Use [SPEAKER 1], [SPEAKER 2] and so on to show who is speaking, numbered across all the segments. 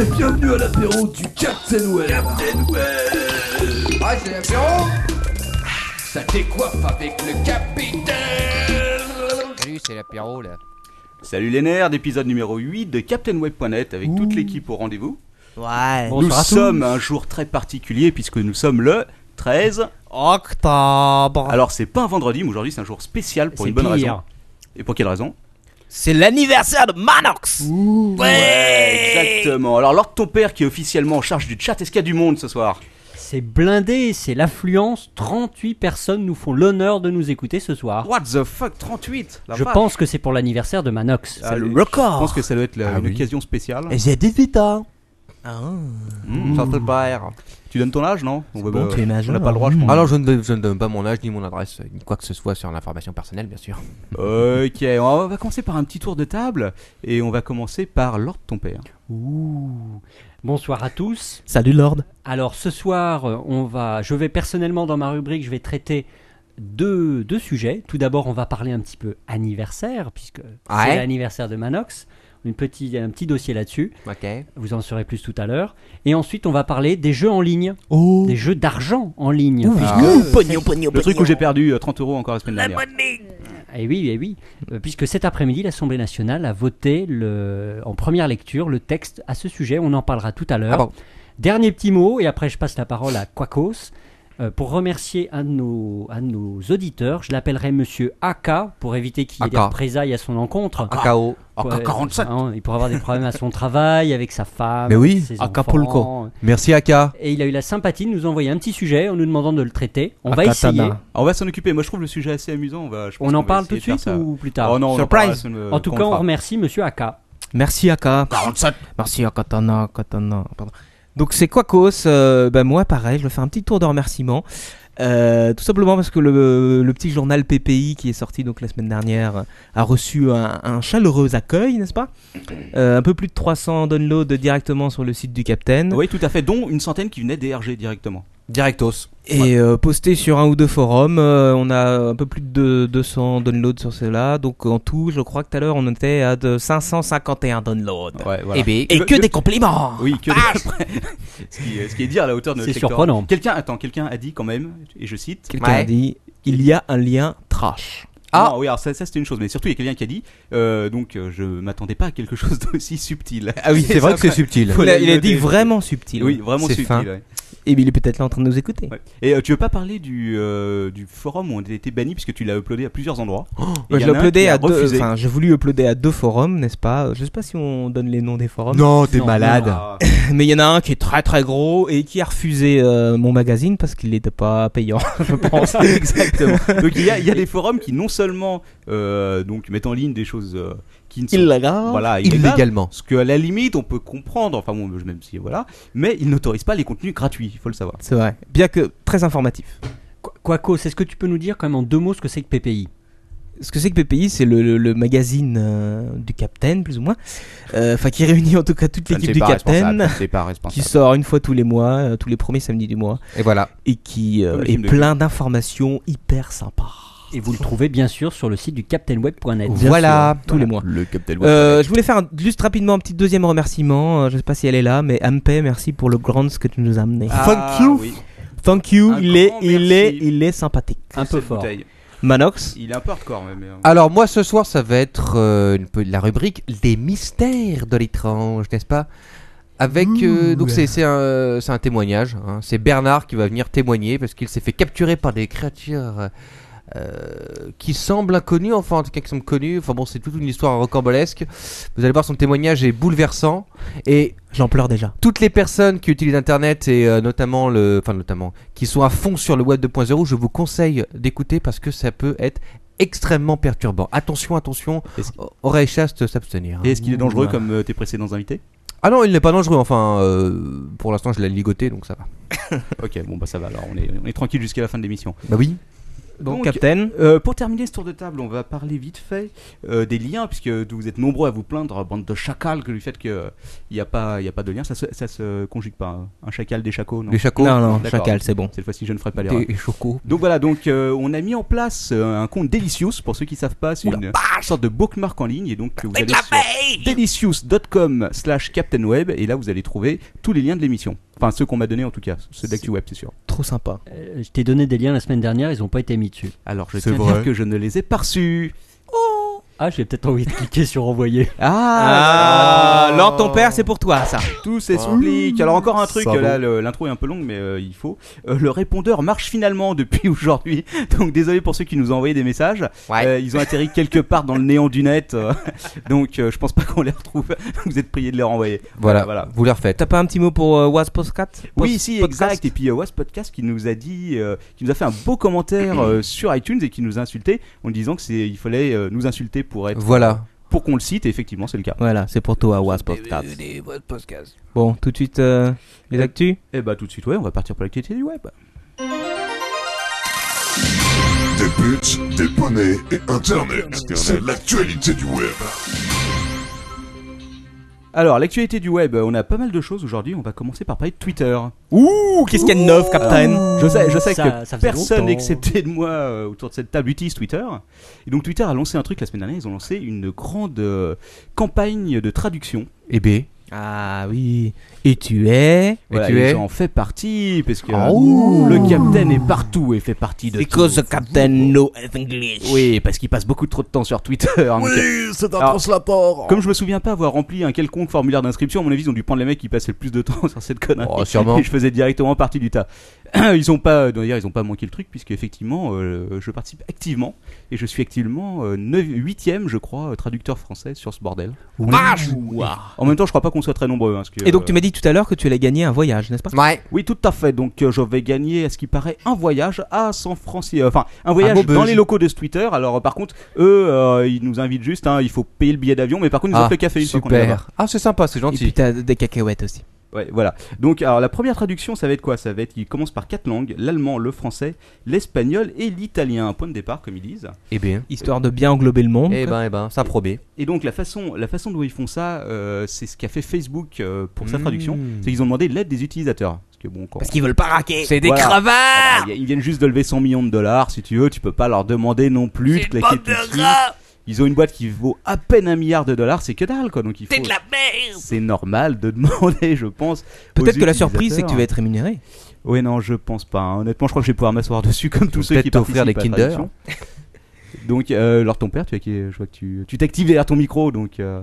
[SPEAKER 1] et bienvenue à l'apéro du Captain Well. Captain Well.
[SPEAKER 2] Ah, c'est l'apéro Ça décoiffe avec le capitaine
[SPEAKER 3] Salut, c'est l'apéro là.
[SPEAKER 4] Salut les nerds, épisode numéro 8 de CaptainWeb.net avec toute l'équipe au rendez-vous.
[SPEAKER 3] Ouais.
[SPEAKER 4] nous sommes un jour très particulier puisque nous sommes le 13.
[SPEAKER 3] Octobre.
[SPEAKER 4] Alors c'est pas un vendredi, mais aujourd'hui c'est un jour spécial pour
[SPEAKER 5] C'est
[SPEAKER 4] une bonne
[SPEAKER 5] pire.
[SPEAKER 4] raison. Et pour quelle raison
[SPEAKER 3] C'est l'anniversaire de Manox.
[SPEAKER 4] Exactement. Alors lors de ton père qui est officiellement en charge du chat, est-ce qu'il y a du monde ce soir
[SPEAKER 5] C'est blindé, c'est l'affluence. 38 personnes nous font l'honneur de nous écouter ce soir.
[SPEAKER 4] What the fuck 38 La
[SPEAKER 5] Je
[SPEAKER 4] vache.
[SPEAKER 5] pense que c'est pour l'anniversaire de Manox.
[SPEAKER 4] Ah,
[SPEAKER 3] le
[SPEAKER 4] je
[SPEAKER 3] record.
[SPEAKER 4] pense que ça doit être la-
[SPEAKER 3] Ah
[SPEAKER 4] une
[SPEAKER 3] oui.
[SPEAKER 4] occasion spéciale.
[SPEAKER 3] J'ai hein. 18 ans.
[SPEAKER 4] Mmh, ça te plaît. Tu donnes ton âge, non On veut
[SPEAKER 3] bon,
[SPEAKER 4] pas-
[SPEAKER 3] tu es majeur. hein.
[SPEAKER 4] On n'a pas le droit, je pense.
[SPEAKER 6] Alors je ne, je ne donne pas mon âge ni mon adresse ni quoi que ce soit sur l'information personnelle bien sûr.
[SPEAKER 4] Ok, on va commencer par un petit tour de table et on va commencer par l'ordre de ton père.
[SPEAKER 5] Ouh. Bonsoir à tous.
[SPEAKER 3] Salut Lord.
[SPEAKER 5] Alors ce soir, euh, on va, je vais personnellement dans ma rubrique, je vais traiter deux, deux sujets. Tout d'abord, on va parler un petit peu anniversaire puisque c'est
[SPEAKER 6] Ouais.
[SPEAKER 5] l'anniversaire de Manox. Une petite, un petit dossier là-dessus.
[SPEAKER 6] Ok.
[SPEAKER 5] Vous en saurez plus tout à l'heure. Et ensuite, on va parler des jeux en ligne,
[SPEAKER 3] Oh.
[SPEAKER 5] des jeux d'argent en ligne.
[SPEAKER 3] Ouh,
[SPEAKER 5] Puisque-
[SPEAKER 3] ouh, pognon,
[SPEAKER 5] Mmh.
[SPEAKER 3] pognon,
[SPEAKER 4] Ah, Le truc où
[SPEAKER 3] pognon.
[SPEAKER 4] j'ai perdu euh, 30 euros encore la semaine dernière.
[SPEAKER 5] Eh oui, eh oui, Euh, puisque cet après-midi, l'Assemblée nationale a voté le, en première lecture le texte à ce sujet. On en parlera tout à l'heure.
[SPEAKER 6] Ah bon.
[SPEAKER 5] Dernier petit mot, et après je passe la parole à Quacos euh, pour remercier un de nos, un de nos auditeurs. Je l'appellerai Monsieur AK pour éviter qu'il y ait des
[SPEAKER 6] AK.
[SPEAKER 5] représailles à son encontre.
[SPEAKER 6] AKO.
[SPEAKER 5] Quoi, hein, il pourrait avoir des problèmes à son travail, avec sa femme,
[SPEAKER 6] Mais oui,
[SPEAKER 5] ses
[SPEAKER 6] Acapulco.
[SPEAKER 5] enfants.
[SPEAKER 6] Merci AK.
[SPEAKER 5] Et il a eu la sympathie de nous envoyer un petit sujet en nous demandant de le traiter. On va
[SPEAKER 3] Akatana.
[SPEAKER 5] essayer.
[SPEAKER 4] Ah, on va s'en occuper. Moi, je trouve le sujet assez amusant. On, va, je pense
[SPEAKER 5] On en
[SPEAKER 4] qu'on va
[SPEAKER 5] parle tout
[SPEAKER 4] essayer
[SPEAKER 5] de suite
[SPEAKER 4] faire ça.
[SPEAKER 5] ou plus tard
[SPEAKER 4] Oh non, on en
[SPEAKER 6] Surprise.
[SPEAKER 4] parlera la semaine, euh,
[SPEAKER 5] En tout
[SPEAKER 4] quand
[SPEAKER 5] cas, on
[SPEAKER 4] fera.
[SPEAKER 5] remercie Monsieur AK.
[SPEAKER 3] Merci Aka.
[SPEAKER 2] 47
[SPEAKER 3] Merci Akatana, Katana. Pardon. Donc c'est quoi cause euh, bah, Moi pareil, je vais faire un petit tour de remerciements. Euh, tout simplement parce que le, le petit journal PPI qui est sorti donc la semaine dernière a reçu un, un chaleureux accueil, n'est-ce pas Euh, Un peu plus de 300 downloads directement sur le site du Captain.
[SPEAKER 5] Mmh.
[SPEAKER 4] Oui, tout à fait. Dont une centaine qui venait des RG directement.
[SPEAKER 6] Directos.
[SPEAKER 3] Et euh, posté sur un ou deux forums, euh, on a un peu plus de 200 downloads sur cela. Donc en tout, je crois que tout à l'heure on était à de 551 downloads.
[SPEAKER 4] Ouais, voilà.
[SPEAKER 5] ben,
[SPEAKER 6] Eh bien,
[SPEAKER 3] Et
[SPEAKER 4] Le-
[SPEAKER 3] que
[SPEAKER 4] le-
[SPEAKER 3] des compliments
[SPEAKER 4] Oui, que ce, qui, est- ce qui est dire à la hauteur de notre
[SPEAKER 5] C'est
[SPEAKER 4] secteur.
[SPEAKER 5] surprenant.
[SPEAKER 4] Quelqu'un, attends, quelqu'un a dit quand même, et je cite.
[SPEAKER 3] Quelqu'un
[SPEAKER 6] Ouais.
[SPEAKER 3] a dit il y a un lien trash.
[SPEAKER 6] Ah.
[SPEAKER 4] Non, oui, alors ça, ça, c'était une chose, mais surtout il y a quelqu'un qui a dit, euh, donc euh, je m'attendais pas à quelque chose d'aussi subtil.
[SPEAKER 6] Ah oui, c'est vrai que c'est subtil.
[SPEAKER 4] Faut
[SPEAKER 3] Il
[SPEAKER 4] la-
[SPEAKER 3] a, il a dit
[SPEAKER 4] le-
[SPEAKER 3] vraiment subtil.
[SPEAKER 4] Oui, vraiment
[SPEAKER 6] C'est
[SPEAKER 4] subtil.
[SPEAKER 6] fin.
[SPEAKER 4] ouais.
[SPEAKER 3] Et il est peut-être là en train de nous écouter.
[SPEAKER 4] Ouais. Et euh, tu veux pas parler du, euh, du forum où on a été banni puisque tu l'as uploadé à plusieurs endroits Et
[SPEAKER 3] Moi,
[SPEAKER 4] il y
[SPEAKER 3] Oh. Euh, je
[SPEAKER 4] en a un qui
[SPEAKER 3] l'uploadais
[SPEAKER 4] a
[SPEAKER 3] à deux.
[SPEAKER 4] refusé.
[SPEAKER 3] Enfin, j'ai voulu uploader à deux forums, n'est-ce pas Euh, Je sais pas si on donne les noms des forums.
[SPEAKER 6] Non, t'es
[SPEAKER 5] Non,
[SPEAKER 6] malade.
[SPEAKER 4] Ah,
[SPEAKER 3] Mais il y en a un qui est très très gros et qui a refusé euh, mon magazine parce qu'il n'était pas payant, je pense.
[SPEAKER 4] exactement. donc il y a, il y a des forums qui non seulement euh, donc mettent en ligne des choses euh, qui ne sont
[SPEAKER 3] Illégal.
[SPEAKER 4] voilà illégales,
[SPEAKER 6] Illégalement.
[SPEAKER 4] ce que à la limite on peut comprendre. Enfin bon, je- même si voilà, mais ils n'autorisent pas les contenus gratuits, il faut le savoir.
[SPEAKER 3] C'est vrai. Bien que très informatif.
[SPEAKER 5] Qu- Quacos, est-ce que tu peux nous dire quand même en deux mots ce que c'est que PPI
[SPEAKER 3] Ce que c'est que PPI, c'est le, le- le magazine euh, du Captain, plus ou moins. Euh, Enfin, qui réunit en tout cas toute l'équipe du Captain,
[SPEAKER 6] C'est pas
[SPEAKER 3] qui
[SPEAKER 6] responsable.
[SPEAKER 3] sort une fois tous les mois, euh, tous les premiers samedis du mois,
[SPEAKER 6] Et voilà.
[SPEAKER 3] et qui euh,
[SPEAKER 4] Comme le
[SPEAKER 3] est
[SPEAKER 4] film de
[SPEAKER 3] plein d'informations hyper sympas.
[SPEAKER 5] Et vous le trouvez bien sûr sur le site du captainweb.net.
[SPEAKER 3] Bien
[SPEAKER 6] voilà.
[SPEAKER 3] sûr, tous les mois.
[SPEAKER 6] Le Captain
[SPEAKER 3] Euh, je voulais faire un- juste rapidement un petit deuxième remerciement. Euh, je sais pas si elle est là, mais Ampe, merci pour le grand ce que tu nous as amené.
[SPEAKER 4] Ah,
[SPEAKER 3] Thank you.
[SPEAKER 4] oui,
[SPEAKER 3] Thank you.
[SPEAKER 4] Un
[SPEAKER 3] Il est,
[SPEAKER 4] grand
[SPEAKER 3] il
[SPEAKER 4] merci.
[SPEAKER 3] est, il est sympathique.
[SPEAKER 5] Un peu
[SPEAKER 4] cette
[SPEAKER 5] fort.
[SPEAKER 4] bouteille.
[SPEAKER 3] Manox.
[SPEAKER 4] Il est un peu hardcore même. mais,
[SPEAKER 3] Ah.
[SPEAKER 4] euh,
[SPEAKER 6] Alors moi ce soir ça va être euh, une peu- la rubrique Les mystères de l'étrange, n'est-ce pas avec euh, donc c'est c'est un c'est un témoignage. hein. C'est Bernard qui va venir témoigner parce qu'il s'est fait capturer par des créatures euh, euh, qui semblent inconnues, enfin en tout cas qui semblent connues. Enfin bon c'est toute une histoire rocambolesque. Vous allez voir son témoignage est bouleversant et
[SPEAKER 3] J'en pleure déjà.
[SPEAKER 6] toutes les personnes qui utilisent Internet et euh, notamment le, enfin notamment, qui sont à fond sur le web 2.0, je vous conseille d'écouter parce que ça peut être extrêmement perturbant. Attention, attention,
[SPEAKER 4] Est-ce-
[SPEAKER 6] o- oreille chaste, s'abstenir.
[SPEAKER 4] Et est-ce qu'il est dangereux
[SPEAKER 3] Ah.
[SPEAKER 6] Ouh.
[SPEAKER 4] comme euh, tes précédents invités
[SPEAKER 6] Ah non, il n'est pas dangereux. Enfin, euh, pour l'instant, je l'ai ligoté, donc ça va.
[SPEAKER 4] Ok, bon bah ça va alors, on est, on est tranquille jusqu'à la fin de l'émission.
[SPEAKER 6] Bah oui.
[SPEAKER 3] Bon,
[SPEAKER 4] Donc,
[SPEAKER 3] Captain.
[SPEAKER 4] Euh, pour terminer ce tour de table, on va parler vite fait euh, des liens, puisque vous êtes nombreux à vous plaindre, bande de chacals, que du fait qu'il n'y a, pas- il y a pas de lien. Ça se, ça se conjugue pas. hein. Un chacal, des chacos, non
[SPEAKER 6] Les chacos
[SPEAKER 3] Non, non,
[SPEAKER 4] D'accord.
[SPEAKER 3] chacal, c'est bon.
[SPEAKER 4] Cette fois-ci, je ne ferai pas l'erreur.
[SPEAKER 6] Des chocos.
[SPEAKER 4] Donc voilà, donc euh, on a mis en place euh, un compte Delicious. Pour ceux qui savent pas, c'est une sorte de bookmark en ligne. Et donc vous allez sur delicious.com/slash captainweb et là vous allez trouver tous les liens de l'émission. Enfin ceux qu'on m'a donné en tout cas, ceux d'ActuWeb, c'est sûr.
[SPEAKER 3] Trop sympa.
[SPEAKER 5] Euh, je t'ai donné des liens la semaine dernière, ils n'ont pas été mis dessus.
[SPEAKER 4] Alors je
[SPEAKER 6] C'est
[SPEAKER 4] tiens à
[SPEAKER 6] vrai.
[SPEAKER 4] dire que je ne les ai pas reçus.
[SPEAKER 5] Ah, j'ai peut-être envie de cliquer sur envoyer.
[SPEAKER 4] Ah,
[SPEAKER 3] Ah, Lord, ton père, c'est pour toi, ça.
[SPEAKER 4] Tout s'explique. Alors encore un truc,
[SPEAKER 6] Ça
[SPEAKER 4] là le- l'intro est un peu longue mais euh, il faut. Euh, le répondeur marche finalement depuis aujourd'hui. Donc désolé pour ceux qui nous ont envoyé des messages.
[SPEAKER 6] Ouais.
[SPEAKER 4] Euh, ils ont atterri quelque part dans le néant du net. euh, donc euh, je pense pas qu'on les retrouve. Vous êtes priés de les renvoyer.
[SPEAKER 6] Voilà,
[SPEAKER 4] voilà.
[SPEAKER 6] vous les refaites.
[SPEAKER 3] T'as pas un petit mot pour euh, Was Postcat
[SPEAKER 4] Oui,
[SPEAKER 3] Post-
[SPEAKER 4] si,
[SPEAKER 3] podcast
[SPEAKER 4] exact. Et puis euh, Was Podcast qui nous a dit, euh, qui nous a fait un beau commentaire euh, sur iTunes et qui nous a insulté en disant que c'est, il fallait euh, nous insulter pour être,
[SPEAKER 6] Voilà.
[SPEAKER 4] pour qu'on le cite. Et effectivement, c'est le cas.
[SPEAKER 3] Voilà, c'est pour toi, Was Postcat. Bon, tout de suite, euh, les actus
[SPEAKER 4] Et bah tout de suite, ouais, on va partir pour l'actualité du web.
[SPEAKER 1] Des buts, des poneys et Internet. C'est l'actualité du web.
[SPEAKER 4] Alors l'actualité du web, euh, on a pas mal de choses aujourd'hui. On va commencer par parler de Twitter. Oh,
[SPEAKER 3] Ouh, qu'est-ce qu'il y a de neuf, Captain
[SPEAKER 4] Je sais, je sais
[SPEAKER 5] Ça-
[SPEAKER 4] que
[SPEAKER 5] ça faisait
[SPEAKER 4] personne
[SPEAKER 5] longtemps.
[SPEAKER 4] excepté de moi euh, autour de cette table utilise Twitter. Et donc Twitter a lancé un truc la semaine dernière. Ils ont lancé une grande euh, campagne de traduction.
[SPEAKER 6] Et B.
[SPEAKER 3] Ah oui. Et tu es
[SPEAKER 4] Voilà,
[SPEAKER 6] tu
[SPEAKER 4] et
[SPEAKER 6] es
[SPEAKER 4] j'en fais partie parce que
[SPEAKER 3] Oh.
[SPEAKER 4] le capitaine est partout et fait partie de
[SPEAKER 3] Because
[SPEAKER 4] tout.
[SPEAKER 3] the Captain knows English.
[SPEAKER 4] Oui, parce qu'il passe beaucoup trop de temps sur Twitter. hein, donc, euh,
[SPEAKER 1] c'est
[SPEAKER 4] Alors,
[SPEAKER 1] translaport.
[SPEAKER 4] Comme je me souviens pas avoir rempli un quelconque formulaire d'inscription, à mon avis, ils ont dû prendre les mecs qui passaient le plus de temps sur cette connerie.
[SPEAKER 6] Oh, sûrement.
[SPEAKER 4] Et je faisais directement partie du tas. Ils ont pas, d'ailleurs, ils ont pas manqué le truc puisque effectivement, euh, je participe activement et je suis actuellement 8ème, je crois, euh, traducteur français sur ce bordel. En même temps, je crois pas qu'on soit très nombreux. hein, parce que,
[SPEAKER 3] Et
[SPEAKER 4] euh,
[SPEAKER 3] donc, tu m'as dit tout à l'heure que tu allais gagner un voyage, n'est-ce pas
[SPEAKER 6] Ouais.
[SPEAKER 4] Oui, tout à fait. Donc, euh, je vais gagner, à ce qui paraît, un voyage à San Francisco. euh, Enfin, un voyage
[SPEAKER 6] Maubeuge.
[SPEAKER 4] dans les locaux de ce Twitter. Alors, euh, par contre, eux, euh, ils nous invitent juste. hein, il faut payer le billet d'avion, mais par contre, ils offrent le café une fois qu'on est là-bas.
[SPEAKER 6] Ah, super. Ah, c'est sympa, c'est
[SPEAKER 3] Et puis
[SPEAKER 6] gentil.
[SPEAKER 3] t'as des cacahuètes aussi.
[SPEAKER 4] Ouais, voilà. Donc, alors la première traduction, ça va être quoi Ça va être qu'il commence par quatre langues l'allemand, le français, l'espagnol et l'italien. Un point de départ, comme ils disent.
[SPEAKER 6] Et B.
[SPEAKER 3] Histoire de bien englober le monde.
[SPEAKER 6] Eh
[SPEAKER 3] quoi.
[SPEAKER 6] ben, eh ben, ça probé.
[SPEAKER 4] Et donc, la façon, la façon dont ils font ça, euh, c'est ce qu'a fait Facebook euh, pour sa
[SPEAKER 6] Mmh.
[SPEAKER 4] traduction. C'est qu'ils ont demandé l'aide des utilisateurs. Parce que bon, quand-
[SPEAKER 3] Parce qu'ils veulent pas raquer.
[SPEAKER 6] C'est
[SPEAKER 4] des Voilà.
[SPEAKER 6] crevards
[SPEAKER 4] Ah bah, ils viennent juste de lever 100 millions de dollars, si tu veux, tu peux pas leur demander non plus de claquer tout de suite. Ils ont une boîte qui vaut à peine un milliard de dollars, c'est que dalle quoi. Donc il faut. C'est normal de demander, je pense.
[SPEAKER 3] Peut-être
[SPEAKER 4] aux
[SPEAKER 3] que la surprise, c'est que tu
[SPEAKER 4] utilisateurs.
[SPEAKER 3] vas être rémunéré.
[SPEAKER 4] Ouais, non, je pense pas. hein. Honnêtement, je crois que je vais pouvoir m'asseoir dessus comme tous
[SPEAKER 6] vont
[SPEAKER 4] ceux qui
[SPEAKER 6] peut-être t'offrir
[SPEAKER 4] participent
[SPEAKER 6] des
[SPEAKER 4] à la
[SPEAKER 6] Kinder.
[SPEAKER 4] traduction. Donc, euh, alors ton père, tu as, qui- je vois que tu, tu t'actives derrière ton micro, donc. euh,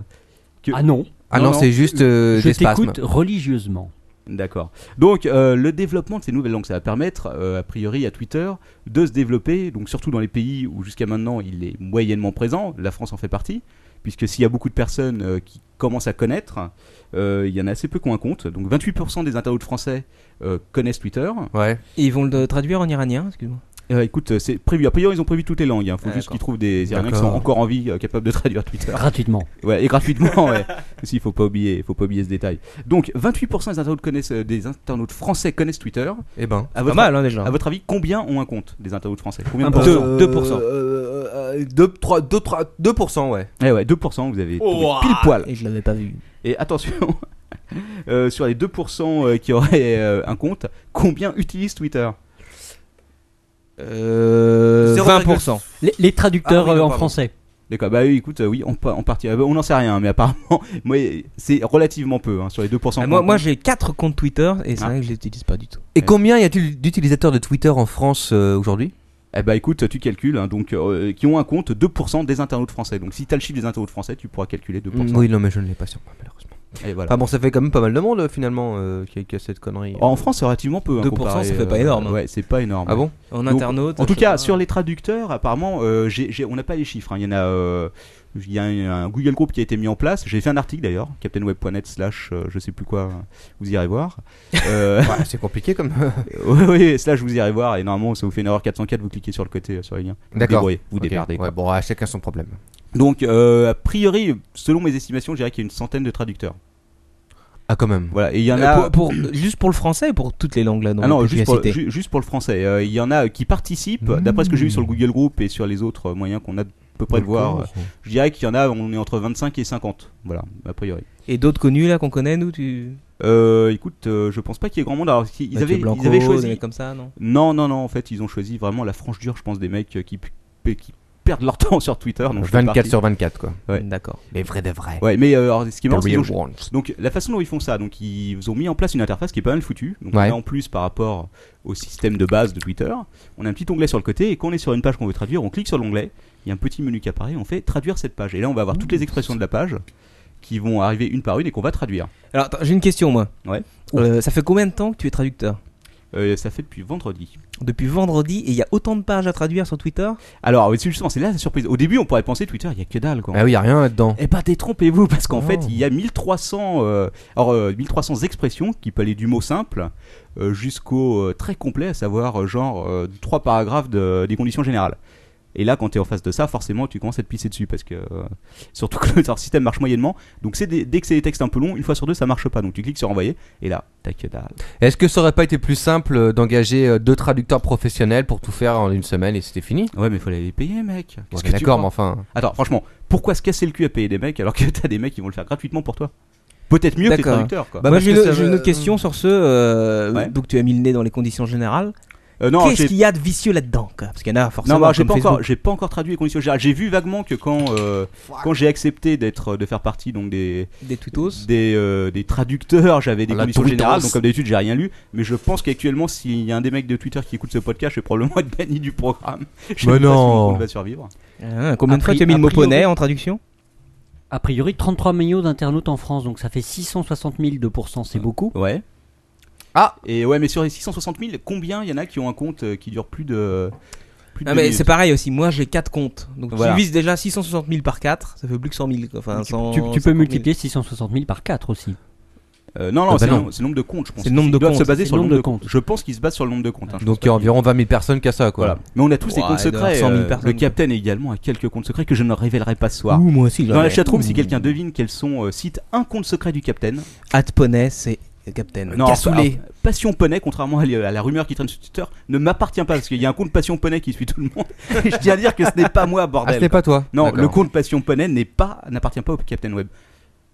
[SPEAKER 4] que-
[SPEAKER 5] Ah non,
[SPEAKER 6] Ah non,
[SPEAKER 4] Non,
[SPEAKER 6] c'est juste euh,
[SPEAKER 5] je
[SPEAKER 6] des spasmes.
[SPEAKER 5] t'écoute religieusement.
[SPEAKER 4] D'accord. Donc euh, le développement de ces nouvelles langues, ça va permettre, euh, a priori, à Twitter de se développer, donc surtout dans les pays où jusqu'à maintenant il est moyennement présent, la France en fait partie, puisque s'il y a beaucoup de personnes euh, qui commencent à connaître, euh, il y en a assez peu qui ont un compte, donc 28% des internautes français euh, connaissent Twitter.
[SPEAKER 6] Ouais.
[SPEAKER 3] Et ils vont le traduire en iranien, excuse-moi.
[SPEAKER 4] Euh, écoute, c'est prévu, a priori ils ont prévu toutes les langues, il faut
[SPEAKER 3] Ah,
[SPEAKER 4] juste
[SPEAKER 3] d'accord.
[SPEAKER 4] qu'ils trouvent des Iraniens qui sont
[SPEAKER 6] D'accord.
[SPEAKER 4] encore en vie, euh, capables de traduire Twitter.
[SPEAKER 5] Gratuitement.
[SPEAKER 4] Ouais, et gratuitement, ouais. Aussi, il faut pas oublier, faut pas oublier ce détail. Donc, 28% des internautes connaissent, euh, des internautes français connaissent Twitter.
[SPEAKER 6] Eh ben.
[SPEAKER 4] À
[SPEAKER 3] Pas
[SPEAKER 4] votre,
[SPEAKER 3] mal, hein, déjà.
[SPEAKER 4] à votre avis, combien ont un compte des internautes français Combien
[SPEAKER 5] Un
[SPEAKER 4] de pourcents
[SPEAKER 3] Deux.
[SPEAKER 6] Euh,
[SPEAKER 3] 2%.
[SPEAKER 6] 2, 3, 2, 3, 2%, ouais.
[SPEAKER 4] Eh ouais, 2%, vous avez trouvé pile poil.
[SPEAKER 3] Et je l'avais pas vu.
[SPEAKER 4] Et attention, euh, sur les 2% euh, qui auraient euh, un compte, combien utilisent Twitter
[SPEAKER 3] Euh, 20%.
[SPEAKER 5] Les, les traducteurs
[SPEAKER 6] Ah oui, non,
[SPEAKER 5] euh, en
[SPEAKER 6] pardon.
[SPEAKER 5] français.
[SPEAKER 4] D'accord, bah oui, écoute, euh, oui, on, pa- on partit. euh, On n'en sait rien, mais apparemment, moi, c'est relativement peu hein, sur les 2%.
[SPEAKER 3] Ah, moi,
[SPEAKER 4] qu'on-
[SPEAKER 3] moi j'ai 4 comptes Twitter et c'est
[SPEAKER 4] Ah.
[SPEAKER 3] vrai que je les utilise pas du tout.
[SPEAKER 6] Et
[SPEAKER 4] Ouais.
[SPEAKER 6] combien y a-t-il d'utilisateurs de Twitter en France euh, aujourd'hui
[SPEAKER 4] Eh bah écoute, tu calcules, hein, donc euh, qui ont un compte 2% des internautes français. Donc si t'as le chiffre des internautes français, tu pourras calculer 2%.
[SPEAKER 6] Mm, Oui, non, mais je ne l'ai pas sur moi, malheureusement.
[SPEAKER 4] Et voilà.
[SPEAKER 6] Ah bon, ça fait quand même pas mal de monde, euh, finalement, euh, qui, a, qui a cette connerie.
[SPEAKER 4] En France, c'est relativement peu. hein,
[SPEAKER 3] 2%,
[SPEAKER 4] comparé,
[SPEAKER 3] ça fait pas
[SPEAKER 4] euh,
[SPEAKER 3] énorme, hein.
[SPEAKER 4] Ouais, c'est pas énorme.
[SPEAKER 6] Ah bon
[SPEAKER 3] En
[SPEAKER 4] Donc,
[SPEAKER 3] internaute.
[SPEAKER 4] En tout
[SPEAKER 3] je
[SPEAKER 4] cas,
[SPEAKER 3] sais pas.
[SPEAKER 4] sur les traducteurs, apparemment, euh, j'ai- j'ai- on n'a pas les chiffres. hein. Il y en a, euh, il y a un, un Google Group qui a été mis en place. J'ai fait un article d'ailleurs, captainweb.net slash euh, je sais plus quoi. Vous irez voir. Euh,
[SPEAKER 6] Ouais, c'est compliqué comme.
[SPEAKER 4] oui, oui, slash vous irez voir. Et normalement, ça vous fait une erreur 404. Vous cliquez sur le côté euh, sur les liens. Vous
[SPEAKER 6] D'accord.
[SPEAKER 4] débrouillez, Vous
[SPEAKER 6] Ok,
[SPEAKER 4] débrouillez.
[SPEAKER 6] ouais, bon, à chacun son problème.
[SPEAKER 4] Donc, euh, a priori, selon mes estimations, je dirais qu'il y a une centaine de traducteurs.
[SPEAKER 6] Ah, quand même.
[SPEAKER 4] Voilà, et il y en
[SPEAKER 3] Euh,
[SPEAKER 4] a.
[SPEAKER 3] pour- pour- juste pour le français et pour toutes les langues là dont
[SPEAKER 4] Ah non,
[SPEAKER 3] que tu
[SPEAKER 4] juste
[SPEAKER 3] as
[SPEAKER 4] pour,
[SPEAKER 3] citées.
[SPEAKER 4] ju- juste pour le français. Euh, Il y en a qui participent,
[SPEAKER 6] Mmh.
[SPEAKER 4] d'après ce que j'ai vu sur le Google Group et sur les autres euh, moyens qu'on a de peu près de voir. euh, Je dirais qu'il y en a, on est entre 25 et 50, voilà, a priori.
[SPEAKER 3] Et d'autres connus là qu'on connaît nous tu...
[SPEAKER 4] Euh, écoute, euh, je pense pas qu'il y ait grand monde. Alors, ils,
[SPEAKER 3] Mathieu
[SPEAKER 4] avaient,
[SPEAKER 3] Blanco,
[SPEAKER 4] ils avaient
[SPEAKER 3] des
[SPEAKER 4] choisi.
[SPEAKER 3] mecs comme ça non
[SPEAKER 4] Non, non, non, en fait, ils ont choisi vraiment la franche dure, je pense, des mecs euh, qui, p- qui perdent leur temps sur Twitter. Donc je fais
[SPEAKER 6] 24
[SPEAKER 4] partie.
[SPEAKER 6] sur 24, quoi.
[SPEAKER 4] Ouais.
[SPEAKER 3] D'accord.
[SPEAKER 6] Les vrais des vrais.
[SPEAKER 4] Ouais, mais euh, alors, ce qui est
[SPEAKER 6] The
[SPEAKER 4] marrant, c'est qu'ils
[SPEAKER 6] real
[SPEAKER 4] ont
[SPEAKER 6] ones.
[SPEAKER 4] Donc la façon dont ils font ça, donc ils ont mis en place une interface qui est pas mal foutue. Donc
[SPEAKER 6] Ouais.
[SPEAKER 4] on a en plus par rapport au système de base de Twitter, on a un petit onglet sur le côté et quand on est sur une page qu'on veut traduire, on clique sur l'onglet, il y a un petit menu qui apparaît, on fait traduire cette page et là on va avoir toutes les expressions de la page qui vont arriver une par une et qu'on va traduire.
[SPEAKER 3] Alors attends, j'ai une question moi.
[SPEAKER 4] Ouais.
[SPEAKER 3] Euh, ça fait combien de temps que tu es traducteur
[SPEAKER 4] Euh, ça fait depuis vendredi.
[SPEAKER 3] Depuis vendredi et il y a autant de pages à traduire sur Twitter
[SPEAKER 4] Alors oui, c'est justement, c'est là la surprise. Au début, on pourrait penser Twitter, il y a que dalle quoi.
[SPEAKER 6] Ah oui, y a rien là-dedans.
[SPEAKER 4] Eh ben détrompez-vous parce qu'en
[SPEAKER 6] Oh.
[SPEAKER 4] fait il y a 1300, euh, alors, euh, 1300 expressions qui peuvent aller du mot simple euh, jusqu'au euh, très complet, à savoir euh, genre euh, trois paragraphes de- des conditions générales. Et là quand tu es en face de ça, forcément tu commences à te pisser dessus parce que euh, surtout que leur système marche moyennement. Donc c'est des- dès que c'est des textes un peu longs, une fois sur deux ça marche pas. Donc tu cliques sur envoyer et là t'as que dalle.
[SPEAKER 6] Est-ce que ça aurait pas été plus simple euh, d'engager euh, deux traducteurs professionnels pour tout faire en une semaine et c'était fini
[SPEAKER 4] Ouais mais faut aller les payer mec. Qu'est-ce
[SPEAKER 6] Ouais,
[SPEAKER 4] que tu
[SPEAKER 6] D'accord,
[SPEAKER 4] crois
[SPEAKER 6] mais enfin.
[SPEAKER 4] Attends franchement, pourquoi se casser le cul à payer des mecs alors que t'as des mecs qui vont le faire gratuitement pour toi Peut-être mieux Bah, que les
[SPEAKER 3] D'accord. Bah,
[SPEAKER 4] traducteurs quoi.
[SPEAKER 3] Moi
[SPEAKER 6] parce
[SPEAKER 3] j'ai
[SPEAKER 6] que
[SPEAKER 3] une,
[SPEAKER 6] ça
[SPEAKER 3] j'ai une
[SPEAKER 6] veut-
[SPEAKER 3] autre question sur ce. euh,
[SPEAKER 4] Ouais.
[SPEAKER 3] Donc tu as mis le nez dans les conditions générales.
[SPEAKER 4] Euh, non,
[SPEAKER 3] Qu'est-ce
[SPEAKER 4] j'ai-
[SPEAKER 3] qu'il y a de vicieux là-dedans quoi Parce qu'il y en a forcément.
[SPEAKER 4] non, bah, j'ai
[SPEAKER 3] comme
[SPEAKER 4] pas encore,
[SPEAKER 3] Facebook.
[SPEAKER 4] j'ai pas encore traduit les conditions générales. J'ai vu vaguement que quand euh, quand j'ai accepté d'être euh, de faire partie donc des
[SPEAKER 3] Des twittos.
[SPEAKER 4] des, euh, des traducteurs, j'avais des
[SPEAKER 6] La
[SPEAKER 4] conditions
[SPEAKER 6] tweetance.
[SPEAKER 4] générales. Donc comme d'habitude, j'ai rien lu, mais je pense qu'actuellement, s'il y a un des mecs de Twitter qui écoute ce podcast, je vais probablement être banni du programme. Je
[SPEAKER 6] Mais
[SPEAKER 4] sais pas si
[SPEAKER 6] non.
[SPEAKER 4] mon compte va survivre.
[SPEAKER 3] Ah, combien de
[SPEAKER 5] A
[SPEAKER 3] fois tu as mis le
[SPEAKER 5] pri- a
[SPEAKER 3] mot
[SPEAKER 5] priori-
[SPEAKER 3] poney en traduction
[SPEAKER 5] A priori, 33 millions d'internautes en France, donc ça fait 660 000 2%, c'est beaucoup.
[SPEAKER 4] Ouais.
[SPEAKER 6] Ah.
[SPEAKER 4] Et ouais, mais sur les 660 000, combien il y en a qui ont un compte euh, qui dure plus de plus de
[SPEAKER 3] Ah
[SPEAKER 4] deux
[SPEAKER 3] mais
[SPEAKER 4] minutes
[SPEAKER 3] c'est pareil aussi. Moi j'ai 4 comptes. Donc
[SPEAKER 4] Voilà.
[SPEAKER 3] tu vises déjà 660 000 par 4 ça fait plus que 100 000. quoi. Enfin,
[SPEAKER 5] Tu,
[SPEAKER 6] Oh,
[SPEAKER 5] tu- tu
[SPEAKER 3] 150
[SPEAKER 5] peux
[SPEAKER 3] 000.
[SPEAKER 5] multiplier 660 000 par 4 aussi.
[SPEAKER 4] Euh, non,
[SPEAKER 6] Ah
[SPEAKER 4] non,
[SPEAKER 6] bah
[SPEAKER 4] c'est le
[SPEAKER 6] non.
[SPEAKER 4] nom- c'est le nombre de comptes, je pense.
[SPEAKER 3] C'est le nombre de
[SPEAKER 4] Ils doivent
[SPEAKER 3] comptes.
[SPEAKER 4] se baser
[SPEAKER 5] C'est
[SPEAKER 4] sur le nombre de comptes.
[SPEAKER 5] comptes.
[SPEAKER 4] Je pense qu'ils se basent sur le nombre de comptes. hein. Je pense
[SPEAKER 6] Donc il
[SPEAKER 4] pas
[SPEAKER 6] y a
[SPEAKER 4] qu'ils-
[SPEAKER 6] environ 20 000 personnes qui a ça, quoi.
[SPEAKER 4] Voilà. Mais on a tous des
[SPEAKER 6] Ouais,
[SPEAKER 4] comptes
[SPEAKER 6] il doit y avoir
[SPEAKER 4] secrets.
[SPEAKER 6] 100 000
[SPEAKER 4] euh,
[SPEAKER 6] personnes,
[SPEAKER 4] le
[SPEAKER 6] quoi.
[SPEAKER 4] capitaine également a quelques comptes secrets que je ne révélerai pas ce soir.
[SPEAKER 3] Ouh, moi aussi.
[SPEAKER 4] Dans la
[SPEAKER 3] j'avais.
[SPEAKER 4] chatroom, si quelqu'un devine quels sont, euh, cite un compte secret du capitaine.
[SPEAKER 3] At poney c'est Captain.
[SPEAKER 4] pas- alors, Passion Poney, contrairement à, l- à la rumeur qui traîne sur Twitter, ne m'appartient pas parce qu'il y a un compte Passion Poney qui suit tout le monde. Et je tiens à dire que ce n'est pas moi,
[SPEAKER 6] Ah,
[SPEAKER 4] bordel.
[SPEAKER 6] c'était pas toi
[SPEAKER 4] Non,
[SPEAKER 6] D'accord.
[SPEAKER 4] le compte Passion Poney n'est pas, n'appartient pas au Captain Web.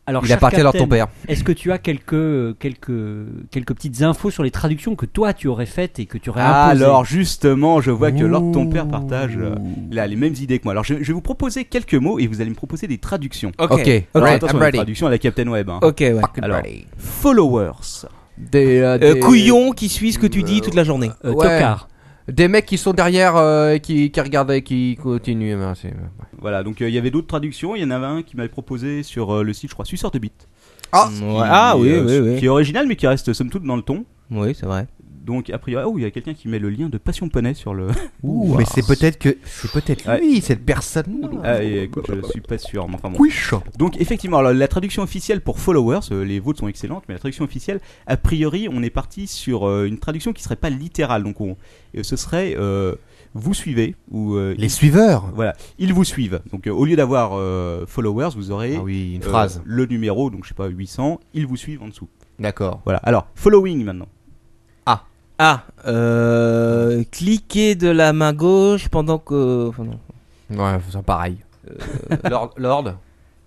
[SPEAKER 5] Alors,
[SPEAKER 6] Il
[SPEAKER 5] cher
[SPEAKER 6] appartient alors à ton
[SPEAKER 5] Captain,
[SPEAKER 6] père.
[SPEAKER 5] Est-ce que tu as quelques, quelques, quelques petites infos sur les traductions que toi tu aurais faites et que tu aurais imposées
[SPEAKER 4] Ah, alors justement, je vois que Lord ton père partage euh, là, les mêmes idées que moi. Alors je, je vais vous proposer quelques mots et vous allez me proposer des traductions.
[SPEAKER 6] Ok,
[SPEAKER 3] Ok.
[SPEAKER 4] Alors,
[SPEAKER 6] right,
[SPEAKER 4] attention,
[SPEAKER 6] I'm
[SPEAKER 4] les
[SPEAKER 6] ready.
[SPEAKER 4] traductions à la Captain Web. hein.
[SPEAKER 3] Ok, ouais.
[SPEAKER 4] Alors, followers.
[SPEAKER 6] Des, euh,
[SPEAKER 3] Euh,
[SPEAKER 6] des-
[SPEAKER 3] couillon qui suit ce que tu dis toute la journée.
[SPEAKER 5] Euh,
[SPEAKER 6] Ouais.
[SPEAKER 5] Tocard.
[SPEAKER 6] Des mecs qui sont derrière euh, et qui, qui regardent et qui continuent. hein, c'est-
[SPEAKER 4] Voilà, donc euh, il y avait d'autres traductions. Il y en avait un qui m'avait proposé sur euh, le site, je crois, Suceur de Bit.
[SPEAKER 6] Ah,
[SPEAKER 3] Ouais.
[SPEAKER 4] qui-
[SPEAKER 3] Ah oui,
[SPEAKER 4] euh,
[SPEAKER 3] oui, oui.
[SPEAKER 4] Qui est original, mais qui reste somme toute dans le ton.
[SPEAKER 3] Oui, c'est vrai.
[SPEAKER 4] Donc, a priori, oh, il y a quelqu'un qui met le lien de Passion Poney sur le. ah.
[SPEAKER 7] Ouh, mais c'est peut-être que c'est peut-être
[SPEAKER 4] Ouais.
[SPEAKER 7] lui, cette personne.
[SPEAKER 4] Ah, et, écoute, je suis pas sûr, mais enfin bon.
[SPEAKER 7] Quiche.
[SPEAKER 4] Donc, effectivement, alors, la traduction officielle pour Followers, euh, les vôtres sont excellentes, mais la traduction officielle, a priori, on est parti sur euh, une traduction qui serait pas littérale. Donc, on- euh, ce serait euh, Vous suivez, ou. euh,
[SPEAKER 7] Les suiveurs.
[SPEAKER 4] Voilà, ils vous suivent. Donc, euh, au lieu d'avoir euh, Followers, vous aurez.
[SPEAKER 7] Ah oui, une
[SPEAKER 4] euh,
[SPEAKER 7] phrase.
[SPEAKER 4] le numéro, donc je sais pas, 800, ils vous suivent en dessous.
[SPEAKER 6] D'accord.
[SPEAKER 4] Voilà, alors, following maintenant.
[SPEAKER 3] Ah, euh, cliquer de la main gauche pendant que. Enfin, non.
[SPEAKER 6] Ouais, c'est pareil. Euh, Lord,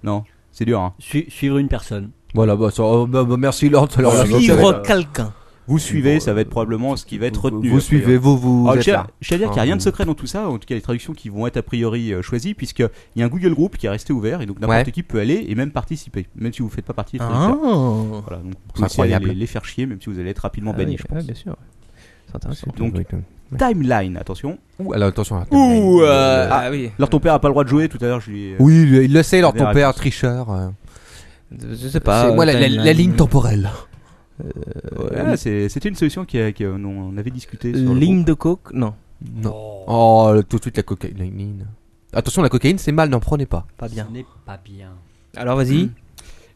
[SPEAKER 4] Non, c'est dur, hein.
[SPEAKER 5] Su- suivre une personne.
[SPEAKER 6] Voilà, bah, ça- oh, bah, bah, merci Lord. ça leur a fait-
[SPEAKER 3] Suivre quelqu'un.
[SPEAKER 4] Vous suivez,
[SPEAKER 6] Bon,
[SPEAKER 4] ça va être
[SPEAKER 6] euh,
[SPEAKER 4] probablement ce qui va être
[SPEAKER 6] Vous-
[SPEAKER 4] retenu.
[SPEAKER 6] Vous suivez, vous, vous.
[SPEAKER 4] Alors,
[SPEAKER 6] êtes
[SPEAKER 4] je tiens-
[SPEAKER 6] là.
[SPEAKER 4] je tiens à dire qu'il n'y a
[SPEAKER 6] Ah,
[SPEAKER 4] rien de
[SPEAKER 6] vous-
[SPEAKER 4] secret dans tout ça, en tout cas les traductions qui vont être a priori euh, choisies, puisqu'il y a un Google Group qui est resté ouvert et donc n'importe
[SPEAKER 6] Ouais.
[SPEAKER 4] qui peut aller et même participer, même si vous ne faites pas partie des
[SPEAKER 3] Ah,
[SPEAKER 4] traducteurs. Voilà, donc vous
[SPEAKER 6] C'est
[SPEAKER 4] pouvez aussi aller
[SPEAKER 6] incroyable.
[SPEAKER 4] les, les faire chier, même si vous allez être rapidement
[SPEAKER 3] Ah oui,
[SPEAKER 4] banni, je
[SPEAKER 3] ah,
[SPEAKER 4] pense.
[SPEAKER 3] bien sûr. C'est intéressant.
[SPEAKER 4] Donc- Timeline, attention.
[SPEAKER 6] Ouh, alors attention. hein.
[SPEAKER 3] Ouh, euh,
[SPEAKER 6] Ah,
[SPEAKER 3] ah oui.
[SPEAKER 4] Alors ton père n'a pas le droit de jouer, tout à l'heure je lui ai- euh,
[SPEAKER 6] Oui, il il le sait, Lord,
[SPEAKER 4] J'avais
[SPEAKER 6] ton père, tricheur. euh.
[SPEAKER 3] Je sais pas.
[SPEAKER 6] c'est moi la, la- la ligne
[SPEAKER 3] temporelle.
[SPEAKER 6] temporelle.
[SPEAKER 4] Voilà, Ah, c'est- C'était une solution qui a- qui a- dont on avait discuté sur le
[SPEAKER 3] Ligne de coke Non,
[SPEAKER 6] Non. Oh, le- tout de suite la cocaïne. Attention, la cocaïne, c'est mal, n'en prenez pas.
[SPEAKER 3] pas bien.
[SPEAKER 5] Ce n'est pas bien.
[SPEAKER 3] Alors vas-y.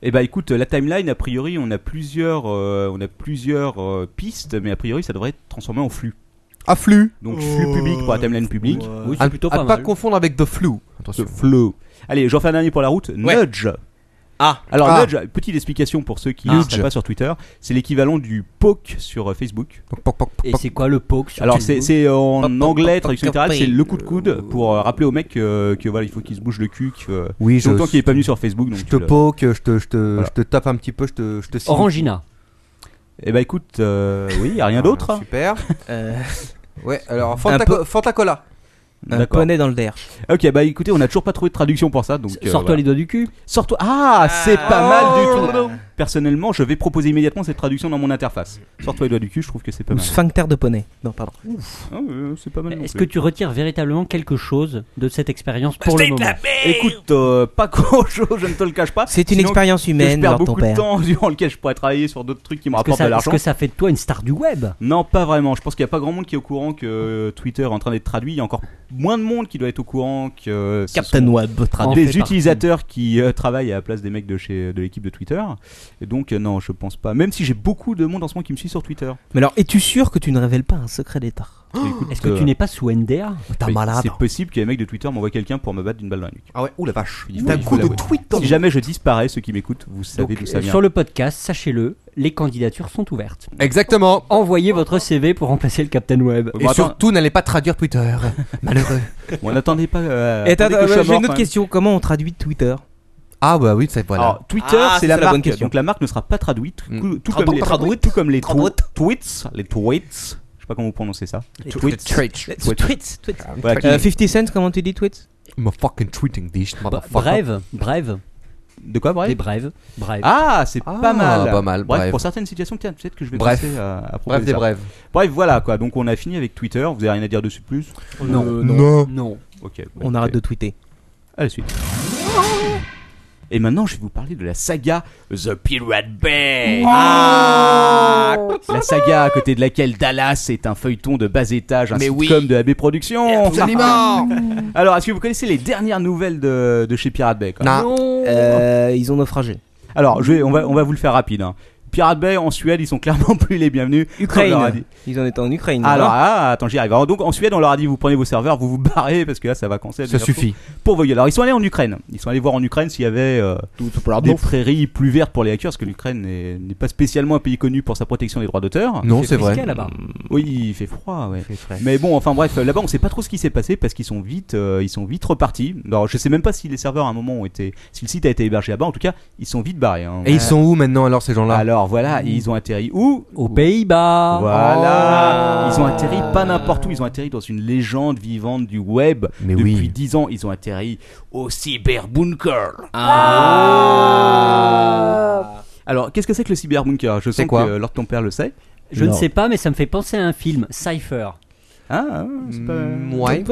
[SPEAKER 4] Eh bah écoute, la timeline, a priori, on a plusieurs, euh, on a plusieurs euh, pistes, mais a priori, ça devrait être transformé en flux.
[SPEAKER 6] Afflux.
[SPEAKER 4] Donc flux
[SPEAKER 7] Oh.
[SPEAKER 4] public pour la timeline publique.
[SPEAKER 5] Oui,
[SPEAKER 6] À,
[SPEAKER 4] ah,
[SPEAKER 5] c'est plutôt
[SPEAKER 6] à
[SPEAKER 5] pas
[SPEAKER 6] pas
[SPEAKER 5] mal.
[SPEAKER 6] confondre avec The Flu.
[SPEAKER 4] Ce
[SPEAKER 6] Attention.
[SPEAKER 4] flow. Allez, j'en fais un dernier pour la route.
[SPEAKER 3] Ouais.
[SPEAKER 4] Nudge.
[SPEAKER 3] Ah.
[SPEAKER 4] Alors,
[SPEAKER 7] Ah.
[SPEAKER 4] Nudge, petite explication pour ceux qui ne
[SPEAKER 7] Nudge.
[SPEAKER 4] savent pas sur Twitter, c'est l'équivalent du poke sur euh, Facebook.
[SPEAKER 6] Poc, poc, poc,
[SPEAKER 5] Et
[SPEAKER 6] poc.
[SPEAKER 5] c'est quoi le poke sur
[SPEAKER 4] Alors, c'est
[SPEAKER 5] Facebook
[SPEAKER 4] c'est en
[SPEAKER 6] Poc, poc,
[SPEAKER 4] anglais,
[SPEAKER 6] poc,
[SPEAKER 4] traduction
[SPEAKER 6] poc,
[SPEAKER 4] littérale,
[SPEAKER 6] poc.
[SPEAKER 4] c'est le coup de coude pour euh, rappeler au mec euh, que voilà, il faut qu'il se bouge le cul. que, euh,
[SPEAKER 7] Oui,
[SPEAKER 4] c'est longtemps qu'il est pas venu sur Facebook. Donc euh,
[SPEAKER 7] Je
[SPEAKER 4] tu
[SPEAKER 7] te
[SPEAKER 4] le-
[SPEAKER 7] poke, je te, je, te,
[SPEAKER 4] Voilà.
[SPEAKER 7] je te tape un petit peu, je te, je te signe.
[SPEAKER 5] Orangina.
[SPEAKER 4] Eh ben écoute, euh, oui, y a
[SPEAKER 6] Ah,
[SPEAKER 4] rien d'autre.
[SPEAKER 6] Super.
[SPEAKER 3] Euh,
[SPEAKER 6] Ouais, alors
[SPEAKER 3] Un peu-
[SPEAKER 6] Fantaco- Fantacola.
[SPEAKER 3] un
[SPEAKER 4] D'accord.
[SPEAKER 3] poney dans le derche.
[SPEAKER 4] Ok, bah écoutez, on n'a toujours pas trouvé de traduction pour ça, donc. euh,
[SPEAKER 5] Sors-toi
[SPEAKER 4] voilà.
[SPEAKER 5] les doigts du cul.
[SPEAKER 4] Sors-toi. Ah, c'est
[SPEAKER 3] Ah.
[SPEAKER 4] pas mal du tout.
[SPEAKER 3] Oh.
[SPEAKER 4] Personnellement, je vais proposer immédiatement cette traduction dans mon interface. Sors-toi les doigts du cul, je trouve que c'est pas
[SPEAKER 3] Ou
[SPEAKER 4] mal.
[SPEAKER 3] sphincter de poney. Non, pardon.
[SPEAKER 4] Ah, euh, c'est pas mal. non
[SPEAKER 5] Est-ce que
[SPEAKER 4] plus.
[SPEAKER 5] tu retires véritablement quelque chose de cette expérience pour le moment
[SPEAKER 4] Écoute, euh, pas grand-chose, je ne te le cache pas.
[SPEAKER 3] C'est une
[SPEAKER 4] Ah, Sinon,
[SPEAKER 3] expérience
[SPEAKER 4] que
[SPEAKER 3] humaine,
[SPEAKER 4] Je perds
[SPEAKER 3] alors ton
[SPEAKER 4] beaucoup de
[SPEAKER 3] père.
[SPEAKER 4] temps durant lequel je pourrais travailler sur d'autres trucs qui me
[SPEAKER 5] Est-ce que,
[SPEAKER 4] rapportent
[SPEAKER 5] ça,
[SPEAKER 4] de
[SPEAKER 5] est-ce
[SPEAKER 4] l'argent.
[SPEAKER 5] que ça fait de toi une star du web
[SPEAKER 4] Non, pas vraiment. Je pense qu'il n'y a pas grand monde qui est au courant que euh, Twitter est en train d'être traduit. Il y a encore moins de monde qui doit être au courant que euh, ce
[SPEAKER 3] Captain
[SPEAKER 4] sont
[SPEAKER 3] Web traduit.
[SPEAKER 5] en fait
[SPEAKER 4] des
[SPEAKER 5] partie.
[SPEAKER 4] utilisateurs qui euh, travaillent à la place des mecs de chez de l'équipe de Twitter. Et donc euh, non, je pense pas. Même si j'ai beaucoup de monde en ce moment qui me suit sur Twitter.
[SPEAKER 3] Mais alors, es-tu sûr que tu ne révèles pas un secret d'État
[SPEAKER 4] Écoute,
[SPEAKER 5] Est-ce que
[SPEAKER 4] euh,
[SPEAKER 5] tu n'es pas sous NDA
[SPEAKER 3] T'as
[SPEAKER 4] oui,
[SPEAKER 3] malade.
[SPEAKER 4] C'est possible que les mecs de Twitter m'envoient quelqu'un pour me battre d'une balle dans la nuque.
[SPEAKER 6] Ah ouais, ouh la vache.
[SPEAKER 4] Il faut-
[SPEAKER 6] T'as un
[SPEAKER 4] il faut
[SPEAKER 6] coup de
[SPEAKER 4] l'avouer.
[SPEAKER 6] tweet dans
[SPEAKER 4] Si jamais je disparais, ceux qui m'écoutent, vous savez
[SPEAKER 5] Donc,
[SPEAKER 4] d'où ça
[SPEAKER 5] euh,
[SPEAKER 4] vient.
[SPEAKER 5] Sur le podcast, sachez-le, les candidatures sont ouvertes.
[SPEAKER 6] Exactement.
[SPEAKER 5] Envoyez votre CV pour remplacer le Captain Web.
[SPEAKER 4] Bon,
[SPEAKER 6] Et
[SPEAKER 4] attends,
[SPEAKER 6] surtout, n'allez pas traduire Twitter. Malheureux.
[SPEAKER 4] bon, n'attendez pas. euh,
[SPEAKER 3] Et attends,
[SPEAKER 4] attendez que je sois
[SPEAKER 3] euh, j'ai
[SPEAKER 4] mort,
[SPEAKER 3] une autre
[SPEAKER 4] quand même.
[SPEAKER 3] question. Comment on traduit Twitter
[SPEAKER 6] Ah bah oui, c'est voilà.
[SPEAKER 4] Alors, Twitter,
[SPEAKER 3] Ah,
[SPEAKER 4] c'est
[SPEAKER 3] ça,
[SPEAKER 4] la,
[SPEAKER 3] c'est la
[SPEAKER 4] marque.
[SPEAKER 3] bonne question.
[SPEAKER 4] Donc la marque ne sera pas traduite,
[SPEAKER 6] Mm.
[SPEAKER 4] tout, tout
[SPEAKER 3] Traduite,
[SPEAKER 4] comme les,
[SPEAKER 3] traduite,
[SPEAKER 4] tout comme les tw-
[SPEAKER 3] traduite.
[SPEAKER 4] tweets, les tweets. Je sais pas comment vous prononcez ça.
[SPEAKER 3] Les
[SPEAKER 4] tweets.
[SPEAKER 6] Twitch.
[SPEAKER 4] Tweet.
[SPEAKER 3] Euh, Tweets, tweets.
[SPEAKER 4] Voilà, qui-
[SPEAKER 3] Euh, 50 Cent, comment tu dis tweets
[SPEAKER 6] I'm a fucking tweeting this,
[SPEAKER 5] Bah,
[SPEAKER 6] motherfucker.
[SPEAKER 5] brève, brève,
[SPEAKER 4] de quoi, bref
[SPEAKER 5] des brèves, brèves.
[SPEAKER 4] Ah, c'est
[SPEAKER 6] Ah,
[SPEAKER 4] pas mal.
[SPEAKER 6] pas mal,
[SPEAKER 4] Bref,
[SPEAKER 6] bref.
[SPEAKER 4] pour certaines situations, tiens, peut-être que je vais
[SPEAKER 6] Bref.
[SPEAKER 4] passer à, à proposer
[SPEAKER 6] Bref des
[SPEAKER 4] ça.
[SPEAKER 6] brèves.
[SPEAKER 4] Bref, voilà quoi. Donc on a fini avec Twitter. Vous avez rien à dire dessus de plus
[SPEAKER 5] non,
[SPEAKER 7] Non.
[SPEAKER 5] non.
[SPEAKER 4] Ok. bah,
[SPEAKER 3] On
[SPEAKER 4] écoutez,
[SPEAKER 3] arrête de tweeter.
[SPEAKER 4] À la suite. Et maintenant, je vais vous parler de la saga The Pirate Bay. Ah, la saga à côté de laquelle Dallas est un feuilleton de bas étage, un
[SPEAKER 6] Mais oui.
[SPEAKER 4] sitcom de AB Productions.
[SPEAKER 6] Absolument.
[SPEAKER 4] Alors, est-ce que vous connaissez les dernières nouvelles de, de chez Pirate Bay quoi
[SPEAKER 6] Non.
[SPEAKER 3] Euh, ils ont naufragé.
[SPEAKER 4] Alors, je vais- on, va, on va vous le faire rapide. hein. Pirate Bay en Suède, ils sont clairement plus les bienvenus. On leur a dit-
[SPEAKER 3] Ukraine. Ils en étaient en Ukraine.
[SPEAKER 4] Alors,
[SPEAKER 3] non
[SPEAKER 4] ah, attends, j'y arrive. Alors, donc, en Suède, on leur a dit vous prenez vos serveurs, vous vous barrez parce que là, ça va cancer.
[SPEAKER 6] Ça suffit.
[SPEAKER 4] Pour voyager. Alors, ils sont allés en Ukraine. Ils sont allés voir en Ukraine s'il y avait euh, des prairies plus vertes pour les hackers, parce que l'Ukraine n'est n'est pas spécialement un pays connu pour sa protection des droits d'auteur.
[SPEAKER 6] Non,
[SPEAKER 5] Il fait
[SPEAKER 6] c'est vrai.
[SPEAKER 5] frisquet, là-bas.
[SPEAKER 4] Oui, il fait froid, ouais. Mais bon, enfin bref, euh, là-bas on sait pas trop ce qui s'est passé parce qu'ils sont vite, euh, ils sont vite repartis. Alors je sais même pas si les serveurs à un moment ont été, si le site a été hébergé là-bas. En tout cas, ils sont vite barrés. hein.
[SPEAKER 6] Et ils sont où maintenant alors ces gens-là
[SPEAKER 4] Alors voilà, ils ont atterri où
[SPEAKER 5] Aux Pays-Bas.
[SPEAKER 4] Voilà,
[SPEAKER 6] Ah.
[SPEAKER 4] ils ont atterri pas n'importe où. Ils ont atterri dans une légende vivante du web.
[SPEAKER 6] Mais
[SPEAKER 4] Depuis
[SPEAKER 6] oui.
[SPEAKER 4] 10 ans, ils ont atterri au cyberbunker.
[SPEAKER 5] Ah.
[SPEAKER 4] Alors qu'est-ce que c'est que le
[SPEAKER 6] Ah.
[SPEAKER 4] cyberbunker Je
[SPEAKER 6] C'est
[SPEAKER 4] sais
[SPEAKER 6] quoi
[SPEAKER 4] que euh, Lord ton père le sait.
[SPEAKER 5] Je ne
[SPEAKER 4] Non.
[SPEAKER 5] sais pas, mais ça me fait penser à un film, Cypher.
[SPEAKER 4] Ah, ah, c'est pas.
[SPEAKER 6] Mm, ouais.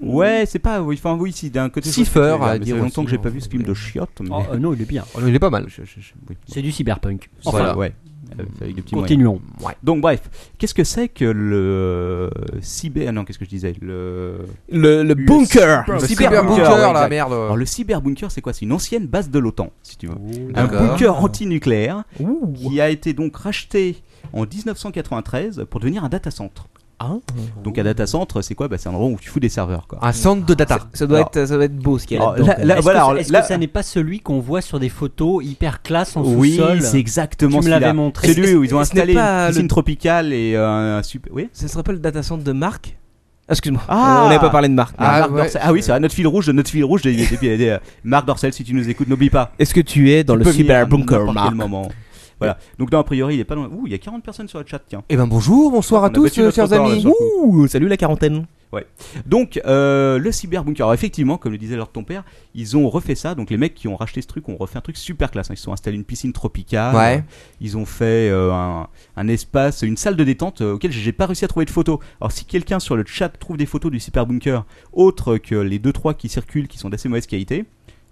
[SPEAKER 4] Ouais, c'est pas. oui, Enfin, oui, si d'un côté.
[SPEAKER 6] Cipher,
[SPEAKER 4] je vois ce que tu veux
[SPEAKER 6] à
[SPEAKER 4] mais
[SPEAKER 6] dire
[SPEAKER 4] Ça fait longtemps
[SPEAKER 6] aussi,
[SPEAKER 4] que j'ai pas
[SPEAKER 6] hein.
[SPEAKER 4] vu ce film de chiottes. Mais...
[SPEAKER 5] Oh, euh, non, il est bien.
[SPEAKER 6] Il est pas mal.
[SPEAKER 4] Je- je- je- oui.
[SPEAKER 5] C'est du cyberpunk.
[SPEAKER 6] Enfin,
[SPEAKER 4] Voilà, ouais. Euh, Avec des petits moyens.
[SPEAKER 5] Continuons.
[SPEAKER 4] Donc bref, qu'est-ce que c'est que le euh, cyber ah non, qu'est-ce que je disais Le
[SPEAKER 3] Le, le bunker.
[SPEAKER 6] Le
[SPEAKER 4] cyberbunker,
[SPEAKER 6] cyberbunker
[SPEAKER 4] ouais,
[SPEAKER 6] là,
[SPEAKER 4] exact.
[SPEAKER 6] merde.
[SPEAKER 4] Alors le cyberbunker, c'est quoi C'est une ancienne base de l'OTAN, si tu veux. Un
[SPEAKER 6] D'accord.
[SPEAKER 4] bunker antinucléaire qui a été donc racheté en 1993 pour devenir un data center.
[SPEAKER 3] Ah.
[SPEAKER 4] Donc un data center, c'est quoi Bah, c'est un endroit où tu fous des serveurs quoi.
[SPEAKER 6] Un centre de data.
[SPEAKER 3] Ça doit,
[SPEAKER 4] Alors-
[SPEAKER 3] être, ça doit être beau ce qu'il y a
[SPEAKER 4] Alors,
[SPEAKER 3] là-dedans.
[SPEAKER 4] là-
[SPEAKER 3] quand même.
[SPEAKER 4] là-
[SPEAKER 5] Est-ce
[SPEAKER 4] voilà,
[SPEAKER 5] que,
[SPEAKER 4] alors,
[SPEAKER 5] est-ce que
[SPEAKER 4] là-
[SPEAKER 5] ça n'est pas celui qu'on voit sur des photos hyper classe
[SPEAKER 3] Ah,
[SPEAKER 5] en
[SPEAKER 4] Oui,
[SPEAKER 5] sous-sol
[SPEAKER 4] c'est exactement
[SPEAKER 5] Tu me
[SPEAKER 4] celui-là.
[SPEAKER 5] l'avais montré.
[SPEAKER 4] Celui
[SPEAKER 3] Est-ce-
[SPEAKER 4] où ils ont
[SPEAKER 3] est-ce n'est
[SPEAKER 4] installé
[SPEAKER 3] pas
[SPEAKER 4] une piscine
[SPEAKER 3] le-
[SPEAKER 4] tropicale et euh, un super. Oui.
[SPEAKER 3] Ça se rappelle le data center de Marc Ah, Excuse-moi.
[SPEAKER 4] Ah.
[SPEAKER 3] on n'avait pas parlé de Marc.
[SPEAKER 4] Ah,
[SPEAKER 6] Ah,
[SPEAKER 4] Marc
[SPEAKER 6] ouais.
[SPEAKER 4] Dorcel. Ah oui, c'est vrai, notre fil rouge, notre fil rouge. des- des- des- des- euh, Marc Dorcel, si tu nous écoutes, n'oublie pas.
[SPEAKER 3] Est-ce que tu es dans
[SPEAKER 4] Tu
[SPEAKER 3] le
[SPEAKER 4] peux venir à
[SPEAKER 3] cyberbunker,
[SPEAKER 4] n'importe quel
[SPEAKER 3] Marc
[SPEAKER 4] moment. Voilà. Donc, non, a priori, il est pas loin. Ouh, il y a 40 personnes sur le chat, tiens.
[SPEAKER 6] Eh ben bonjour, bonsoir
[SPEAKER 4] On
[SPEAKER 6] à
[SPEAKER 4] a
[SPEAKER 6] tous,
[SPEAKER 4] battu
[SPEAKER 6] euh,
[SPEAKER 4] notre
[SPEAKER 6] chers
[SPEAKER 4] record, là,
[SPEAKER 6] amis.
[SPEAKER 4] sur le coup.
[SPEAKER 3] Ouh, salut la quarantaine.
[SPEAKER 4] Donc, euh, le cyberbunker. Alors, effectivement, comme le disait alors ton père, ils ont refait ça. Donc, les mecs qui ont racheté ce truc ont refait un truc super classe. hein. Ils se sont installés une piscine tropicale.
[SPEAKER 6] Ouais.
[SPEAKER 4] Ils ont fait euh, un, un espace, une salle de détente euh, auquel j'ai pas réussi à trouver de photos. Alors, si quelqu'un sur le chat trouve des photos du cyberbunker autres que les deux trois qui circulent, qui sont d'assez mauvaise qualité,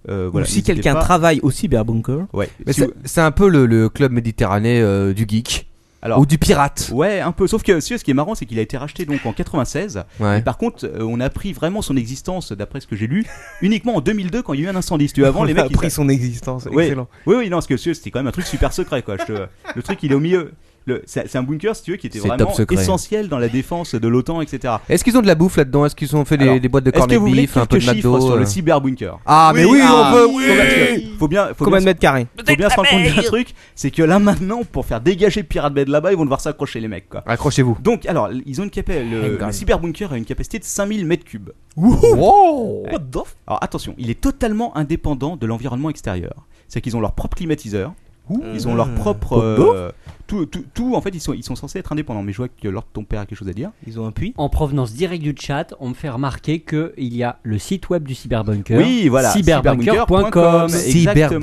[SPEAKER 4] euh, voilà.
[SPEAKER 3] Ou si
[SPEAKER 4] n'hésitez
[SPEAKER 3] quelqu'un
[SPEAKER 4] pas.
[SPEAKER 3] travaille au cyberbunker.
[SPEAKER 4] Ouais.
[SPEAKER 6] Mais
[SPEAKER 4] Si
[SPEAKER 6] c'est-
[SPEAKER 4] vous-
[SPEAKER 6] c'est un peu le, le club méditerranéen euh, du geek
[SPEAKER 4] Alors-
[SPEAKER 6] ou du pirate.
[SPEAKER 4] Ouais, un peu. Sauf que si, ce qui est marrant, c'est qu'il a été racheté donc en 96.
[SPEAKER 6] Ouais.
[SPEAKER 4] Et par contre, euh, on a pris vraiment son existence, d'après ce que j'ai lu, uniquement en 2002 quand il y a eu un incendie. Si tu veux, avant, les mecs.
[SPEAKER 3] a
[SPEAKER 4] ils-
[SPEAKER 3] pris son existence.
[SPEAKER 4] Ouais.
[SPEAKER 3] Excellent.
[SPEAKER 4] Oui, oui, non, parce que si, c'était quand même un truc super secret, quoi. Je te- Le truc, il est au milieu. le- c'est c'est un bunker, si tu veux, qui était
[SPEAKER 6] C'est
[SPEAKER 4] vraiment
[SPEAKER 6] top secret.
[SPEAKER 4] essentiel dans la défense de l'OTAN, etc.
[SPEAKER 6] Est-ce qu'ils ont de la bouffe là-dedans Est-ce qu'ils ont fait des,
[SPEAKER 4] Alors,
[SPEAKER 6] des boîtes de
[SPEAKER 4] Est-ce que
[SPEAKER 6] corned
[SPEAKER 4] vous voulez
[SPEAKER 6] beef, un peu
[SPEAKER 4] quelques
[SPEAKER 6] de
[SPEAKER 4] chiffres
[SPEAKER 6] McDo
[SPEAKER 4] sur
[SPEAKER 6] euh
[SPEAKER 4] le cyberbunker
[SPEAKER 6] Ah, mais oui, on
[SPEAKER 4] ah,
[SPEAKER 6] peut.
[SPEAKER 4] faut bien- Faut bien, faut
[SPEAKER 3] Combien
[SPEAKER 4] bien,
[SPEAKER 3] de mètres carrés
[SPEAKER 4] faut bien se rendre compte d'un truc, c'est que là maintenant, pour faire dégager Pirate Bay de là-bas, ils vont devoir s'accrocher les mecs, quoi.
[SPEAKER 6] Accrochez-vous.
[SPEAKER 4] Donc, alors, ils ont une capa- le,
[SPEAKER 3] Hang on.
[SPEAKER 4] le cyberbunker a une capacité de 5000 mètres cubes.
[SPEAKER 6] Wow.
[SPEAKER 4] Alors, attention, il est totalement indépendant de l'environnement extérieur. C'est qu'ils ont leur propre climatiseur, ils ont leur propre. euh, tout, tout, tout, en fait, ils sont, ils sont censés être indépendants. Mais je vois que Lord ton père a quelque chose à dire.
[SPEAKER 3] Ils ont un puits.
[SPEAKER 5] En provenance directe du chat, on me fait remarquer que il y a le site web du Cyberbunker.
[SPEAKER 4] Oui, voilà,
[SPEAKER 5] Cyberbunker.com.
[SPEAKER 4] cyberbunker.com. Exactement.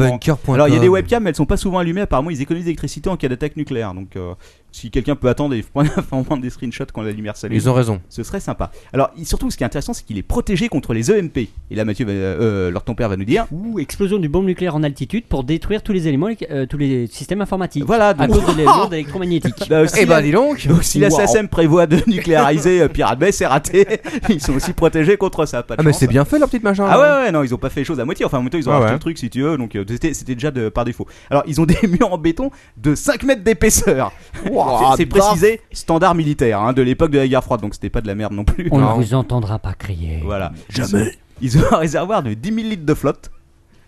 [SPEAKER 6] Cyberbunker.com.
[SPEAKER 4] Alors, il y a des webcams, mais elles sont pas souvent allumées. Apparemment, ils économisent l'électricité en cas d'attaque nucléaire. Donc, euh, si quelqu'un peut attendre et prendre des screenshots quand la lumière s'allume,
[SPEAKER 6] Ils ont raison.
[SPEAKER 4] ce serait sympa. Alors, il- surtout, ce qui est intéressant, c'est qu'il est protégé contre les EMP. Et là, Mathieu, va- euh, alors ton père va nous dire.
[SPEAKER 5] Ouh, explosion d'une bombe nucléaire en altitude pour détruire tous les éléments, euh, tous les systèmes informatiques.
[SPEAKER 4] Voilà,
[SPEAKER 5] À
[SPEAKER 4] donc.
[SPEAKER 5] cause des ondes électromagnétiques.
[SPEAKER 4] Bah, si
[SPEAKER 6] Eh ben,
[SPEAKER 4] la-
[SPEAKER 6] dis donc.
[SPEAKER 4] donc, si la SSM prévoit de nucléariser euh, Pirate Bay, c'est raté. Ils sont aussi protégés contre ça. Pas de
[SPEAKER 6] Ah, mais
[SPEAKER 4] chance.
[SPEAKER 6] c'est bien fait leur petite machin. là.
[SPEAKER 4] Ah ouais, ouais, non, ils ont pas fait les choses à moitié. Enfin, en même temps, ils ont
[SPEAKER 6] Ah
[SPEAKER 4] racheté
[SPEAKER 6] ouais.
[SPEAKER 4] le truc, si tu veux. Donc, euh, c'était c'était déjà de, par défaut. Alors, ils ont des murs en béton de 5 mètres d'épaisseur. C'est- C'est précisé, standard militaire, hein, de l'époque de la guerre froide. Donc, c'était pas de la merde non plus.
[SPEAKER 5] On ne
[SPEAKER 6] Non.
[SPEAKER 5] vous entendra pas crier.
[SPEAKER 4] Voilà. Jamais. Ils ont un réservoir de 10 000 litres de flotte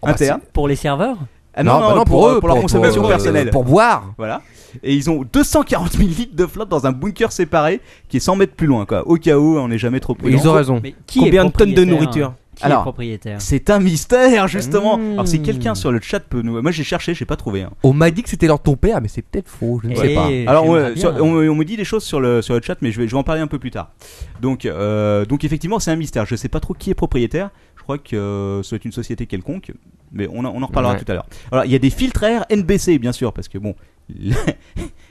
[SPEAKER 6] bah,
[SPEAKER 4] interne.
[SPEAKER 5] Pour les serveurs
[SPEAKER 4] Ah non, non,
[SPEAKER 6] bah
[SPEAKER 4] pour, euh, pour leur consommation
[SPEAKER 6] euh,
[SPEAKER 4] personnelle.
[SPEAKER 6] Pour boire.
[SPEAKER 4] Voilà. Et ils ont 240 000 litres de flotte dans un bunker séparé qui est 100 mètres plus loin, quoi. Au cas où, on n'est jamais trop prudent.
[SPEAKER 6] Ils ont raison.
[SPEAKER 5] Mais qui
[SPEAKER 3] Combien
[SPEAKER 5] est
[SPEAKER 3] de tonnes de
[SPEAKER 5] propriétaire
[SPEAKER 3] nourriture
[SPEAKER 5] Qui est
[SPEAKER 4] Alors,
[SPEAKER 5] propriétaire
[SPEAKER 4] C'est un mystère, justement.
[SPEAKER 6] Mmh.
[SPEAKER 4] Alors, si quelqu'un sur le chat peut nous. Moi, j'ai cherché, j'ai pas trouvé. hein.
[SPEAKER 6] On m'a dit que c'était leur ton père, mais c'est peut-être faux. Je ne sais
[SPEAKER 5] Eh,
[SPEAKER 6] pas.
[SPEAKER 4] Alors, on,
[SPEAKER 5] j'aimerais
[SPEAKER 4] euh, sur-
[SPEAKER 6] hein.
[SPEAKER 5] bien.
[SPEAKER 4] on- on me dit des choses sur le, sur le chat, mais je vais, je vais en parler un peu plus tard. Donc, euh, donc effectivement, c'est un mystère. Je sais pas trop qui est propriétaire. Je crois que euh, ça doit être une société quelconque, mais on, en- on en reparlera
[SPEAKER 6] Ouais.
[SPEAKER 4] tout à l'heure. Alors, il y a des filtres à air NBC, bien sûr, parce que bon,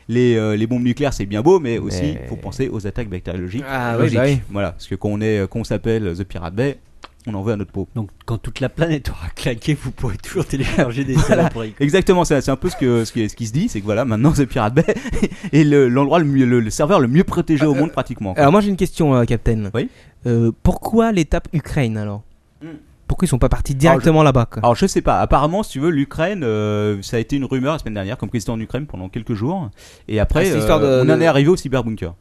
[SPEAKER 4] les, euh, les bombes nucléaires, c'est bien beau, mais aussi, il
[SPEAKER 6] Mais-
[SPEAKER 4] faut penser aux attaques bactériologiques.
[SPEAKER 3] Ah
[SPEAKER 4] Logique. Voilà, parce que quand on est, qu'on s'appelle The Pirate Bay, on en veut à notre peau.
[SPEAKER 5] Donc, quand toute la planète aura claqué, vous pourrez toujours télécharger des salades pour y-
[SPEAKER 4] Exactement, c'est c'est un peu ce, que, ce, qui, ce qui se dit, c'est que voilà, maintenant The Pirate Bay est le- l'endroit le, mieux- le, le serveur le mieux protégé au monde pratiquement.
[SPEAKER 3] Alors moi j'ai une question, euh, Captain.
[SPEAKER 4] Ah. Oui.
[SPEAKER 3] Euh, pourquoi l'étape Ukraine alors
[SPEAKER 4] Hmm.
[SPEAKER 3] Pourquoi ils sont pas partis directement là-bas quoi
[SPEAKER 4] Alors je Ah. sais pas, apparemment si tu veux, l'Ukraine, euh, ça a été une rumeur la semaine dernière, comme président en Ukraine pendant quelques jours, et après
[SPEAKER 3] Ah, c'est l'histoire
[SPEAKER 4] euh,
[SPEAKER 3] de-
[SPEAKER 4] on en
[SPEAKER 3] de-
[SPEAKER 4] est arrivé au cyberbunker.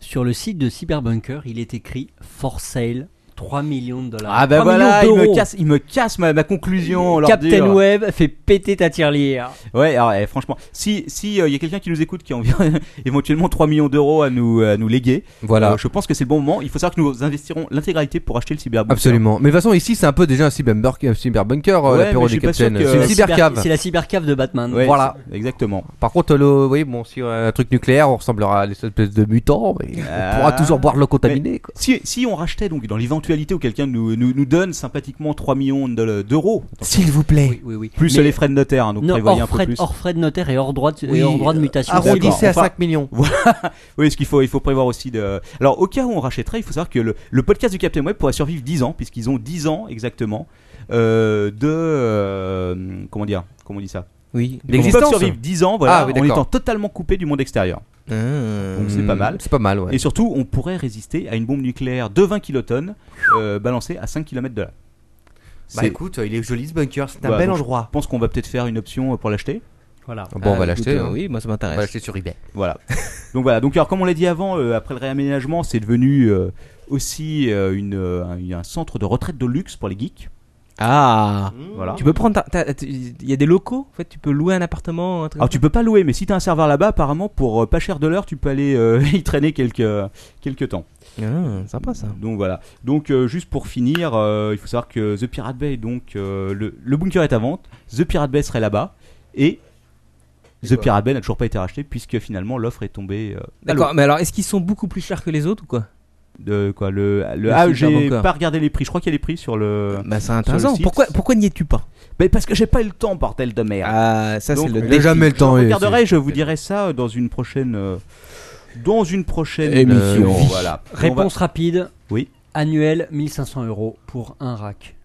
[SPEAKER 5] Sur le site de Cyberbunker, il est écrit For sale 3 millions de dollars.
[SPEAKER 4] Ah bah
[SPEAKER 5] 3
[SPEAKER 4] voilà, il
[SPEAKER 5] millions
[SPEAKER 4] me
[SPEAKER 5] d'euros.
[SPEAKER 4] casse, il me casse ma, ma conclusion. leur
[SPEAKER 5] Captain
[SPEAKER 4] dire.
[SPEAKER 5] Web fait péter ta tirelire.
[SPEAKER 4] Euh, Ouais, alors, eh, franchement, si si euh, y a quelqu'un qui nous écoute qui a envie, éventuellement 3 millions d'euros à nous à nous léguer,
[SPEAKER 6] Voilà.
[SPEAKER 4] euh, je pense que c'est le bon moment. Il faut savoir que nous investirons l'intégralité pour acheter le cyberbunker.
[SPEAKER 6] Absolument. Mais de toute façon, ici, c'est un peu déjà un cyberbunker, un cyberbunker euh,
[SPEAKER 4] Ouais, mais
[SPEAKER 6] l'apéro
[SPEAKER 4] je suis
[SPEAKER 6] du
[SPEAKER 4] pas sûr
[SPEAKER 6] capitaine.
[SPEAKER 4] que-
[SPEAKER 6] C'est une
[SPEAKER 4] La
[SPEAKER 5] cyber-
[SPEAKER 6] cybercave.
[SPEAKER 5] Euh, C'est la cybercave de Batman.
[SPEAKER 4] Ouais,
[SPEAKER 6] Voilà.
[SPEAKER 4] c'est- exactement.
[SPEAKER 6] Par contre, le, vous voyez, bon, si on a un truc nucléaire, on ressemblera à des espèces de mutants, mais
[SPEAKER 4] Ah.
[SPEAKER 6] on pourra toujours boire de l'eau contaminée. Quoi.
[SPEAKER 4] Si, si on rachetait donc dans l'éventualité où quelqu'un nous, nous, nous donne sympathiquement 3 millions de- d'euros,
[SPEAKER 6] S'il vous plaît.
[SPEAKER 5] Oui, oui, oui.
[SPEAKER 4] plus
[SPEAKER 5] Mais-
[SPEAKER 4] les frais de notaire, hein, donc
[SPEAKER 5] non,
[SPEAKER 4] prévoyez un
[SPEAKER 5] hors
[SPEAKER 4] peu
[SPEAKER 5] frais,
[SPEAKER 4] plus.
[SPEAKER 5] hors frais de notaire et hors droit de, et
[SPEAKER 6] Oui,
[SPEAKER 5] hors droit de
[SPEAKER 6] euh,
[SPEAKER 5] mutation.
[SPEAKER 6] Arrondissez à
[SPEAKER 4] D'accord.
[SPEAKER 6] 5 millions.
[SPEAKER 4] Oui, ce qu'il faut, il faut prévoir aussi de. Alors, au cas où on rachèterait, il faut savoir que le, le podcast du Captain Web pourra survivre 10 ans, puisqu'ils ont 10 ans exactement euh, de. euh, comment dire Comment on dit ça
[SPEAKER 3] Oui.
[SPEAKER 4] Ils peuvent
[SPEAKER 6] D'existence.
[SPEAKER 4] survivre 10 ans, voilà,
[SPEAKER 6] Ah, oui,
[SPEAKER 4] en
[SPEAKER 6] d'accord.
[SPEAKER 4] étant totalement coupés du monde extérieur.
[SPEAKER 3] Euh,
[SPEAKER 4] Donc, c'est pas mal.
[SPEAKER 6] Hmm, C'est pas mal, ouais.
[SPEAKER 4] Et surtout, on pourrait résister à une bombe nucléaire de 20 kilotonnes euh, balancée à 5 km de là.
[SPEAKER 7] Bah
[SPEAKER 4] C'est-
[SPEAKER 7] écoute, il est joli ce bunker, c'est un
[SPEAKER 4] Bah,
[SPEAKER 7] bel
[SPEAKER 4] donc,
[SPEAKER 7] endroit.
[SPEAKER 4] Je pense qu'on va peut-être faire une option euh, pour l'acheter.
[SPEAKER 5] Voilà.
[SPEAKER 4] bah,
[SPEAKER 6] Bon, on
[SPEAKER 3] ah,
[SPEAKER 6] va l'acheter.
[SPEAKER 3] écoute, euh,
[SPEAKER 6] hein.
[SPEAKER 3] Oui, moi ça
[SPEAKER 6] On
[SPEAKER 3] m'intéresse.
[SPEAKER 6] va l'acheter sur eBay.
[SPEAKER 4] Voilà. Donc voilà. Donc alors comme on l'a dit avant, euh, après le réaménagement, c'est devenu euh, aussi euh, une, euh, un, un centre de retraite de luxe pour les geeks.
[SPEAKER 3] Ah.
[SPEAKER 4] Voilà.
[SPEAKER 3] Tu peux prendre. ta- ta- ta- Il y a des locaux. En fait, tu peux louer un appartement. Un truc
[SPEAKER 4] Alors tu peux pas louer, mais si t'as un serveur là-bas, apparemment pour euh, pas cher de l'heure, tu peux aller euh, y traîner quelques quelques temps.
[SPEAKER 3] Ah, sympa ça.
[SPEAKER 4] Donc voilà. Donc euh, juste pour finir, euh, il faut savoir que The Pirate Bay, donc euh, le, le bunker est à vente, The Pirate Bay serait là-bas et The Pirate Bay n'a toujours pas été racheté puisque finalement l'offre est tombée. euh, à l'eau.
[SPEAKER 3] D'accord. Mais alors, est-ce qu'ils sont beaucoup plus chers que les autres ou quoi
[SPEAKER 4] De quoi le, le,
[SPEAKER 3] Le
[SPEAKER 4] ah
[SPEAKER 3] site
[SPEAKER 4] j'ai
[SPEAKER 3] Bunker.
[SPEAKER 4] pas regardé les prix. Je crois qu'il y a les prix sur le.
[SPEAKER 3] Bah, c'est
[SPEAKER 4] Sur le
[SPEAKER 3] intéressant.
[SPEAKER 4] site.
[SPEAKER 3] Pourquoi, pourquoi n'y es-tu pas
[SPEAKER 4] Mais parce que j'ai pas eu le temps, bordel de merde.
[SPEAKER 3] Ah, ça
[SPEAKER 4] Donc,
[SPEAKER 3] c'est le.
[SPEAKER 4] on
[SPEAKER 6] Il a
[SPEAKER 3] défi.
[SPEAKER 6] jamais le
[SPEAKER 4] Je
[SPEAKER 6] temps.
[SPEAKER 4] regarderai, je vous dirai ça dans une prochaine euh, dans une prochaine
[SPEAKER 6] Émission.
[SPEAKER 4] euh, voilà. On va-
[SPEAKER 5] Réponse rapide.
[SPEAKER 4] Oui.
[SPEAKER 5] Annuel 1500 euros pour un rack.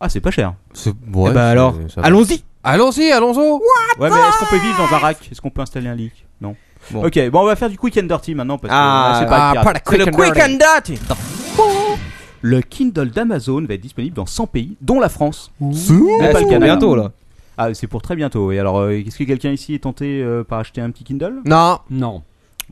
[SPEAKER 4] Ah, c'est pas cher.
[SPEAKER 6] ben
[SPEAKER 3] Eh bah alors, allons-y.
[SPEAKER 6] Allons-y, allons-y.
[SPEAKER 4] Ouais, mais est-ce qu'on peut vivre dans un rack Est-ce qu'on peut installer un lit Non.
[SPEAKER 3] Bon.
[SPEAKER 4] OK, bon, on va faire du quick and dirty maintenant parce que là,
[SPEAKER 3] Ah,
[SPEAKER 4] c'est pas le pirate.
[SPEAKER 6] la quick and dirty.
[SPEAKER 3] dirty.
[SPEAKER 4] le Kindle d'Amazon va être disponible dans 100 pays dont la France.
[SPEAKER 3] Ah,
[SPEAKER 4] pas le
[SPEAKER 3] c'est
[SPEAKER 4] Canada.
[SPEAKER 3] Bientôt là.
[SPEAKER 4] Ah, c'est pour très bientôt. Et alors, euh, est-ce que quelqu'un ici est tenté euh, par acheter un petit Kindle
[SPEAKER 6] Non,
[SPEAKER 5] Non.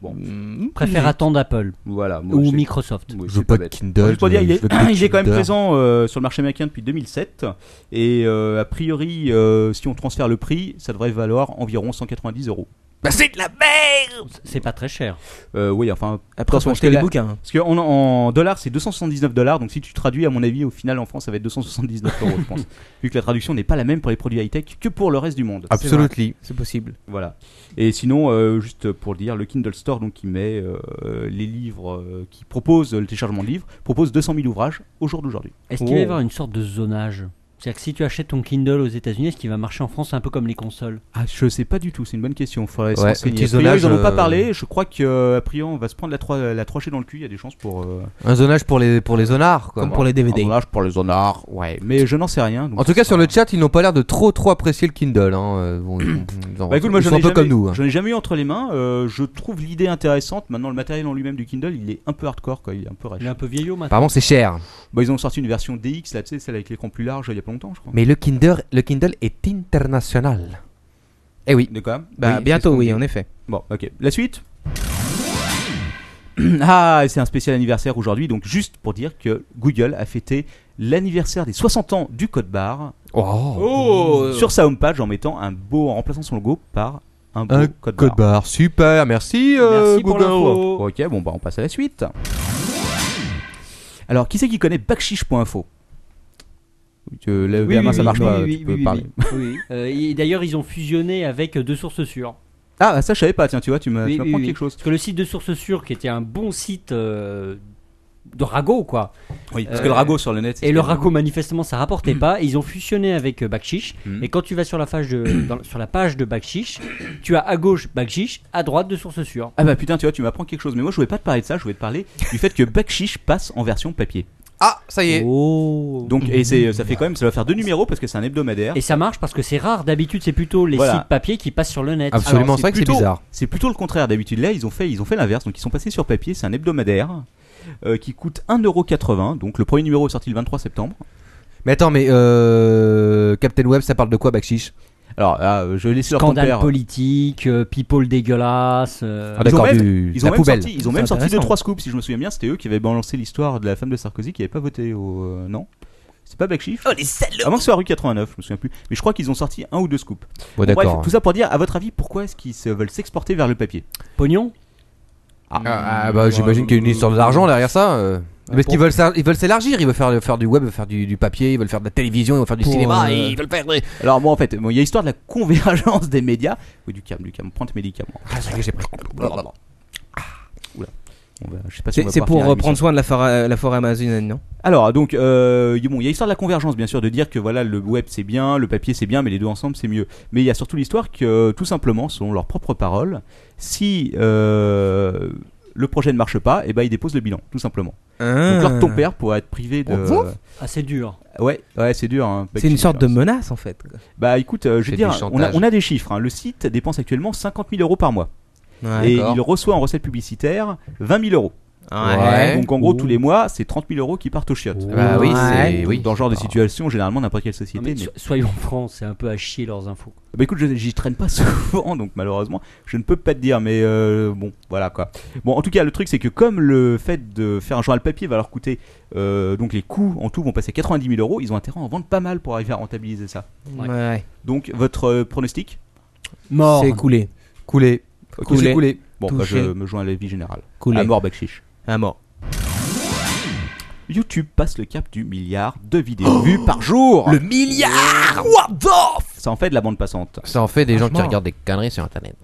[SPEAKER 3] Mmh.
[SPEAKER 5] Préfère attendre Apple
[SPEAKER 4] Mm. Voilà. moi,
[SPEAKER 5] ou
[SPEAKER 4] j'ai-
[SPEAKER 5] Microsoft.
[SPEAKER 4] Oui,
[SPEAKER 6] je
[SPEAKER 4] c'est
[SPEAKER 6] veux pas de
[SPEAKER 4] bête.
[SPEAKER 6] Kindle.
[SPEAKER 4] Je peux dire, il,
[SPEAKER 6] je
[SPEAKER 4] est,
[SPEAKER 6] veux plus de
[SPEAKER 4] il est quand même
[SPEAKER 6] Kindle.
[SPEAKER 4] présent euh, sur le marché américain depuis 2007 et euh, a priori, euh, si on transfère le prix, ça devrait valoir environ 190 euros.
[SPEAKER 6] Bah, c'est de la merde
[SPEAKER 5] C'est pas très cher.
[SPEAKER 4] Euh, oui, enfin,
[SPEAKER 3] Après,
[SPEAKER 4] Attention,
[SPEAKER 3] on
[SPEAKER 4] parce que
[SPEAKER 3] acheter les
[SPEAKER 4] là-
[SPEAKER 3] bouquins.
[SPEAKER 4] parce que en, en dollars c'est 279 dollars, donc si tu traduis, à mon avis, au final en France, ça va être 279 euros, je pense, vu que la traduction n'est pas la même pour les produits high tech que pour le reste du monde.
[SPEAKER 6] Absolument.
[SPEAKER 3] C'est possible.
[SPEAKER 4] Voilà. Et sinon, euh, juste pour le dire, le Kindle Store, donc qui met euh, les livres, euh, qui propose le téléchargement de livres, propose 200 000 ouvrages au jour d'aujourd'hui.
[SPEAKER 5] Est-ce qu'il va y
[SPEAKER 4] Oh.
[SPEAKER 5] avoir une sorte de zonage C'est-à-dire que si tu achètes ton Kindle aux États-Unis, est-ce qu'il va marcher en France un peu comme les consoles
[SPEAKER 4] Ah, je sais pas du tout, c'est une bonne question. Faudrait se
[SPEAKER 6] Ouais,
[SPEAKER 4] renseigner.
[SPEAKER 6] petit
[SPEAKER 4] A priori, ils en
[SPEAKER 6] zonage,
[SPEAKER 4] ont pas
[SPEAKER 6] euh,
[SPEAKER 4] parlé. Je crois que euh, a priori, on va se prendre la, trois- la 3G dans le cul. Il y a des chances pour. euh,
[SPEAKER 6] Un zonage pour les, pour les zonards, quoi.
[SPEAKER 3] Comme pour les
[SPEAKER 4] un
[SPEAKER 3] DVD.
[SPEAKER 4] zonage pour les zonards. Ouais, mais je n'en sais rien. donc
[SPEAKER 6] En tout
[SPEAKER 4] ça
[SPEAKER 6] cas, sur
[SPEAKER 4] sera-
[SPEAKER 6] le chat, ils n'ont pas l'air de trop trop apprécier le Kindle. Hein. euh, bon, ils- ils en-
[SPEAKER 4] Bah écoute, moi
[SPEAKER 6] ils
[SPEAKER 4] j'en
[SPEAKER 6] sont
[SPEAKER 4] ai,
[SPEAKER 6] un peu comme
[SPEAKER 4] jamais-
[SPEAKER 6] nous. hein.
[SPEAKER 4] j'en ai jamais eu entre les mains. euh, je trouve l'idée intéressante. Maintenant, le matériel en lui-même du Kindle, il est un peu hardcore, quoi. Il est un peu rêche.
[SPEAKER 5] Il est un peu vieillot maintenant.
[SPEAKER 6] Apparemment, c'est cher.
[SPEAKER 4] Bah, ils ont sorti une version DX, là, tu sais, celle avec l'écran plus large, il y a pas longtemps, je crois.
[SPEAKER 6] Mais le Kindle, le Kindle est international. Eh oui.
[SPEAKER 4] De quoi
[SPEAKER 3] Bah, bientôt, oui, en effet.
[SPEAKER 4] Bon, ok. La suite Ah, c'est un spécial anniversaire aujourd'hui, donc juste pour dire que Google a fêté l'anniversaire des 60 ans du code barre
[SPEAKER 6] Oh.
[SPEAKER 3] Oh
[SPEAKER 4] sur sa homepage en mettant un beau, en remplaçant son logo par un beau
[SPEAKER 6] Un
[SPEAKER 4] code,
[SPEAKER 6] code
[SPEAKER 4] barre.
[SPEAKER 6] barre, super, merci, euh,
[SPEAKER 5] Merci pour
[SPEAKER 6] Google.
[SPEAKER 5] l'info.
[SPEAKER 4] Ok, bon bah on passe à la suite. Alors, qui c'est qui connaît bakshish.info Euh, Tu lèves la main, ça marche pas, tu peux parler.
[SPEAKER 5] oui. Euh, et D'ailleurs, ils ont fusionné avec euh, deux sources sûres.
[SPEAKER 4] Ah, ça je savais pas, tiens, tu vois, tu m'as-
[SPEAKER 5] Oui,
[SPEAKER 4] tu
[SPEAKER 5] oui,
[SPEAKER 4] m'apprends
[SPEAKER 5] oui.
[SPEAKER 4] quelque chose.
[SPEAKER 5] Parce que le site de sources sûres, qui était un bon site euh, de ragot, quoi.
[SPEAKER 4] Oui, parce
[SPEAKER 5] Euh,
[SPEAKER 4] que le ragot sur le net. c'est
[SPEAKER 5] Et
[SPEAKER 4] ce
[SPEAKER 5] le
[SPEAKER 4] qu'il y a.
[SPEAKER 5] ragot, manifestement, ça rapportait
[SPEAKER 4] Mm.
[SPEAKER 5] pas. Et ils ont fusionné avec euh, Bakshish.
[SPEAKER 4] Mhm.
[SPEAKER 5] Et quand tu vas sur la, page de, dans- sur la page de Bakshish, tu as à gauche Bakshish, à droite de sources sûres.
[SPEAKER 4] Ah bah putain, tu vois, tu m'apprends quelque chose. Mais moi, je voulais pas te parler de ça, je voulais te parler du fait que Bakshish passe en version papier.
[SPEAKER 6] Ah, ça y est.
[SPEAKER 5] Oh.
[SPEAKER 4] Donc, et c'est, ça fait quand même, ça va faire deux numéros parce que c'est un hebdomadaire.
[SPEAKER 5] Et ça marche parce que c'est rare. D'habitude, c'est plutôt les
[SPEAKER 4] Voilà.
[SPEAKER 5] sites papier qui passent sur le net.
[SPEAKER 6] Absolument,
[SPEAKER 4] Alors,
[SPEAKER 6] c'est vrai que c'est
[SPEAKER 4] plutôt-
[SPEAKER 6] bizarre.
[SPEAKER 4] C'est plutôt le contraire. D'habitude, là, ils ont fait, ils ont fait l'inverse. Donc, ils sont passés sur papier. C'est un hebdomadaire euh, qui coûte 1,80€. Donc, le premier numéro est sorti le 23 septembre.
[SPEAKER 6] Mais attends, mais euh, Captain Web, ça parle de quoi, Bakchich
[SPEAKER 4] Alors, là, euh, je laisse leur
[SPEAKER 5] Scandale
[SPEAKER 4] compère.
[SPEAKER 5] politique, euh, people dégueulasse. euh,
[SPEAKER 6] Ah,
[SPEAKER 4] Ils ont
[SPEAKER 6] d'accord,
[SPEAKER 4] même-
[SPEAKER 6] du-
[SPEAKER 4] Ils ont
[SPEAKER 6] la
[SPEAKER 4] même
[SPEAKER 6] poubelle.
[SPEAKER 4] sorti, ils ont
[SPEAKER 3] C'est
[SPEAKER 4] même sorti deux
[SPEAKER 3] intéressant.
[SPEAKER 4] trois scoops, si je me souviens bien. C'était eux qui avaient balancé l'histoire de la femme de Sarkozy qui avait pas voté au euh, non. C'est pas Backchiff Oh les salauds Avant que ce soit rue 89, je me souviens plus. Mais je crois qu'ils ont sorti un ou deux scoops.
[SPEAKER 6] Bon,
[SPEAKER 4] Bon, bref,
[SPEAKER 6] d'accord.
[SPEAKER 4] tout ça pour dire, à votre avis, pourquoi est-ce qu'ils se veulent s'exporter vers le papier
[SPEAKER 5] pognon
[SPEAKER 6] Ah, ah, bah, j'imagine qu'il y a une histoire d'argent derrière ça. euh. Parce qu'ils veulent, s'ar- ils veulent s'élargir, ils veulent faire, faire du web, ils veulent faire du, du papier, ils veulent faire de la télévision, ils veulent faire du
[SPEAKER 3] Pour,
[SPEAKER 6] cinéma,
[SPEAKER 3] euh,
[SPEAKER 6] ils veulent faire. des-
[SPEAKER 4] Alors moi, en fait, bon, il y a l'histoire de la convergence des médias. Oui, du calme, du calme. Prends tes médicaments.
[SPEAKER 6] Ah, c'est vrai que j'ai pris.
[SPEAKER 4] Blablabla. Ah, Oula. On va- je sais pas si on
[SPEAKER 3] C'est
[SPEAKER 4] va
[SPEAKER 3] c'est
[SPEAKER 4] pouvoir
[SPEAKER 3] pour
[SPEAKER 4] finir
[SPEAKER 3] euh,
[SPEAKER 4] l'émission.
[SPEAKER 3] prendre soin de la forêt, la forêt amazonienne, non
[SPEAKER 4] Alors donc, euh, bon, il y a l'histoire de la convergence, bien sûr, de dire que voilà, le web c'est bien, le papier c'est bien, mais les deux ensemble c'est mieux. Mais il y a surtout l'histoire que, euh, tout simplement, selon leurs propres paroles, si euh, le projet ne marche pas, et ben ils déposent le bilan, tout simplement.
[SPEAKER 3] Ah.
[SPEAKER 4] Donc leur ton père pourrait être privé de.
[SPEAKER 5] assez Ah, dur.
[SPEAKER 4] Ouais, ouais, c'est dur. hein.
[SPEAKER 3] C'est une sorte de
[SPEAKER 4] Hein.
[SPEAKER 3] menace, en fait. quoi.
[SPEAKER 4] Bah écoute, euh, je
[SPEAKER 6] C'est
[SPEAKER 4] veux
[SPEAKER 6] du
[SPEAKER 4] dire, on a,
[SPEAKER 6] chantage.
[SPEAKER 4] on a des chiffres. hein. Le site dépense actuellement 50 000 euros par mois.
[SPEAKER 3] Ouais.
[SPEAKER 4] et
[SPEAKER 6] d'accord.
[SPEAKER 4] il reçoit en recettes publicitaires 20 000 euros.
[SPEAKER 6] Ouais.
[SPEAKER 4] Donc en gros, tous les mois, c'est 30 000 euros qui partent aux chiottes.
[SPEAKER 6] Bah oui,
[SPEAKER 3] Ouais.
[SPEAKER 6] c'est.
[SPEAKER 4] Donc,
[SPEAKER 6] Oui.
[SPEAKER 4] Dans ce genre de
[SPEAKER 6] Ah.
[SPEAKER 4] situation, généralement, n'importe quelle
[SPEAKER 5] Non,
[SPEAKER 4] société.
[SPEAKER 5] mais so- soyons francs, c'est un peu à chier leurs infos.
[SPEAKER 4] Bah écoute, je- j'y traîne pas souvent, donc malheureusement, je ne peux pas te dire, mais euh, bon, voilà quoi. Bon, en tout cas, le truc, c'est que comme le fait de faire un journal papier va leur coûter, euh, donc les coûts en tout vont passer à 90 000 euros, ils ont intérêt à en vendre pas mal pour arriver à rentabiliser ça.
[SPEAKER 5] Ouais.
[SPEAKER 3] Ouais.
[SPEAKER 4] Donc, votre euh, pronostic
[SPEAKER 5] Mort.
[SPEAKER 3] C'est coulé.
[SPEAKER 6] Coulé.
[SPEAKER 4] Ok,
[SPEAKER 3] Coulé.
[SPEAKER 4] c'est coulé. Bon, bah, je
[SPEAKER 3] Touché.
[SPEAKER 4] me joins à l'avis général.
[SPEAKER 3] Coulé.
[SPEAKER 4] À mort, Bakchich.
[SPEAKER 3] À mort.
[SPEAKER 4] YouTube passe le cap du milliard de vidéos vues par jour.
[SPEAKER 6] Oh Le milliard What the
[SPEAKER 4] Ça en fait de la bande passante.
[SPEAKER 6] Ça en fait des gens qui
[SPEAKER 3] Franchement.
[SPEAKER 6] regardent des conneries sur internet.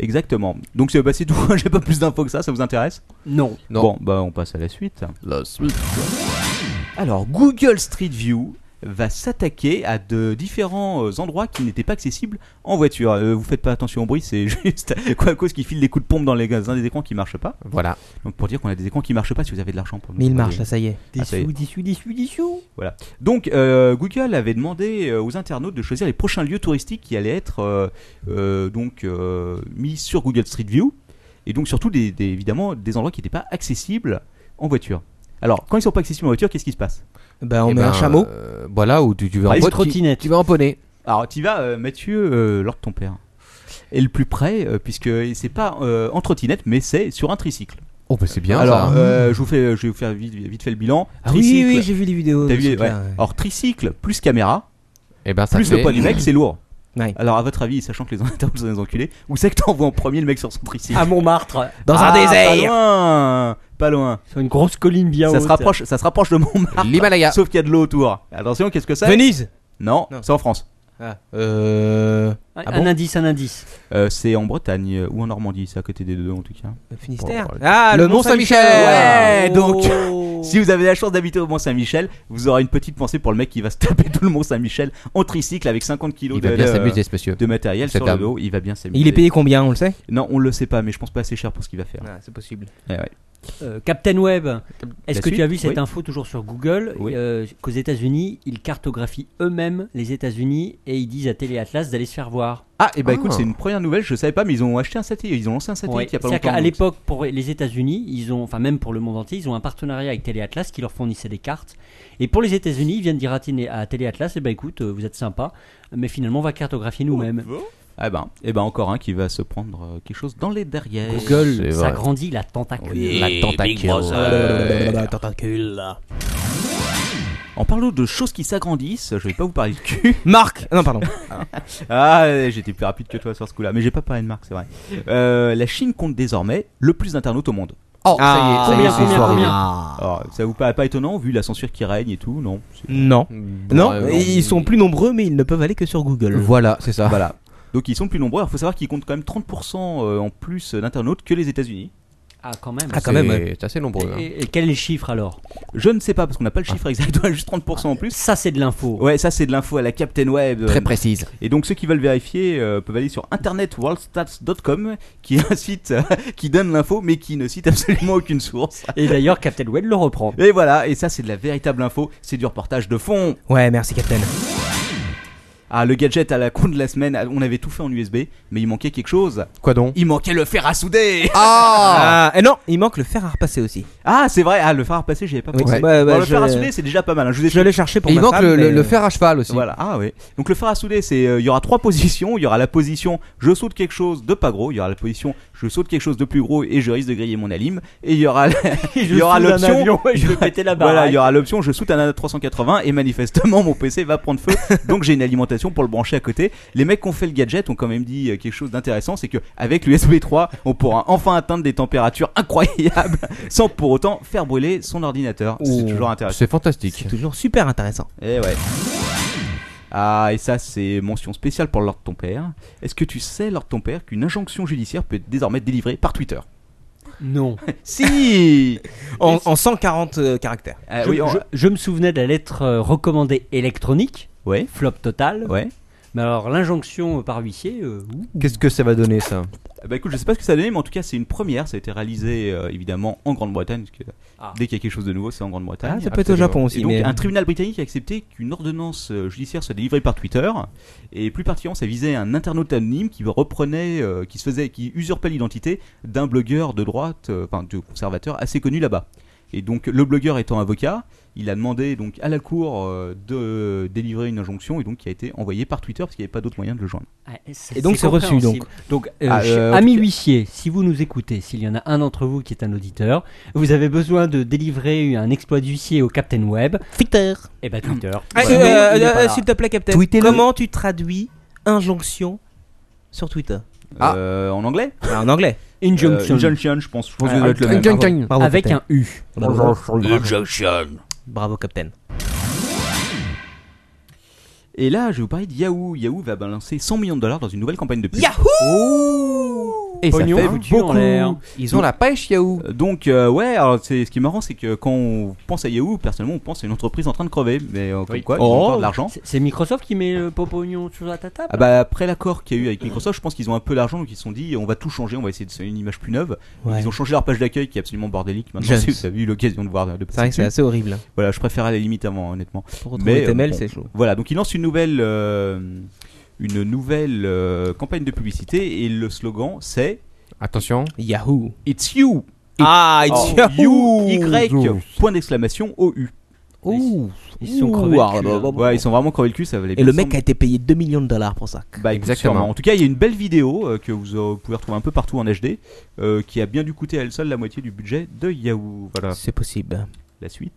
[SPEAKER 4] Exactement. Donc c'est bah, c'est tout. J'ai pas plus d'infos que ça. Ça vous intéresse
[SPEAKER 5] Non.
[SPEAKER 6] Non.
[SPEAKER 4] Bon, bah on passe à la suite. Alors Google Street View va s'attaquer à de différents euh, endroits qui n'étaient pas accessibles en voiture. Euh, vous faites pas attention au bruit, c'est juste quoi à cause qu'il file des coups de pompe dans les uns des écrans qui marchent pas.
[SPEAKER 6] Voilà.
[SPEAKER 4] Donc pour dire qu'on a des écrans qui marchent pas si vous avez de l'argent pour le
[SPEAKER 3] Mais il
[SPEAKER 4] prendre.
[SPEAKER 3] marche, là, ça y est.
[SPEAKER 5] Des
[SPEAKER 4] Ah, ça y est.
[SPEAKER 5] sous, des sous, des sous, des sous.
[SPEAKER 4] Donc euh, Google avait demandé euh, aux internautes de choisir les prochains lieux touristiques qui allaient être euh, euh, donc euh, mis sur Google Street View et donc surtout des, des- évidemment des endroits qui n'étaient pas accessibles en voiture. Alors quand ils sont pas accessibles en voiture, qu'est-ce qui se passe
[SPEAKER 3] Bah, on
[SPEAKER 6] Eh
[SPEAKER 3] met
[SPEAKER 6] ben,
[SPEAKER 3] un chameau.
[SPEAKER 6] euh, Voilà, ou tu, tu vas
[SPEAKER 4] Ah,
[SPEAKER 6] en
[SPEAKER 4] une
[SPEAKER 6] boîte, tu-
[SPEAKER 5] trottinette.
[SPEAKER 6] Tu vas en poney.
[SPEAKER 4] Alors, tu vas, euh, Mathieu, euh, Lord ton père. est le plus près, euh, puisque c'est pas euh, en trottinette, mais c'est sur un tricycle.
[SPEAKER 6] Oh, bah c'est bien.
[SPEAKER 4] Alors,
[SPEAKER 6] ça.
[SPEAKER 4] euh, je, vous fais, je vais vous faire vite, vite fait le bilan.
[SPEAKER 3] hein. Ah oui,
[SPEAKER 4] Tricycle,
[SPEAKER 3] oui, j'ai vu les vidéos.
[SPEAKER 4] t'as
[SPEAKER 3] c'est
[SPEAKER 4] vu, ouais.
[SPEAKER 3] clair, ouais.
[SPEAKER 4] Alors, tricycle plus caméra,
[SPEAKER 6] Eh ben, ça
[SPEAKER 4] plus
[SPEAKER 6] fait-
[SPEAKER 4] le poids du mec, c'est lourd.
[SPEAKER 3] Ouais.
[SPEAKER 4] Alors, à votre avis, sachant que les internes sont des enculés, où c'est que t'envoies en premier le mec sur son tricycle
[SPEAKER 5] À Montmartre,
[SPEAKER 6] Oh,
[SPEAKER 3] Dans
[SPEAKER 4] Ah,
[SPEAKER 3] un désert
[SPEAKER 4] Pas loin Pas loin
[SPEAKER 5] sur une grosse colline bien
[SPEAKER 4] ça
[SPEAKER 5] haute.
[SPEAKER 4] se, rapproche, ça se rapproche de Montmartre,
[SPEAKER 6] Ah, L'Himalaya.
[SPEAKER 4] sauf qu'il y a de l'eau autour. Attention, qu'est-ce que c'est
[SPEAKER 3] Venise
[SPEAKER 4] Non,
[SPEAKER 3] Non.
[SPEAKER 4] c'est en France.
[SPEAKER 3] Euh.
[SPEAKER 5] Un,
[SPEAKER 4] Ah bon
[SPEAKER 5] un indice, un indice.
[SPEAKER 4] Euh, c'est en Bretagne euh, ou en Normandie, c'est à côté des deux en tout cas.
[SPEAKER 3] Le Finistère
[SPEAKER 6] Bon, ouais.
[SPEAKER 3] Ah,
[SPEAKER 6] Oh, Le
[SPEAKER 3] le,
[SPEAKER 6] Mont
[SPEAKER 3] Mont-Saint-Michel
[SPEAKER 4] Saint-Michel. Ouais, donc,
[SPEAKER 3] Oh.
[SPEAKER 4] Si vous avez la chance d'habiter au Mont-Saint-Michel, vous aurez une petite pensée pour le mec qui va se taper tout le Mont-Saint-Michel en tricycle avec 50 kilos
[SPEAKER 6] Il
[SPEAKER 4] de,
[SPEAKER 6] va bien
[SPEAKER 4] de-
[SPEAKER 6] s'amuser, ce monsieur.
[SPEAKER 4] de matériel
[SPEAKER 6] Cet
[SPEAKER 4] sur le
[SPEAKER 6] homme.
[SPEAKER 4] dos. Il va bien s'amuser.
[SPEAKER 3] Il est payé combien, on le sait
[SPEAKER 4] Non, on le sait pas, mais je pense pas assez cher pour ce qu'il va faire.
[SPEAKER 6] Ah,
[SPEAKER 3] C'est possible.
[SPEAKER 4] Ouais, ouais.
[SPEAKER 5] Euh, Captain Web, est-ce
[SPEAKER 4] La
[SPEAKER 5] que
[SPEAKER 4] suite
[SPEAKER 5] tu as vu cette
[SPEAKER 4] Oui.
[SPEAKER 5] info toujours sur Google
[SPEAKER 4] Oui.
[SPEAKER 5] euh, Qu'aux États-Unis, ils cartographient eux-mêmes les États-Unis et ils disent à Téléatlas d'aller se faire voir.
[SPEAKER 4] Ah, et bah écoute,
[SPEAKER 6] Ah.
[SPEAKER 4] c'est une première nouvelle. Je savais pas, mais ils ont acheté un satellite. Ils ont lancé un satellite
[SPEAKER 5] Ouais.
[SPEAKER 4] il y a pas
[SPEAKER 5] C'est-à-dire
[SPEAKER 4] longtemps.
[SPEAKER 5] qu'à
[SPEAKER 4] donc-
[SPEAKER 5] l'époque, pour les États-Unis, ils ont, enfin même pour le monde entier, ils ont un partenariat avec Téléatlas qui leur fournissait des cartes. Et pour les États-Unis, ils viennent dire à, Télé- à Téléatlas, eh ben écoute, euh, vous êtes sympa, mais finalement on va cartographier nous-mêmes.
[SPEAKER 4] Ah ben, et ben encore un qui va se prendre euh, quelque chose dans les derrière.
[SPEAKER 6] C'est
[SPEAKER 5] Google, ça
[SPEAKER 6] vrai.
[SPEAKER 5] grandit la tentacule.
[SPEAKER 6] La tentacule.
[SPEAKER 4] En parlant de choses qui s'agrandissent, je vais pas vous parler de cul.
[SPEAKER 3] Marc Non, pardon.
[SPEAKER 4] Ah, j'étais plus rapide que toi sur ce coup-là, mais j'ai pas parlé de marque, c'est vrai. Euh, la Chine compte désormais le plus d'internautes au monde.
[SPEAKER 6] Oh,
[SPEAKER 3] Ah.
[SPEAKER 6] ça y est,
[SPEAKER 5] Combien,
[SPEAKER 6] ça y est, c'est
[SPEAKER 5] combien,
[SPEAKER 6] soirée.
[SPEAKER 5] combien
[SPEAKER 4] Alors, ça vous paraît pas étonnant vu la censure qui règne et tout, non c'est-
[SPEAKER 3] Non.
[SPEAKER 6] Bon,
[SPEAKER 3] Non,
[SPEAKER 6] euh,
[SPEAKER 3] ils
[SPEAKER 6] on-
[SPEAKER 3] sont plus nombreux, mais ils ne peuvent aller que sur Google. Euh,
[SPEAKER 6] Voilà, c'est ça.
[SPEAKER 4] Voilà. Donc ils sont plus nombreux. Il faut savoir qu'ils comptent quand même 30% euh, en plus d'internautes que les États-Unis.
[SPEAKER 5] Ah quand même.
[SPEAKER 3] Ah, quand
[SPEAKER 6] C'est-
[SPEAKER 3] même, ouais.
[SPEAKER 6] C'est assez nombreux. hein.
[SPEAKER 5] Et, et quel est le chiffre alors
[SPEAKER 4] Je ne sais pas parce qu'on n'a
[SPEAKER 5] Ah.
[SPEAKER 4] pas le chiffre exact. ouais, Juste 30% en plus.
[SPEAKER 5] Ça c'est de l'info.
[SPEAKER 4] Ouais, ça c'est de l'info à la Captain Web. euh,
[SPEAKER 6] Très précise.
[SPEAKER 4] Et donc ceux qui veulent vérifier euh, peuvent aller sur internetworldstats.com qui est un site euh, qui donne l'info mais qui ne cite absolument aucune source.
[SPEAKER 5] Et d'ailleurs, Captain Web le reprend.
[SPEAKER 4] Et voilà, et ça c'est de la véritable info, c'est du reportage de fond.
[SPEAKER 3] Ouais, merci, Captain.
[SPEAKER 4] Ah, le gadget à la con de la semaine, ah, on avait tout fait en USB, mais il manquait quelque chose.
[SPEAKER 6] Quoi donc
[SPEAKER 4] Il manquait le fer à souder
[SPEAKER 6] Ah
[SPEAKER 3] Ah, et non, il manque le fer à repasser aussi.
[SPEAKER 4] Ah, c'est vrai, ah, le fer à repasser, j'y avais pas
[SPEAKER 3] Oui,
[SPEAKER 4] pensé.
[SPEAKER 3] bah, bah,
[SPEAKER 4] Bon, le
[SPEAKER 3] je-
[SPEAKER 4] fer à souder, c'est déjà pas mal, hein, je vous ai
[SPEAKER 3] Je l'ai cherché pour
[SPEAKER 6] Et il
[SPEAKER 3] ma
[SPEAKER 6] manque
[SPEAKER 3] femme,
[SPEAKER 6] le, le-
[SPEAKER 3] mais- euh,
[SPEAKER 6] le fer à cheval aussi.
[SPEAKER 4] Voilà, ah oui. Donc le fer à souder, c'est euh, il y aura trois positions. Il y aura la position je saute quelque chose de pas gros. Il y aura la position je saute quelque chose de plus gros et je risque de griller mon alim. Et il y aura la- il y aura
[SPEAKER 5] saute un
[SPEAKER 4] l'option
[SPEAKER 5] avion et je vais péter la
[SPEAKER 4] Voilà,
[SPEAKER 5] baraque.
[SPEAKER 4] il y aura l'option je saute un 380 et manifestement mon PC va prendre feu. donc j'ai une alimentation pour le brancher à côté. Les mecs qui ont fait le gadget ont quand même dit euh, quelque chose d'intéressant, c'est que avec l'USB 3, on pourra enfin atteindre des températures incroyables sans pour autant faire brûler son ordinateur. C'est
[SPEAKER 3] Oh.
[SPEAKER 4] toujours intéressant.
[SPEAKER 6] C'est fantastique.
[SPEAKER 3] C'est toujours super intéressant.
[SPEAKER 4] Eh ouais. Ah, et ça, c'est mention spéciale pour Lord ton père. Est-ce que tu sais, Lord ton père, qu'une injonction judiciaire peut être désormais délivrée par Twitter
[SPEAKER 5] Non.
[SPEAKER 4] Si
[SPEAKER 3] En, en 140 euh, caractères.
[SPEAKER 4] Ah
[SPEAKER 5] je,
[SPEAKER 4] oui, on-
[SPEAKER 5] je- je me souvenais de la lettre euh, recommandée électronique,
[SPEAKER 4] Ouais,
[SPEAKER 5] flop total.
[SPEAKER 4] ouais.
[SPEAKER 5] Mais alors l'injonction par huissier, euh, ouh.
[SPEAKER 7] Qu'est-ce que ça va donner ça
[SPEAKER 4] Ah Bah écoute, je sais pas ce que ça a donné, mais en tout cas, c'est une première. Ça a été réalisé euh, évidemment en Grande-Bretagne, parce que
[SPEAKER 5] Ah.
[SPEAKER 4] dès qu'il y a quelque chose de nouveau, Ah, c'est en
[SPEAKER 6] Ah,
[SPEAKER 4] Grande-Bretagne.
[SPEAKER 3] ça peut être au Japon aussi,
[SPEAKER 4] Et donc,
[SPEAKER 3] mais.
[SPEAKER 4] un tribunal britannique a accepté qu'une ordonnance euh, judiciaire soit délivrée par Twitter. Et plus particulièrement, ça visait un internaute anonyme qui reprenait, euh, qui se faisait, qui usurpait l'identité d'un blogueur de droite, euh, enfin de conservateur assez connu là-bas. Et donc, le blogueur étant avocat, il a demandé donc à la cour euh, de délivrer une injonction et donc qui a été envoyée par Twitter parce qu'il n'y avait pas d'autre moyen de le joindre.
[SPEAKER 5] Ah,
[SPEAKER 3] Et donc, c'est reçu,
[SPEAKER 5] compréhensible. Donc, euh,
[SPEAKER 4] Ah,
[SPEAKER 5] je-
[SPEAKER 4] euh, en
[SPEAKER 5] ami
[SPEAKER 4] tout cas-
[SPEAKER 5] huissier, si vous nous écoutez, s'il y en a un d'entre vous qui est un auditeur, vous avez besoin de délivrer un exploit d'huissier au Captain Web.
[SPEAKER 3] Twitter.
[SPEAKER 5] Eh ben Twitter.
[SPEAKER 3] Ah,
[SPEAKER 5] Sinon,
[SPEAKER 3] euh,
[SPEAKER 5] il est
[SPEAKER 3] euh,
[SPEAKER 5] pas là.
[SPEAKER 3] S'il te plaît, Captain.
[SPEAKER 6] Tweetez-le.
[SPEAKER 3] Comment tu traduis injonction sur Twitter
[SPEAKER 6] Ah.
[SPEAKER 4] Euh, en anglais
[SPEAKER 3] Ah, En anglais.
[SPEAKER 5] Injunction.
[SPEAKER 4] Euh, Injunction, je pense. Je pense que ça
[SPEAKER 5] Ah,
[SPEAKER 4] doit être le
[SPEAKER 6] Tling,
[SPEAKER 4] même.
[SPEAKER 6] tling, tling.
[SPEAKER 3] Bravo,
[SPEAKER 5] avec
[SPEAKER 3] Captain.
[SPEAKER 5] un U.
[SPEAKER 3] Bravo. Bravo, Captain.
[SPEAKER 4] Et là, je vais vous parler de Yahoo. Yahoo va balancer 100 millions de dollars dans une nouvelle campagne de pub.
[SPEAKER 6] Et ça
[SPEAKER 5] Pognon
[SPEAKER 6] fait
[SPEAKER 5] foutu en l'air.
[SPEAKER 6] beaucoup. Ils ont la pêche, Yahoo.
[SPEAKER 4] Hein, Donc euh, ouais, alors c'est ce qui est marrant, c'est que quand on pense à Yahoo, personnellement, on pense à une entreprise en train de crever, mais euh, comme
[SPEAKER 5] Oui.
[SPEAKER 4] quoi, ils
[SPEAKER 3] Oh.
[SPEAKER 4] ont encore de l'argent.
[SPEAKER 5] C'est- C'est Microsoft qui met le pognon sur la table.
[SPEAKER 4] Ah bah après l'accord qu'il y a eu avec Microsoft, je pense qu'ils ont un peu d'argent, donc ils se sont dit on va tout changer, on va essayer de se faire une image plus neuve.
[SPEAKER 3] Ouais.
[SPEAKER 4] Ils ont changé leur page d'accueil qui est absolument bordélique. Maintenant,
[SPEAKER 3] James.
[SPEAKER 4] si vous avez eu l'occasion de voir euh, de
[SPEAKER 3] C'est vrai
[SPEAKER 4] passer
[SPEAKER 3] que c'est
[SPEAKER 4] dessus.
[SPEAKER 3] assez horrible.
[SPEAKER 4] Voilà, je préfère aller limite avant, hein, honnêtement.
[SPEAKER 3] Pour retrouver
[SPEAKER 4] Mais,
[SPEAKER 3] tes
[SPEAKER 4] euh,
[SPEAKER 3] mails,
[SPEAKER 4] bon.
[SPEAKER 3] c'est chaud.
[SPEAKER 4] Voilà, donc il lance une nouvelle, euh, une nouvelle euh, campagne de publicité et le slogan c'est
[SPEAKER 6] Attention.
[SPEAKER 3] Yahoo.
[SPEAKER 4] It's you.
[SPEAKER 3] Ah,
[SPEAKER 4] Oh,
[SPEAKER 3] it's
[SPEAKER 4] you
[SPEAKER 3] Yahoo.
[SPEAKER 4] Y point d'exclamation O U.
[SPEAKER 6] Ouh,
[SPEAKER 5] Ils se sont
[SPEAKER 6] ouh,
[SPEAKER 5] crevés le
[SPEAKER 6] ah,
[SPEAKER 5] cul,
[SPEAKER 6] bah,
[SPEAKER 5] hein.
[SPEAKER 6] bah, bah,
[SPEAKER 4] Ouais, ils sont vraiment crevés le cul, ça valait
[SPEAKER 3] Et
[SPEAKER 4] bien
[SPEAKER 3] le
[SPEAKER 4] cent
[SPEAKER 3] mec a été payé 2 millions de dollars pour ça.
[SPEAKER 4] Bah, écoute,
[SPEAKER 6] Exactement.
[SPEAKER 4] sûrement. En tout cas, il y a une belle vidéo euh, que vous euh, pouvez retrouver un peu partout en HD euh, qui a bien dû coûter à elle seule la moitié du budget de Yahoo. Voilà
[SPEAKER 3] C'est possible.
[SPEAKER 4] la suite.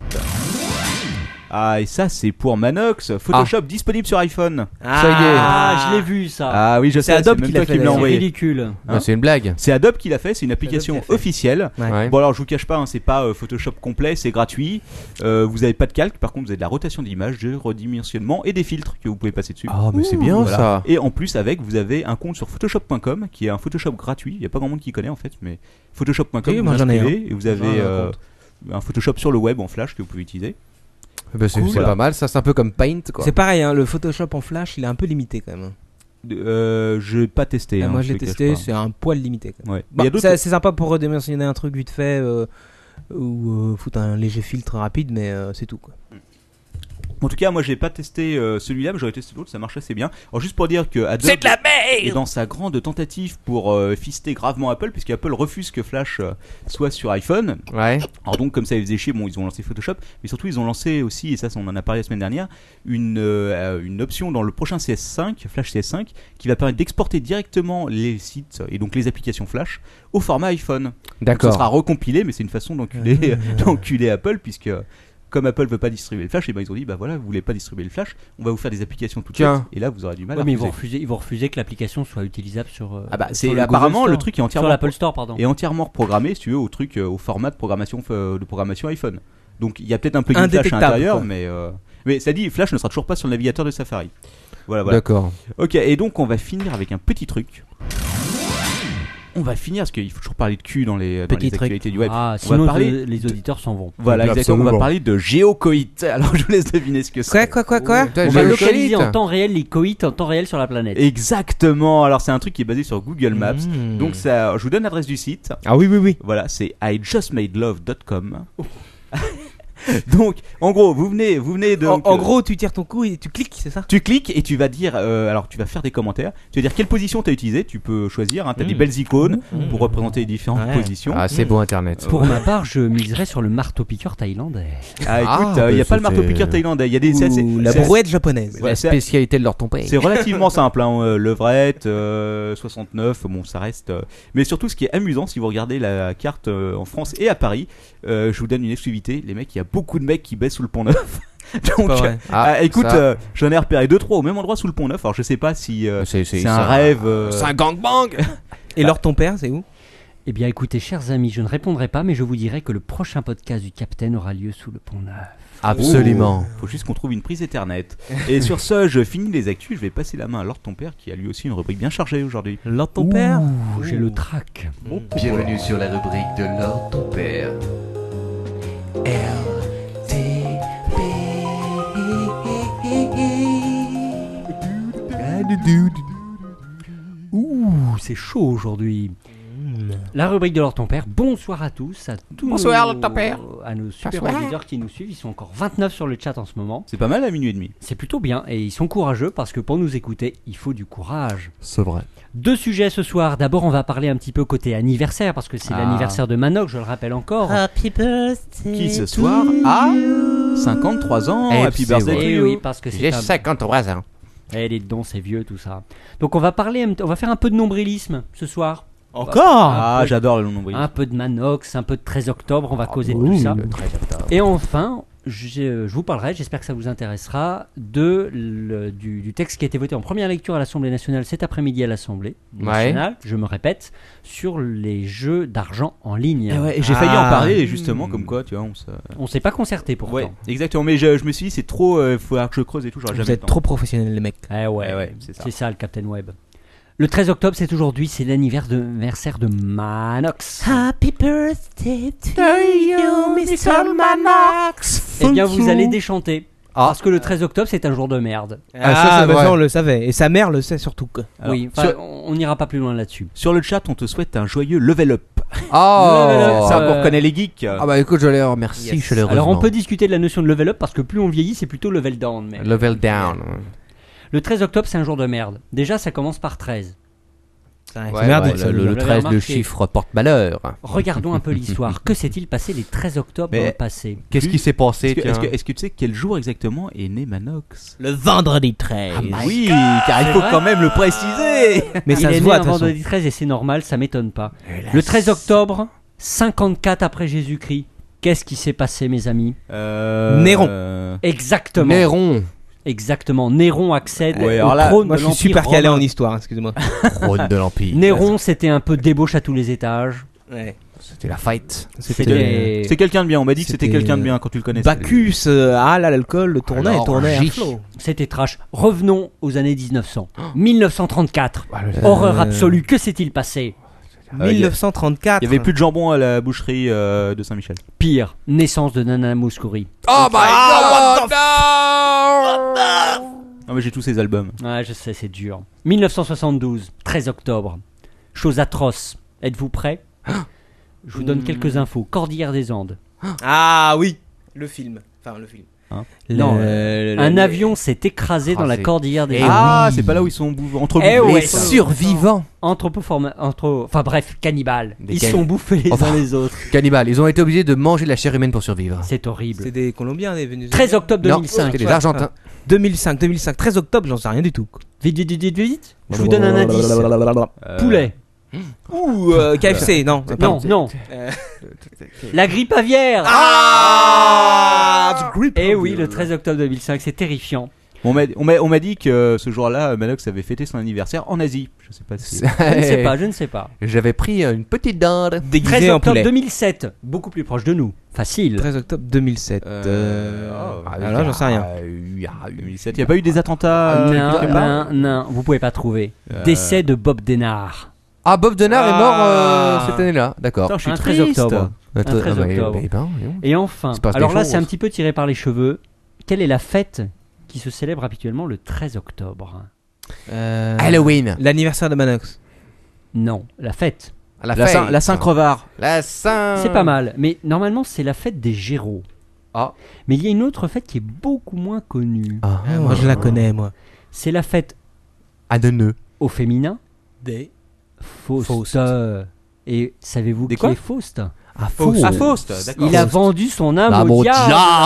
[SPEAKER 4] Ah, et ça, c'est pour Manox. Photoshop
[SPEAKER 3] Ah.
[SPEAKER 4] disponible sur iPhone.
[SPEAKER 6] Ça y est.
[SPEAKER 5] Ah, je l'ai vu ça.
[SPEAKER 4] Ah oui, je sais,
[SPEAKER 3] C'est Adobe
[SPEAKER 4] même
[SPEAKER 3] qui
[SPEAKER 4] toi
[SPEAKER 3] l'a fait,
[SPEAKER 4] me
[SPEAKER 5] c'est
[SPEAKER 3] d'ailleurs.
[SPEAKER 4] envoyé.
[SPEAKER 5] ridicule.
[SPEAKER 6] bah, c'est une blague.
[SPEAKER 4] C'est Adobe qui l'a fait, c'est une application
[SPEAKER 3] Adobe qui l'a fait.
[SPEAKER 4] officielle.
[SPEAKER 3] Ouais.
[SPEAKER 6] Ouais.
[SPEAKER 4] Bon alors je vous cache pas, hein, c'est pas euh, Photoshop complet, c'est gratuit. Euh, vous avez pas de calque, par contre vous avez de la rotation d'image, de redimensionnement et des filtres que vous pouvez passer dessus.
[SPEAKER 6] Ah, mais c'est bien
[SPEAKER 4] Voilà.
[SPEAKER 6] ça.
[SPEAKER 4] Et en plus avec, vous avez un compte sur photoshop.com qui est un Photoshop gratuit. Il y a pas grand monde qui connaît en fait, mais photoshop.com.
[SPEAKER 3] Oui,
[SPEAKER 4] vous
[SPEAKER 3] moi, j'en ai
[SPEAKER 4] inscrivez Et vous avez
[SPEAKER 3] J'en ai un
[SPEAKER 4] euh, un Photoshop sur le web en flash que vous pouvez utiliser.
[SPEAKER 6] Bah, c'est
[SPEAKER 4] Cool.
[SPEAKER 6] c'est pas mal, ça. C'est un peu comme Paint, quoi.
[SPEAKER 3] C'est pareil, hein, le Photoshop en flash, il est un peu limité quand même.
[SPEAKER 4] Euh, je pas testé.
[SPEAKER 3] Ah,
[SPEAKER 4] hein,
[SPEAKER 3] moi,
[SPEAKER 4] te
[SPEAKER 3] je l'ai
[SPEAKER 4] cache
[SPEAKER 3] testé,
[SPEAKER 4] pas.
[SPEAKER 3] c'est un poil limité. Quand même.
[SPEAKER 4] Ouais. Il
[SPEAKER 3] Bah,
[SPEAKER 4] y a d'autres-
[SPEAKER 3] c'est c'est sympa pour redimensionner un truc vite fait euh, ou euh, foutre un léger filtre rapide, mais euh, c'est tout. Quoi.
[SPEAKER 4] En tout cas, moi, j'ai pas testé euh, celui-là, mais j'aurais testé d'autres, ça marche assez bien. Alors, juste pour dire que Adobe est dans sa grande tentative pour euh, fister gravement Apple, puisque Apple refuse que Flash euh, soit sur iPhone.
[SPEAKER 6] Ouais.
[SPEAKER 4] Alors donc, comme ça, ils faisaient chier, bon, ils ont lancé Photoshop, mais surtout, ils ont lancé aussi, et ça, on en a parlé la semaine dernière, une, euh, une option dans le prochain CS5, Flash CS5, qui va permettre d'exporter directement les sites et donc les applications Flash au format iPhone. Ça sera
[SPEAKER 6] D'accord.
[SPEAKER 4] recompilé, mais c'est une façon d'enculer, d'enculer Apple, puisque comme Apple veut pas distribuer le flash, et ben ils ont dit bah voilà, vous voulez pas distribuer le flash, on va vous faire des applications toutes
[SPEAKER 6] Tiens.
[SPEAKER 4] faites, et là vous aurez du mal.
[SPEAKER 5] Ouais,
[SPEAKER 4] à
[SPEAKER 5] mais ils vont,
[SPEAKER 4] refuser.
[SPEAKER 5] refuser, ils vont refuser que l'application soit utilisable sur. euh,
[SPEAKER 4] Ah bah
[SPEAKER 5] sur
[SPEAKER 4] c'est
[SPEAKER 5] le
[SPEAKER 4] apparemment
[SPEAKER 5] Google
[SPEAKER 4] le
[SPEAKER 5] Store.
[SPEAKER 4] truc est
[SPEAKER 5] Sur
[SPEAKER 4] entièrement
[SPEAKER 5] l'Apple Store, pardon.
[SPEAKER 4] est entièrement programmé, si tu veux, au truc euh, au format de programmation euh, de programmation iPhone. Donc il y a peut-être un peu de flash à
[SPEAKER 3] Indétectable,
[SPEAKER 4] l'intérieur,
[SPEAKER 3] quoi.
[SPEAKER 4] mais euh, mais ça dit flash ne sera toujours pas sur le navigateur de Safari. Voilà voilà.
[SPEAKER 6] D'accord.
[SPEAKER 4] Ok, et donc on va finir avec un petit truc. On va finir parce qu'il faut toujours parler de cul dans les, dans
[SPEAKER 3] Petit
[SPEAKER 4] les
[SPEAKER 3] truc.
[SPEAKER 4] actualités du web.
[SPEAKER 5] Ah,
[SPEAKER 4] on va
[SPEAKER 5] sinon
[SPEAKER 4] parler
[SPEAKER 5] les, les auditeurs s'en vont.
[SPEAKER 4] Voilà,
[SPEAKER 1] Puis
[SPEAKER 4] exactement. On va
[SPEAKER 1] absolument.
[SPEAKER 4] parler de géocoït. Alors, je vous laisse deviner ce que
[SPEAKER 3] Quoi,
[SPEAKER 4] c'est.
[SPEAKER 3] quoi, quoi, quoi
[SPEAKER 6] Putain,
[SPEAKER 5] On
[SPEAKER 6] j'ai
[SPEAKER 5] va
[SPEAKER 6] le
[SPEAKER 5] localiser
[SPEAKER 6] coït.
[SPEAKER 5] en temps réel les coïts en temps réel sur la planète.
[SPEAKER 4] Exactement. Alors, c'est un truc qui est basé sur Google Maps.
[SPEAKER 3] Mmh.
[SPEAKER 4] Donc, ça, je vous donne l'adresse du site.
[SPEAKER 6] Ah oui, oui, oui.
[SPEAKER 4] Voilà, c'est ijustmadelove.com. donc, en gros, vous venez, vous venez de.
[SPEAKER 3] en, en gros, tu tires ton coup et tu cliques, c'est ça
[SPEAKER 4] Tu cliques et tu vas dire, euh, alors tu vas faire des commentaires, tu vas dire quelle position tu as utilisée, tu peux choisir, hein, tu as des
[SPEAKER 3] Mmh.
[SPEAKER 4] belles icônes
[SPEAKER 3] Mmh.
[SPEAKER 4] pour représenter les différentes
[SPEAKER 3] Ouais.
[SPEAKER 4] positions.
[SPEAKER 6] Ah, c'est bon Internet.
[SPEAKER 5] Pour ma part, je miserais sur le marteau-piqueur thaïlandais.
[SPEAKER 4] Ah, écoute, il
[SPEAKER 6] Ah,
[SPEAKER 4] n'y a
[SPEAKER 6] bah,
[SPEAKER 4] pas le marteau
[SPEAKER 6] c'était-
[SPEAKER 4] piqueur thaïlandais, il y a des... c'est- c'est-
[SPEAKER 3] Ou la
[SPEAKER 4] c'est-
[SPEAKER 3] brouette japonaise.
[SPEAKER 4] Ouais,
[SPEAKER 6] La
[SPEAKER 4] c'est-
[SPEAKER 6] spécialité de leur ton père.
[SPEAKER 4] C'est relativement simple, hein, euh, levrette, euh, 69, bon ça reste... euh, mais surtout ce qui est amusant, si vous regardez la carte euh, en France et à Paris, euh, je vous donne une exclusivité, les mecs, il y a beaucoup de mecs qui baissent sous le pont neuf. Donc,
[SPEAKER 3] Pas vrai.
[SPEAKER 6] Ah,
[SPEAKER 4] ah, écoute,
[SPEAKER 6] ça,
[SPEAKER 4] euh, j'en ai repéré deux trois au même endroit sous le pont neuf, alors je sais pas si euh,
[SPEAKER 6] c'est
[SPEAKER 4] c'est un rêve... euh,
[SPEAKER 6] C'est un gangbang.
[SPEAKER 3] Et leur ton père, c'est où
[SPEAKER 5] Eh bien, écoutez, chers amis, je ne répondrai pas, mais je vous dirai que le prochain podcast du Capitaine aura lieu sous le pont neuf.
[SPEAKER 6] Absolument.
[SPEAKER 4] Faut juste qu'on trouve une prise Ethernet. Et sur ce, je finis les actus, je vais passer la main à Lord Ton Père qui a lui aussi une rubrique bien chargée aujourd'hui.
[SPEAKER 3] Leur ton père
[SPEAKER 5] Ouh, J'ai le trac.
[SPEAKER 8] Bienvenue sur la rubrique de Lord ton père.
[SPEAKER 5] Ouh, c'est chaud aujourd'hui. La rubrique de l'or ton père. Bonsoir à tous, à tous
[SPEAKER 6] Bonsoir,
[SPEAKER 5] nos,
[SPEAKER 6] Lord ton père.
[SPEAKER 5] à nos super
[SPEAKER 6] Bonsoir.
[SPEAKER 5] auditeurs qui nous suivent. Ils sont encore 29 sur le chat en ce moment.
[SPEAKER 4] C'est pas mal à minuit et demi.
[SPEAKER 5] C'est plutôt bien et ils sont courageux parce que pour nous écouter, il faut du courage.
[SPEAKER 6] C'est vrai.
[SPEAKER 5] Deux sujets ce soir. D'abord, on va parler un petit peu côté anniversaire parce que c'est
[SPEAKER 4] Ah.
[SPEAKER 5] l'anniversaire de Manoc, je le rappelle encore.
[SPEAKER 3] Ah,
[SPEAKER 4] Qui ce soir a 53 ans.
[SPEAKER 6] Eh,
[SPEAKER 4] Happy
[SPEAKER 6] c'est
[SPEAKER 4] birthday to
[SPEAKER 5] et
[SPEAKER 4] you.
[SPEAKER 5] oui, parce que
[SPEAKER 6] J'ai
[SPEAKER 5] c'est un
[SPEAKER 6] 53 ans.
[SPEAKER 5] Eh, les dons, c'est vieux tout ça. Donc on va parler, un- on va faire un peu de nombrilisme ce soir.
[SPEAKER 4] Encore
[SPEAKER 5] Un
[SPEAKER 4] Ah,
[SPEAKER 5] peu-
[SPEAKER 4] j'adore le nombril.
[SPEAKER 5] Un peu de Manox, un peu de 13 octobre, on
[SPEAKER 4] Ah,
[SPEAKER 5] va causer de tout ça. Et enfin, j'ai- euh, je vous parlerai, j'espère que ça vous intéressera, de, le- du, du texte qui a été voté en première lecture à l'Assemblée nationale cet après-midi à l'Assemblée
[SPEAKER 6] Ouais.
[SPEAKER 5] nationale, je me répète, sur les jeux d'argent en ligne.
[SPEAKER 4] Eh ouais, et j'ai failli en
[SPEAKER 6] Ah.
[SPEAKER 4] parler et justement comme quoi tu vois on se...
[SPEAKER 5] On s'est pas concerté pourtant.
[SPEAKER 4] Ouais, exactement mais je, je me suis dit c'est trop il faut que je creuse et tout j'aurais jamais
[SPEAKER 3] Vous
[SPEAKER 4] le
[SPEAKER 3] êtes
[SPEAKER 4] temps.
[SPEAKER 3] trop professionnels, les mecs.
[SPEAKER 5] Eh ouais,
[SPEAKER 4] Eh ouais, c'est ça.
[SPEAKER 5] c'est ça le Captain Web. Le 13 octobre, c'est aujourd'hui, c'est l'anniversaire de, anniversaire de Manox.
[SPEAKER 3] Ah,
[SPEAKER 9] Happy birthday to you, Mr. Manax.
[SPEAKER 5] Eh bien, vous allez déchanter.
[SPEAKER 3] Ah.
[SPEAKER 5] Parce que le 13 octobre, c'est un jour de merde.
[SPEAKER 6] Ah, ça, c'est
[SPEAKER 3] bah,
[SPEAKER 6] vrai.
[SPEAKER 3] on le savait. Et sa mère le sait surtout. Que...
[SPEAKER 4] Alors,
[SPEAKER 5] oui, enfin,
[SPEAKER 4] sur,
[SPEAKER 5] on n'ira pas plus loin là-dessus.
[SPEAKER 4] sur le chat on te souhaite un joyeux level up.
[SPEAKER 6] Oh.
[SPEAKER 4] Ah, Ça
[SPEAKER 5] Euh,
[SPEAKER 4] on reconnaît les geeks.
[SPEAKER 6] Ah bah écoute, je les remercie chaleureusement.
[SPEAKER 5] Alors, on peut discuter de la notion de level up parce que plus on vieillit, c'est plutôt level down. Mais...
[SPEAKER 6] level down.
[SPEAKER 5] Le 13 octobre, c'est un jour de merde. Déjà, ça commence par 13.
[SPEAKER 3] C'est
[SPEAKER 6] Ouais,
[SPEAKER 3] merdique,
[SPEAKER 6] ouais,
[SPEAKER 3] ça,
[SPEAKER 6] le- le,
[SPEAKER 3] Olivier.
[SPEAKER 6] le
[SPEAKER 5] Vous l'avez
[SPEAKER 6] 13, le
[SPEAKER 5] remarqué.
[SPEAKER 6] chiffre porte malheur.
[SPEAKER 5] Regardons un peu l'histoire. Que s'est-il passé les 13 octobre
[SPEAKER 4] Mais-
[SPEAKER 5] passés
[SPEAKER 7] Qu'est-ce qui s'est passé
[SPEAKER 4] Est-ce que,
[SPEAKER 7] tiens
[SPEAKER 4] est-ce que- est-ce que tu sais quel jour exactement est né Manox Ah, bah,
[SPEAKER 3] Le vendredi 13.
[SPEAKER 4] Oui, car il faut quand même le préciser
[SPEAKER 3] Mais ça
[SPEAKER 5] Il est
[SPEAKER 3] se
[SPEAKER 5] né
[SPEAKER 3] voit,
[SPEAKER 5] un
[SPEAKER 3] de toute façon.
[SPEAKER 5] vendredi 13 et c'est normal, ça m'étonne pas. Le 13 octobre, 54 après Jésus-Christ, qu'est-ce qui s'est passé, mes amis
[SPEAKER 3] Néron.
[SPEAKER 4] euh,
[SPEAKER 5] Exactement.
[SPEAKER 6] Néron.
[SPEAKER 5] Exactement. Néron accède
[SPEAKER 4] Ouais,
[SPEAKER 5] au
[SPEAKER 4] alors là,
[SPEAKER 5] trône
[SPEAKER 3] Ah, Moi,
[SPEAKER 5] de
[SPEAKER 3] je suis
[SPEAKER 5] l'Empire
[SPEAKER 3] super calé
[SPEAKER 5] romain.
[SPEAKER 3] en histoire, excusez-moi.
[SPEAKER 6] Trône de l'Empire.
[SPEAKER 5] Néron, c'était un peu débauche à tous les étages.
[SPEAKER 6] C'était la fight.
[SPEAKER 3] C'était.
[SPEAKER 4] C'est quelqu'un de bien, on m'a dit que c'était
[SPEAKER 3] C'était-
[SPEAKER 4] quelqu'un de bien quand tu le connaissais.
[SPEAKER 3] Bacchus, euh, ah là, l'alcool, le tournait,
[SPEAKER 6] Alors,
[SPEAKER 3] tournait à
[SPEAKER 6] J.
[SPEAKER 3] flot.
[SPEAKER 5] C'était trash. Revenons aux années 1900. 1934. Horreur absolue. Que s'est-il passé
[SPEAKER 4] Euh, il y a-
[SPEAKER 3] 1934.
[SPEAKER 4] Il y avait plus de jambon à la boucherie euh, de Saint-Michel.
[SPEAKER 5] Pire, naissance de Nana Mouskouri.
[SPEAKER 6] Oh my god! non
[SPEAKER 4] Non mais j'ai tous ces albums.
[SPEAKER 5] Ouais, je sais, c'est dur. 1972, 13 octobre. Chose atroce. Êtes-vous prêts Je vous donne quelques infos. Cordillère des Andes.
[SPEAKER 3] Ah oui, le film. Enfin, le film. euh,
[SPEAKER 4] Hein
[SPEAKER 3] Le-
[SPEAKER 5] Non,
[SPEAKER 3] le- le-
[SPEAKER 5] Un
[SPEAKER 3] le-
[SPEAKER 5] avion s'est écrasé dans la
[SPEAKER 6] Écrasé.
[SPEAKER 5] cordillère des
[SPEAKER 6] Eh
[SPEAKER 5] Andes.
[SPEAKER 4] ah, c'est pas là où ils sont bouvés entre
[SPEAKER 5] Eh
[SPEAKER 4] bouvés.
[SPEAKER 5] ouais.
[SPEAKER 6] Les survivants!
[SPEAKER 5] Anthropoforme- anthro- Enfin bref, cannibales.
[SPEAKER 6] Des
[SPEAKER 5] Ils
[SPEAKER 6] can-
[SPEAKER 5] sont bouffés les
[SPEAKER 6] Enfin.
[SPEAKER 5] uns les autres.
[SPEAKER 6] Cannibales, ils ont été obligés de manger de la chair humaine pour survivre.
[SPEAKER 5] C'est horrible.
[SPEAKER 3] C'est des Colombiens, des Vénézuéliens.
[SPEAKER 5] 13 octobre
[SPEAKER 6] Non,
[SPEAKER 5] 2005.
[SPEAKER 6] c'était les Argentins.
[SPEAKER 3] 2005, 2005, 13 octobre, j'en sais rien du tout.
[SPEAKER 5] Vite, vite, vite, vite, vite. Je vous donne un indice.
[SPEAKER 4] Euh,
[SPEAKER 5] Poulet.
[SPEAKER 3] Ou euh, KFC, non.
[SPEAKER 5] Non,
[SPEAKER 3] pardon.
[SPEAKER 5] non.
[SPEAKER 3] Euh.
[SPEAKER 5] La grippe aviaire.
[SPEAKER 3] Ah
[SPEAKER 5] Eh oui, le 13 octobre 2005, c'est terrifiant.
[SPEAKER 4] On m'a- on m'a on m'a dit que euh, ce jour-là, Manox avait fêté son anniversaire en Asie. Je sais pas si.
[SPEAKER 5] Je ne sais pas, je ne sais pas.
[SPEAKER 6] J'avais pris une petite dinde.
[SPEAKER 3] Déguisé
[SPEAKER 5] 13
[SPEAKER 3] en
[SPEAKER 5] octobre
[SPEAKER 3] poulet.
[SPEAKER 5] 2007, beaucoup plus proche de nous. Facile.
[SPEAKER 3] 13 octobre 2007.
[SPEAKER 4] Euh,
[SPEAKER 3] Euh...
[SPEAKER 4] oh,
[SPEAKER 3] ah, là, j'en sais rien.
[SPEAKER 4] Il n'y a pas eu des attentats euh,
[SPEAKER 5] non,
[SPEAKER 4] quelque part
[SPEAKER 5] non, non, vous pouvez pas trouver. Décès de Bob Denard.
[SPEAKER 6] Ah, Bob Denard est mort
[SPEAKER 3] Ah.
[SPEAKER 6] euh, cette année-là, d'accord.
[SPEAKER 4] Putain, je suis
[SPEAKER 5] Un 13
[SPEAKER 4] triste.
[SPEAKER 5] octobre. Un 13
[SPEAKER 6] Ah, bah, eh
[SPEAKER 5] octobre.
[SPEAKER 6] ben, eh bon.
[SPEAKER 5] Et enfin,
[SPEAKER 6] Il se passe
[SPEAKER 5] alors
[SPEAKER 6] des
[SPEAKER 5] là
[SPEAKER 6] choses.
[SPEAKER 5] c'est un petit peu tiré par les cheveux. Quelle est la fête qui se célèbre habituellement le 13 octobre
[SPEAKER 3] Euh,
[SPEAKER 6] Halloween.
[SPEAKER 3] L'anniversaire de Manox.
[SPEAKER 5] Non, la fête.
[SPEAKER 6] La,
[SPEAKER 4] La, Saint-
[SPEAKER 6] fête.
[SPEAKER 4] la Saint-Crevard.
[SPEAKER 6] La Saint.
[SPEAKER 5] C'est pas mal, mais normalement c'est la fête des Géraud.
[SPEAKER 6] Ah.
[SPEAKER 5] Mais il y a une autre fête qui est beaucoup moins connue.
[SPEAKER 6] Ah,
[SPEAKER 3] Ah, moi, je la connais, moi.
[SPEAKER 5] C'est la fête
[SPEAKER 6] À de nœuds.
[SPEAKER 5] au féminin.
[SPEAKER 3] Des.
[SPEAKER 5] Faust.
[SPEAKER 3] Faust.
[SPEAKER 5] Et savez-vous
[SPEAKER 4] Des
[SPEAKER 5] qui
[SPEAKER 4] quoi
[SPEAKER 5] est Faust
[SPEAKER 6] À
[SPEAKER 4] Faust. Ah, Faust, d'accord.
[SPEAKER 5] Il a vendu son âme
[SPEAKER 6] Ah,
[SPEAKER 5] au
[SPEAKER 6] mon
[SPEAKER 5] diable.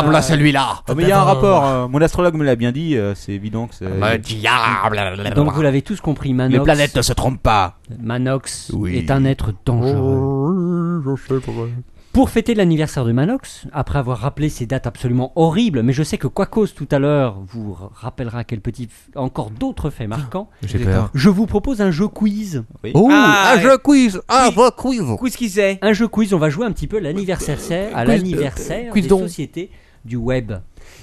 [SPEAKER 6] diable, celui-là.
[SPEAKER 4] Ah, mais il y a un rapport. euh, mon astrologue me l'a bien dit. euh, c'est évident que c'est.
[SPEAKER 5] Ah, bah,
[SPEAKER 6] Le diable.
[SPEAKER 5] Donc vous l'avez tous compris,
[SPEAKER 6] Les
[SPEAKER 5] Manox,
[SPEAKER 6] planètes ne se trompent pas.
[SPEAKER 5] Manox
[SPEAKER 6] Oui.
[SPEAKER 5] est un être dangereux. Pour fêter l'anniversaire de Manox, après avoir rappelé ces dates absolument horribles, mais je sais que Quacos tout à l'heure vous rappellera quel petit encore d'autres faits marquants,
[SPEAKER 6] J'ai peur.
[SPEAKER 5] je vous propose un jeu quiz.
[SPEAKER 6] Oh,
[SPEAKER 3] Ah,
[SPEAKER 6] un jeu quiz. Ah, Un
[SPEAKER 3] oui.
[SPEAKER 6] jeu quiz.
[SPEAKER 3] Qu'est-ce qu'il sait
[SPEAKER 5] Un jeu quiz, on va jouer un petit peu à l'anniversaire à
[SPEAKER 6] Euh, Quiz-
[SPEAKER 5] l'anniversaire
[SPEAKER 6] quiz
[SPEAKER 5] des
[SPEAKER 6] donc.
[SPEAKER 5] sociétés du web.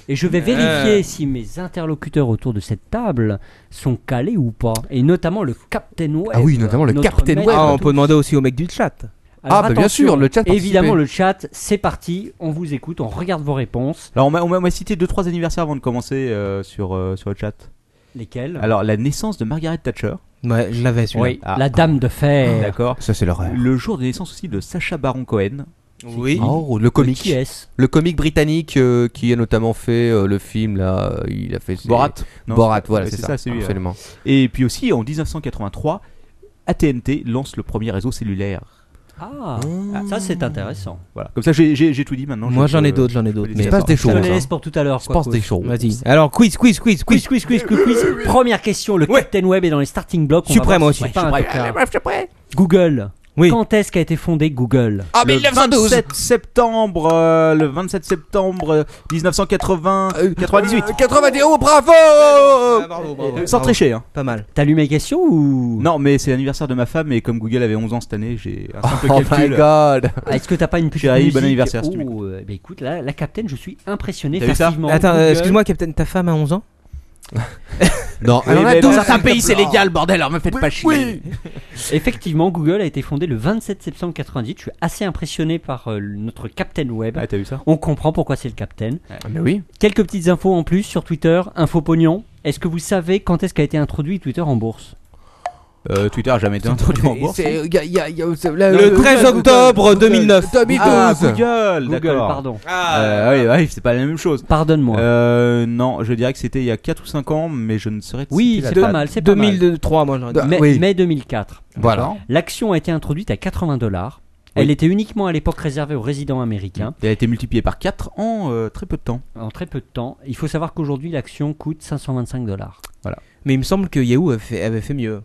[SPEAKER 5] Et je vais vérifier
[SPEAKER 3] Euh.
[SPEAKER 5] si mes interlocuteurs autour de cette table sont calés ou pas, et notamment le Captain Web.
[SPEAKER 6] Ah oui, notamment le
[SPEAKER 5] notre
[SPEAKER 6] Captain
[SPEAKER 5] maître
[SPEAKER 6] Web.
[SPEAKER 5] à
[SPEAKER 3] Ah, on
[SPEAKER 5] tout.
[SPEAKER 3] peut demander aussi au mec du chat.
[SPEAKER 5] Alors,
[SPEAKER 6] Ah, bah, bien
[SPEAKER 5] attention,
[SPEAKER 6] sûr, le chat participer.
[SPEAKER 5] Évidemment, le chat, c'est parti. On vous écoute, on regarde vos réponses.
[SPEAKER 4] Alors on m'a- on m'a on m'a cité deux trois anniversaires avant de commencer euh, sur euh, sur le chat.
[SPEAKER 5] Lesquelles
[SPEAKER 4] Alors la naissance de Margaret Thatcher.
[SPEAKER 3] Ouais, je l'avais celui-là.
[SPEAKER 5] Oui,
[SPEAKER 4] Ah.
[SPEAKER 5] la dame de
[SPEAKER 6] Eh.
[SPEAKER 5] fer.
[SPEAKER 4] D'accord.
[SPEAKER 6] Ça, c'est l'horreur.
[SPEAKER 4] Le jour de naissance aussi de Sacha Baron Cohen.
[SPEAKER 3] Oui.
[SPEAKER 6] Oh, le comique.
[SPEAKER 5] Qui est-ce
[SPEAKER 6] Le comique britannique euh, qui a notamment fait euh, le film là, euh, il a fait ses-
[SPEAKER 4] Borat. Non,
[SPEAKER 6] Borat,
[SPEAKER 4] c'est-
[SPEAKER 6] voilà,
[SPEAKER 4] ouais,
[SPEAKER 6] c'est ça,
[SPEAKER 4] c'est lui,
[SPEAKER 6] absolument.
[SPEAKER 4] Et puis aussi en 1983, AT&T lance le premier réseau cellulaire.
[SPEAKER 5] Ah, ça c'est intéressant.
[SPEAKER 4] Voilà. Comme ça j'ai- j'ai j'ai tout dit maintenant.
[SPEAKER 3] Moi,
[SPEAKER 4] je-
[SPEAKER 3] j'en ai
[SPEAKER 4] euh,
[SPEAKER 3] d'autres, j'en ai d'autres.
[SPEAKER 4] Il
[SPEAKER 6] Il
[SPEAKER 3] mais-
[SPEAKER 6] se passe des
[SPEAKER 5] Je
[SPEAKER 6] choses.
[SPEAKER 5] te les
[SPEAKER 6] hein.
[SPEAKER 5] laisse pour tout à l'heure.
[SPEAKER 6] Il se passe
[SPEAKER 5] Quacos.
[SPEAKER 6] des choses.
[SPEAKER 3] Vas-y. Alors, quiz, quiz, quiz, quiz.
[SPEAKER 5] Quiz, quiz, quiz, quiz, quiz. Première question. Le
[SPEAKER 3] Ouais.
[SPEAKER 5] Captain Web est dans les starting blocks. on va
[SPEAKER 3] Suprême,
[SPEAKER 5] voir
[SPEAKER 3] moi
[SPEAKER 5] si
[SPEAKER 3] aussi.
[SPEAKER 5] c'est pas un tocard.
[SPEAKER 6] Bref, je suis prêt.
[SPEAKER 5] Google.
[SPEAKER 3] Oui.
[SPEAKER 5] Quand est-ce qu'a été fondé Google
[SPEAKER 6] Ah,
[SPEAKER 4] le
[SPEAKER 6] 1912.
[SPEAKER 4] 27 septembre, euh, le 27 septembre euh, 1980,
[SPEAKER 6] Euh,
[SPEAKER 4] 98.
[SPEAKER 6] euh, 91, bravo
[SPEAKER 3] Ah, bravo, bravo,
[SPEAKER 4] Sans
[SPEAKER 3] bravo.
[SPEAKER 4] tricher, hein.
[SPEAKER 3] Pas mal.
[SPEAKER 5] T'as lu mes questions ou
[SPEAKER 4] Non, mais c'est l'anniversaire de ma femme et comme Google avait 11 ans cette année, j'ai un simple
[SPEAKER 6] Oh my
[SPEAKER 4] calcul.
[SPEAKER 6] god
[SPEAKER 5] Ah, Est-ce que t'as pas une petite
[SPEAKER 4] Chérie,
[SPEAKER 5] musique
[SPEAKER 4] bon anniversaire, si tu
[SPEAKER 5] Oh, euh, bah écoute, là, la Captain, je suis impressionné.
[SPEAKER 4] T'as vu ça
[SPEAKER 5] Effectivement.
[SPEAKER 3] Attends, euh,
[SPEAKER 5] Google-
[SPEAKER 3] excuse-moi, Captain, ta femme a 11 ans
[SPEAKER 6] Non,
[SPEAKER 4] Oui,
[SPEAKER 6] alors
[SPEAKER 4] mais
[SPEAKER 6] là,
[SPEAKER 4] dans
[SPEAKER 6] dans
[SPEAKER 4] certains
[SPEAKER 6] certains pays c'est légal, bordel, alors me faites pas chier
[SPEAKER 5] Effectivement, Google a été fondé le 27 septembre 90. Je suis assez impressionné par euh, notre Captain Web.
[SPEAKER 4] Ah, t'as vu ça
[SPEAKER 5] On comprend pourquoi c'est le Captain.
[SPEAKER 6] Mais oui
[SPEAKER 5] Quelques petites infos en plus sur Twitter, info pognon. Est-ce que vous savez quand est-ce qu'a été introduit Twitter en bourse
[SPEAKER 4] Euh, Twitter a jamais été introduit en bourse.
[SPEAKER 6] C'est- y a- y a- y a- c'est- là,
[SPEAKER 3] Le
[SPEAKER 6] euh,
[SPEAKER 3] 13
[SPEAKER 6] Google,
[SPEAKER 3] octobre
[SPEAKER 6] Google,
[SPEAKER 3] 2009.
[SPEAKER 4] Ah,
[SPEAKER 6] 2012.
[SPEAKER 4] Google,
[SPEAKER 5] Google,
[SPEAKER 4] d'accord.
[SPEAKER 5] pardon.
[SPEAKER 4] Euh, ouais, ouais, c'est pas la même chose.
[SPEAKER 5] Pardonne-moi.
[SPEAKER 4] Euh, non, je dirais que c'était il y a 4 ou 5 ans, mais je ne saurais. te
[SPEAKER 5] oui,
[SPEAKER 4] citer la
[SPEAKER 5] c'est
[SPEAKER 4] date.
[SPEAKER 5] pas mal, c'est pas mal. Bah.
[SPEAKER 3] 2003, moi j'aurais dit.
[SPEAKER 5] Mai,
[SPEAKER 6] oui.
[SPEAKER 5] mai 2004.
[SPEAKER 6] Voilà.
[SPEAKER 5] L'action a été introduite à 80 dollars. Elle était uniquement à l'époque réservée aux résidents américains.
[SPEAKER 4] Il a été multiplié par 4 en euh, très peu de temps.
[SPEAKER 5] En très peu de temps, il faut savoir qu'aujourd'hui l'action coûte 525 dollars.
[SPEAKER 3] Mais il me semble que Yahoo avait fait, avait fait mieux.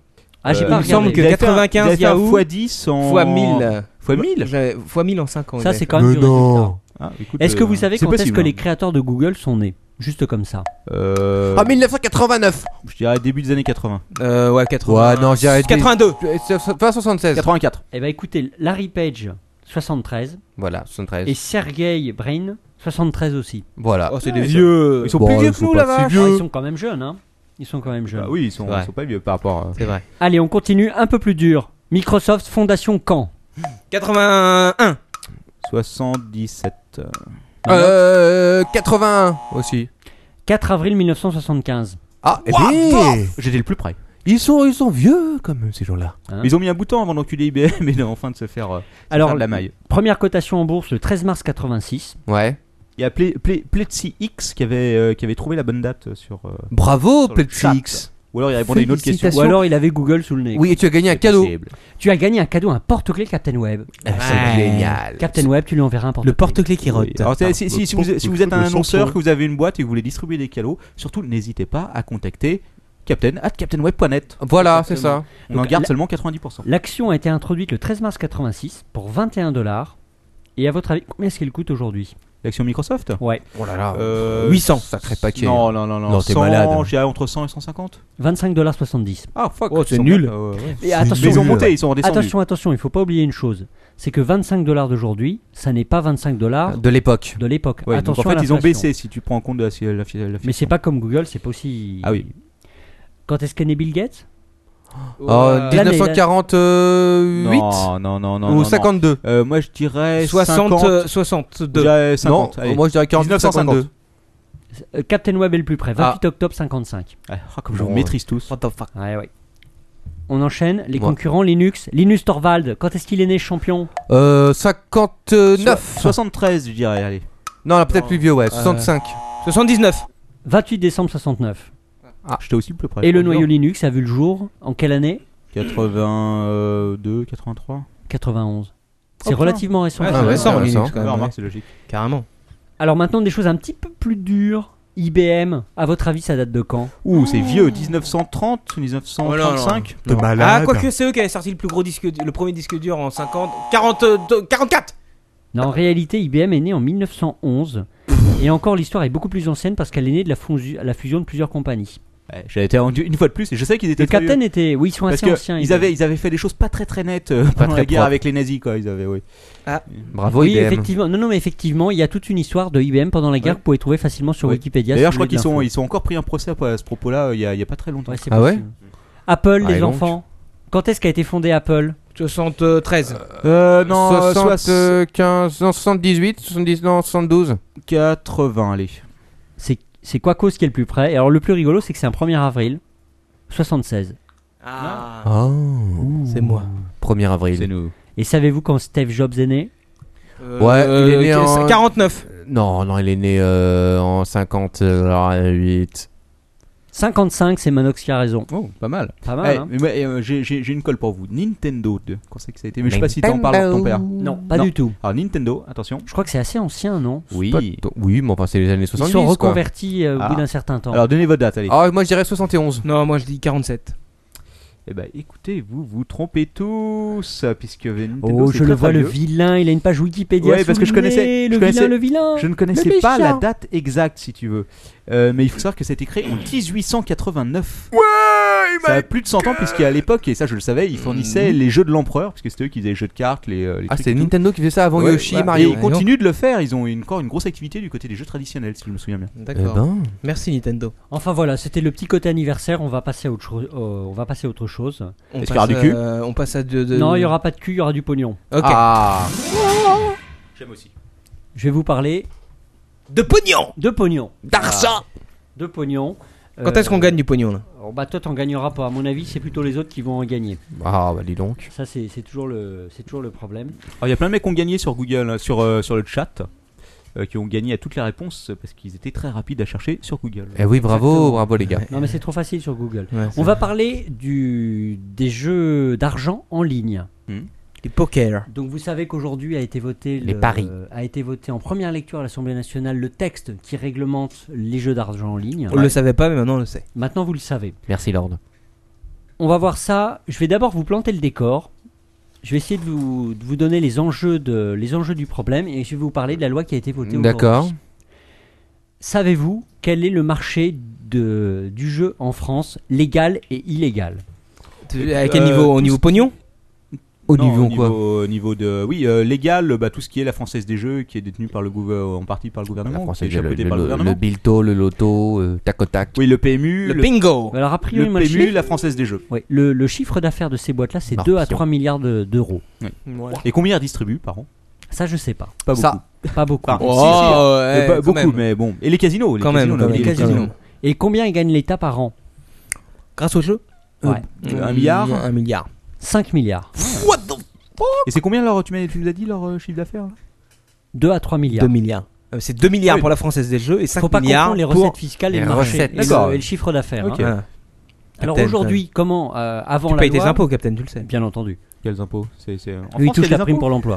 [SPEAKER 5] Ah, j'ai
[SPEAKER 4] Euh,
[SPEAKER 5] pas
[SPEAKER 3] il me semble
[SPEAKER 5] regardé.
[SPEAKER 3] que
[SPEAKER 4] Il avait fait un-
[SPEAKER 3] 95
[SPEAKER 4] il avait fait un
[SPEAKER 3] Yahoo,
[SPEAKER 4] fois 10 en.
[SPEAKER 3] Fois 1000.
[SPEAKER 4] Fois 1000
[SPEAKER 3] J'avais- Fois 1000 en 5 ans.
[SPEAKER 5] Ça,
[SPEAKER 3] il
[SPEAKER 5] c'est
[SPEAKER 3] avait
[SPEAKER 5] quand même
[SPEAKER 1] Mais
[SPEAKER 5] du
[SPEAKER 1] non.
[SPEAKER 5] résultat.
[SPEAKER 4] Ah, écoute,
[SPEAKER 5] Est-ce que
[SPEAKER 4] euh,
[SPEAKER 5] vous savez
[SPEAKER 4] c'est
[SPEAKER 5] quand est-ce
[SPEAKER 4] possible,
[SPEAKER 5] que
[SPEAKER 4] hein.
[SPEAKER 5] les créateurs de Google sont nés Juste comme ça.
[SPEAKER 4] Euh,
[SPEAKER 6] En 1989.
[SPEAKER 4] Je dirais début des années 80.
[SPEAKER 3] fait. Euh, ouais, 80.
[SPEAKER 6] Ouais, non, j'ai arrêté.
[SPEAKER 3] 82.
[SPEAKER 6] Euh, c'est- c'est- Fin 76.
[SPEAKER 4] 84.
[SPEAKER 5] Eh ben écoutez, Larry Page, 73,
[SPEAKER 6] Voilà, 73.
[SPEAKER 5] et Sergey Brin, 73 aussi.
[SPEAKER 6] Voilà.
[SPEAKER 3] Oh, c'est des vieux.
[SPEAKER 4] Ah, Ils sont
[SPEAKER 6] Bon,
[SPEAKER 4] plus vieux
[SPEAKER 6] ils
[SPEAKER 4] que
[SPEAKER 6] sont
[SPEAKER 4] nous
[SPEAKER 6] pas
[SPEAKER 4] là-bas. Ah
[SPEAKER 6] si
[SPEAKER 5] Ah,
[SPEAKER 6] vieux.
[SPEAKER 5] ils sont quand même jeunes, hein Ils sont quand même jeunes.
[SPEAKER 4] oui, ils sont,
[SPEAKER 6] Ouais.
[SPEAKER 4] ils sont pas vieux par rapport. euh, à-
[SPEAKER 6] C'est vrai.
[SPEAKER 5] Allez, on continue un peu plus dur. Microsoft Fondation Caen.
[SPEAKER 3] 81.
[SPEAKER 4] 77. euh,
[SPEAKER 6] Euh. 81 aussi.
[SPEAKER 5] 4 avril 1975.
[SPEAKER 6] Ah, eh bien,
[SPEAKER 4] J'étais le plus près.
[SPEAKER 6] ils sont, ils sont vieux comme ces gens-là.
[SPEAKER 5] Hein
[SPEAKER 4] Ils ont mis un bouton avant d'enculer IBM et enfin de se faire, euh,
[SPEAKER 5] Alors,
[SPEAKER 4] faire de la maille.
[SPEAKER 5] première cotation en bourse le 13 mars 86.
[SPEAKER 6] Ouais.
[SPEAKER 4] Il y a Ple- Ple- Plexi X qui avait, euh, qui avait trouvé la bonne date sur. euh,
[SPEAKER 6] Bravo,
[SPEAKER 4] Sur le
[SPEAKER 6] Plexix.
[SPEAKER 4] Ou alors il répondait à une autre question.
[SPEAKER 5] Ou alors il avait Google sous le nez.
[SPEAKER 6] Oui, et tu as gagné un
[SPEAKER 4] C'est
[SPEAKER 6] cadeau.
[SPEAKER 4] possible.
[SPEAKER 5] Tu as gagné un cadeau, un porte-clés Captain Web.
[SPEAKER 4] Ah,
[SPEAKER 6] C'est génial.
[SPEAKER 5] Captain Web, tu lui enverras un porte-clés.
[SPEAKER 3] Le porte-clés qui rote.
[SPEAKER 4] Oui. Alors, c'est-
[SPEAKER 6] Ah,
[SPEAKER 4] si, si- si vous, si vous êtes un
[SPEAKER 1] le
[SPEAKER 4] annonceur,
[SPEAKER 1] centre.
[SPEAKER 4] que vous avez une boîte et que vous voulez distribuer des cadeaux, surtout n'hésitez pas à contacter captain at captainweb.net.
[SPEAKER 6] Voilà, c'est ça.
[SPEAKER 4] On
[SPEAKER 5] Donc,
[SPEAKER 4] en garde
[SPEAKER 5] la-
[SPEAKER 4] seulement 90%.
[SPEAKER 5] L'action a été introduite le 13 mars 86 pour 21 dollars. Et à votre avis, combien est-ce qu'elle coûte aujourd'hui
[SPEAKER 4] L'action Microsoft
[SPEAKER 5] Ouais,
[SPEAKER 6] Oh là là.
[SPEAKER 4] Euh,
[SPEAKER 3] 800.
[SPEAKER 6] Sacré paquet.
[SPEAKER 4] Non, non, non, non.
[SPEAKER 6] Non, t'es
[SPEAKER 4] 100,
[SPEAKER 6] malade.
[SPEAKER 4] je dirais entre 100 et 150.
[SPEAKER 5] 25 dollars 70.
[SPEAKER 4] Ah, fuck.
[SPEAKER 3] Oh, c'est
[SPEAKER 4] Ils sont-
[SPEAKER 3] nul.
[SPEAKER 4] Euh, ouais.
[SPEAKER 5] Et
[SPEAKER 4] Mais
[SPEAKER 5] attention,
[SPEAKER 4] ils ont monté, ils sont redescendus.
[SPEAKER 5] attention, attention, il faut pas oublier une chose, c'est que 25 dollars d'aujourd'hui, ça n'est pas 25 dollars
[SPEAKER 6] Ah, De l'époque.
[SPEAKER 5] de l'époque.
[SPEAKER 4] Ouais, donc
[SPEAKER 5] attention,
[SPEAKER 4] en
[SPEAKER 5] à
[SPEAKER 4] fait, ils ont
[SPEAKER 5] l'inflation.
[SPEAKER 4] baissé si tu prends en compte de la, la, la- la-
[SPEAKER 5] Mais c'est pas comme Google, c'est pas aussi.
[SPEAKER 4] Ah oui.
[SPEAKER 5] Quand est-ce qu'est né Bill Gates
[SPEAKER 3] Oh,
[SPEAKER 6] Euh,
[SPEAKER 5] l'année,
[SPEAKER 6] 1948
[SPEAKER 4] Non, non, non, non. non,
[SPEAKER 6] ou
[SPEAKER 4] non.
[SPEAKER 6] 52
[SPEAKER 4] Euh, Moi, je dirais
[SPEAKER 3] 60,
[SPEAKER 4] 50.
[SPEAKER 3] euh, 62.
[SPEAKER 4] Je dirais 50.
[SPEAKER 6] Non,
[SPEAKER 4] allez.
[SPEAKER 6] moi je dirais 49
[SPEAKER 4] 1950.
[SPEAKER 6] 52.
[SPEAKER 5] Euh, Captain Web est le plus près, 28 octobre 55.
[SPEAKER 4] Ah, ah, comme je
[SPEAKER 5] Oh,
[SPEAKER 4] vous
[SPEAKER 6] Bon,
[SPEAKER 4] maîtrise tous.
[SPEAKER 5] Ouais, ouais. On enchaîne, les
[SPEAKER 6] Ouais.
[SPEAKER 5] concurrents, Linux. Linus Torvald, quand est-ce qu'il est né champion
[SPEAKER 6] Euh, 59
[SPEAKER 4] 73, je dirais, allez.
[SPEAKER 6] Non, là, peut-être plus vieux, ouais, 65.
[SPEAKER 3] 79.
[SPEAKER 5] 28 décembre 69.
[SPEAKER 4] J'étais aussi le plus près.
[SPEAKER 5] Et le noyau Linux a vu le jour en quelle année
[SPEAKER 4] 82, 83.
[SPEAKER 5] 91.
[SPEAKER 4] Oh,
[SPEAKER 5] C'est
[SPEAKER 4] putain.
[SPEAKER 5] relativement récent.
[SPEAKER 3] Ouais,
[SPEAKER 5] quand
[SPEAKER 3] c'est
[SPEAKER 5] même.
[SPEAKER 3] récent,
[SPEAKER 6] Ah, ouais,
[SPEAKER 3] Linux,
[SPEAKER 6] récent.
[SPEAKER 3] quand même, ouais.
[SPEAKER 4] remarque, Ah, bah, c'est logique.
[SPEAKER 3] Carrément.
[SPEAKER 5] Alors maintenant des choses un petit peu plus dures. IBM, à votre avis, ça date de quand
[SPEAKER 4] Ouh, c'est vieux, 1930, 1935.
[SPEAKER 1] T'es
[SPEAKER 3] Ah,
[SPEAKER 1] malade.
[SPEAKER 3] quoique c'est eux qui avaient sorti le plus gros disque, du- le premier disque dur en 50, 42, 44.
[SPEAKER 5] Non, en réalité, IBM est né en 1911. Et encore, l'histoire est beaucoup plus ancienne parce qu'elle est née de la, fondu- la fusion de plusieurs compagnies.
[SPEAKER 4] Ouais, J'avais été rendu une fois de plus et je sais qu'ils étaient
[SPEAKER 5] Le
[SPEAKER 4] très
[SPEAKER 5] Captain
[SPEAKER 4] vieux.
[SPEAKER 5] était. Oui, ils sont
[SPEAKER 4] parce
[SPEAKER 5] assez anciens.
[SPEAKER 4] qu'ils
[SPEAKER 5] IBM.
[SPEAKER 4] avaient, ils avaient fait des choses pas très très nettes euh, pendant
[SPEAKER 6] très
[SPEAKER 4] la guerre
[SPEAKER 6] propres.
[SPEAKER 4] avec les nazis quoi. Ils avaient, oui.
[SPEAKER 6] Bravo,
[SPEAKER 5] Oui,
[SPEAKER 6] IBM.
[SPEAKER 5] effectivement. Non, non, mais effectivement, il y a toute une histoire de IBM pendant la guerre que vous pouvez trouver facilement sur
[SPEAKER 4] Oui.
[SPEAKER 5] Wikipédia.
[SPEAKER 4] D'ailleurs,
[SPEAKER 5] si
[SPEAKER 4] je
[SPEAKER 5] vous
[SPEAKER 4] crois qu'ils sont,
[SPEAKER 5] voulez de
[SPEAKER 4] ils sont encore pris un procès à ce propos-là euh, il y, a- il y a pas très longtemps.
[SPEAKER 5] l'info. Ouais, c'est
[SPEAKER 6] Ah ouais
[SPEAKER 5] possible. Apple,
[SPEAKER 6] Ah, et
[SPEAKER 5] les
[SPEAKER 6] donc
[SPEAKER 5] enfants. Quand est-ce qu'a été fondée Apple
[SPEAKER 3] 73.
[SPEAKER 4] Euh, non, euh,
[SPEAKER 6] 75, non, 78, 70, non, 72.
[SPEAKER 4] 80, allez.
[SPEAKER 5] C'est c'est Quacos qui est le plus près. Et alors, le plus rigolo, c'est que c'est un 1er avril 76.
[SPEAKER 3] Ah.
[SPEAKER 6] Oh,
[SPEAKER 3] C'est moi.
[SPEAKER 6] 1er
[SPEAKER 4] C'est
[SPEAKER 6] avril.
[SPEAKER 4] nous.
[SPEAKER 5] Et savez-vous quand Steve Jobs est né
[SPEAKER 6] Ouais,
[SPEAKER 3] Euh,
[SPEAKER 6] il est né en-
[SPEAKER 3] 49.
[SPEAKER 6] Euh, Non, non, il est né euh, en 58.
[SPEAKER 5] 55, c'est Manox qui a raison.
[SPEAKER 4] Oh, pas mal.
[SPEAKER 5] Pas mal,
[SPEAKER 4] Eh,
[SPEAKER 5] hein
[SPEAKER 4] mais moi, eh, euh, J'ai j'ai- j'ai une colle pour vous. Nintendo 2. Quand c'est que ça a été Mais je sais pas si t'en parles à ton père.
[SPEAKER 5] Non, pas
[SPEAKER 4] Non.
[SPEAKER 5] du tout.
[SPEAKER 4] Alors, Nintendo, attention.
[SPEAKER 5] Je crois que c'est assez ancien, non
[SPEAKER 4] Oui.
[SPEAKER 6] Pas t- Oui, mais enfin, c'est les années
[SPEAKER 5] Ils
[SPEAKER 6] 70.
[SPEAKER 5] sont
[SPEAKER 6] quoi.
[SPEAKER 5] reconvertis euh, au
[SPEAKER 4] Ah.
[SPEAKER 5] bout d'un certain temps.
[SPEAKER 4] Alors, donnez votre date, allez.
[SPEAKER 6] Ah, moi je dirais 71.
[SPEAKER 3] Non, moi je dis 47.
[SPEAKER 4] Eh ben, écoutez, vous vous trompez tous, puisque Nintendo,
[SPEAKER 5] oh,
[SPEAKER 4] c'est
[SPEAKER 5] je
[SPEAKER 4] très,
[SPEAKER 5] le
[SPEAKER 4] très
[SPEAKER 5] vois, le
[SPEAKER 4] vieux.
[SPEAKER 5] vilain, il a une page Wikipédia.
[SPEAKER 4] Ouais, parce
[SPEAKER 5] sous
[SPEAKER 4] que je
[SPEAKER 5] le
[SPEAKER 4] connaissais-
[SPEAKER 5] nez,
[SPEAKER 4] je
[SPEAKER 5] Le
[SPEAKER 4] connaissais-
[SPEAKER 5] vilain, le vilain.
[SPEAKER 4] Je ne connaissais pas la date exacte, si tu veux. Euh, mais il faut savoir que ça a été créé en 1889. Ouais, ça a plus de 100 ans, puisqu'à l'époque, et ça je le savais, ils fournissaient les jeux de l'empereur, puisque c'était eux qui faisaient les jeux de cartes, les, euh, les
[SPEAKER 6] Ah,
[SPEAKER 4] trucs
[SPEAKER 6] c'est
[SPEAKER 4] et tout.
[SPEAKER 6] Nintendo qui faisait ça avant
[SPEAKER 4] Ouais,
[SPEAKER 6] Yoshi,
[SPEAKER 3] bah,
[SPEAKER 4] ouais.
[SPEAKER 6] Mario.
[SPEAKER 4] Et ils continuent de le faire, ils ont une- encore une grosse activité du côté des jeux traditionnels, si je me souviens bien.
[SPEAKER 6] Eh
[SPEAKER 3] D'accord.
[SPEAKER 6] ben,
[SPEAKER 3] Merci Nintendo.
[SPEAKER 5] Enfin voilà, c'était le petit côté anniversaire. On va passer à autre, chose- euh, on va passer à autre chose.
[SPEAKER 3] On
[SPEAKER 4] Est-ce qu'il y aura
[SPEAKER 3] passe,
[SPEAKER 4] du cul
[SPEAKER 3] euh, On passe à de. de-
[SPEAKER 5] Non, il y aura pas de cul, il y aura du pognon.
[SPEAKER 3] Ok.
[SPEAKER 6] Ah,
[SPEAKER 4] J'aime aussi.
[SPEAKER 5] Je vais vous parler
[SPEAKER 3] De pognon
[SPEAKER 5] de pognon.
[SPEAKER 9] D'argent
[SPEAKER 5] De pognon.
[SPEAKER 3] Quand est-ce qu'on gagne du pognon là
[SPEAKER 5] Oh, bah toi t'en gagneras pas. À mon avis, c'est plutôt les autres qui vont en gagner.
[SPEAKER 6] Ah, bah dis donc.
[SPEAKER 5] Ça c'est c'est toujours le c'est toujours le problème.
[SPEAKER 4] Alors, il y a plein de mecs qui ont gagné sur Google, hein, sur, euh, sur le chat, euh, qui ont gagné à toutes les réponses euh, parce qu'ils étaient très rapides à chercher sur Google.
[SPEAKER 6] Eh oui, bravo,
[SPEAKER 5] Exactement.
[SPEAKER 6] bravo les gars.
[SPEAKER 5] Non mais c'est trop facile sur Google.
[SPEAKER 3] Ouais,
[SPEAKER 5] On va parler du des jeux d'argent en ligne.
[SPEAKER 3] Les poker.
[SPEAKER 5] Donc vous savez qu'aujourd'hui a été voté
[SPEAKER 6] Les paris.
[SPEAKER 5] a été voté en première lecture à l'Assemblée nationale le texte qui réglemente les jeux d'argent en ligne.
[SPEAKER 3] On le savait pas, mais maintenant on le sait.
[SPEAKER 5] Maintenant vous le savez.
[SPEAKER 6] Merci Lord.
[SPEAKER 5] On va voir ça. Je vais d'abord vous planter le décor. Je vais essayer de vous, de vous donner les enjeux, de, les enjeux du problème et je vais vous parler de la loi qui a été votée aujourd'hui.
[SPEAKER 6] D'accord.
[SPEAKER 5] Savez-vous quel est le marché de, du jeu en France, légal et illégal
[SPEAKER 3] À quel niveau Au
[SPEAKER 4] Euh, tous-
[SPEAKER 3] niveau pognon
[SPEAKER 6] Au
[SPEAKER 4] Non,
[SPEAKER 6] niveau quoi
[SPEAKER 4] Au niveau de. Oui, euh, légal, euh, bah, tout ce qui est la française des jeux, qui est détenue par le gouver- en partie par le
[SPEAKER 6] La
[SPEAKER 4] gouvernement.
[SPEAKER 6] France,
[SPEAKER 4] qui est
[SPEAKER 6] déjà, le,
[SPEAKER 4] chapeautée
[SPEAKER 6] le,
[SPEAKER 4] par le
[SPEAKER 6] le,
[SPEAKER 4] gouvernement.
[SPEAKER 6] Bilto, le Loto, euh, tac au tac.
[SPEAKER 4] Oui, le PMU,
[SPEAKER 3] Le
[SPEAKER 4] le,
[SPEAKER 3] bingo
[SPEAKER 5] Alors a
[SPEAKER 4] le
[SPEAKER 5] priori, moi, le
[SPEAKER 4] PMU,
[SPEAKER 5] chiffre,
[SPEAKER 4] la française des jeux.
[SPEAKER 5] ouais, le- le chiffre d'affaires de ces boîtes-là, c'est
[SPEAKER 6] Marpion.
[SPEAKER 5] 2 à 3 milliards de- d'euros.
[SPEAKER 4] Et combien elle distribue par an
[SPEAKER 5] Ça, je sais pas.
[SPEAKER 4] Pas beaucoup.
[SPEAKER 6] Ça,
[SPEAKER 5] Pas beaucoup.
[SPEAKER 4] Par-
[SPEAKER 3] Oh,
[SPEAKER 4] si, si,
[SPEAKER 3] ouais,
[SPEAKER 4] euh, bah,
[SPEAKER 3] quand
[SPEAKER 4] beaucoup,
[SPEAKER 3] même.
[SPEAKER 4] mais bon. Et les casinos, les
[SPEAKER 3] Quand
[SPEAKER 4] casinos,
[SPEAKER 3] même,
[SPEAKER 4] on a
[SPEAKER 3] quand
[SPEAKER 4] oublié
[SPEAKER 3] même,
[SPEAKER 4] les
[SPEAKER 3] quand
[SPEAKER 4] casinos.
[SPEAKER 3] même.
[SPEAKER 5] Et combien gagne l'État par an
[SPEAKER 3] Grâce au jeu
[SPEAKER 5] Ouais.
[SPEAKER 4] Euh, un milliard.
[SPEAKER 3] Un milliard.
[SPEAKER 5] 5 milliards.
[SPEAKER 4] Et c'est combien leur, tu, m'as- tu nous as dit leur euh, chiffre d'affaires là
[SPEAKER 5] 2 à 3 milliards.
[SPEAKER 3] 2 milliards. Euh, C'est 2 milliards
[SPEAKER 4] Oui.
[SPEAKER 3] pour la Française des Jeux et 5
[SPEAKER 5] Faut pas
[SPEAKER 3] milliards
[SPEAKER 5] confondre les
[SPEAKER 3] pour-
[SPEAKER 5] recettes fiscales et
[SPEAKER 6] les
[SPEAKER 5] le marché.
[SPEAKER 6] recettes.
[SPEAKER 5] Et le,
[SPEAKER 4] D'accord.
[SPEAKER 5] et le chiffre d'affaires.
[SPEAKER 4] Ok.
[SPEAKER 5] hein.
[SPEAKER 3] Voilà.
[SPEAKER 5] Alors
[SPEAKER 3] Peut-être,
[SPEAKER 5] aujourd'hui, comment euh, Avant
[SPEAKER 3] Tu
[SPEAKER 5] la
[SPEAKER 3] payes
[SPEAKER 5] loi,
[SPEAKER 3] tes impôts, Captain, tu le sais.
[SPEAKER 5] Bien entendu.
[SPEAKER 4] Quels impôts C'est c'est- en
[SPEAKER 5] Lui, il
[SPEAKER 4] France, il y a
[SPEAKER 5] touche
[SPEAKER 4] des
[SPEAKER 5] la prime
[SPEAKER 4] impôts
[SPEAKER 5] pour l'emploi.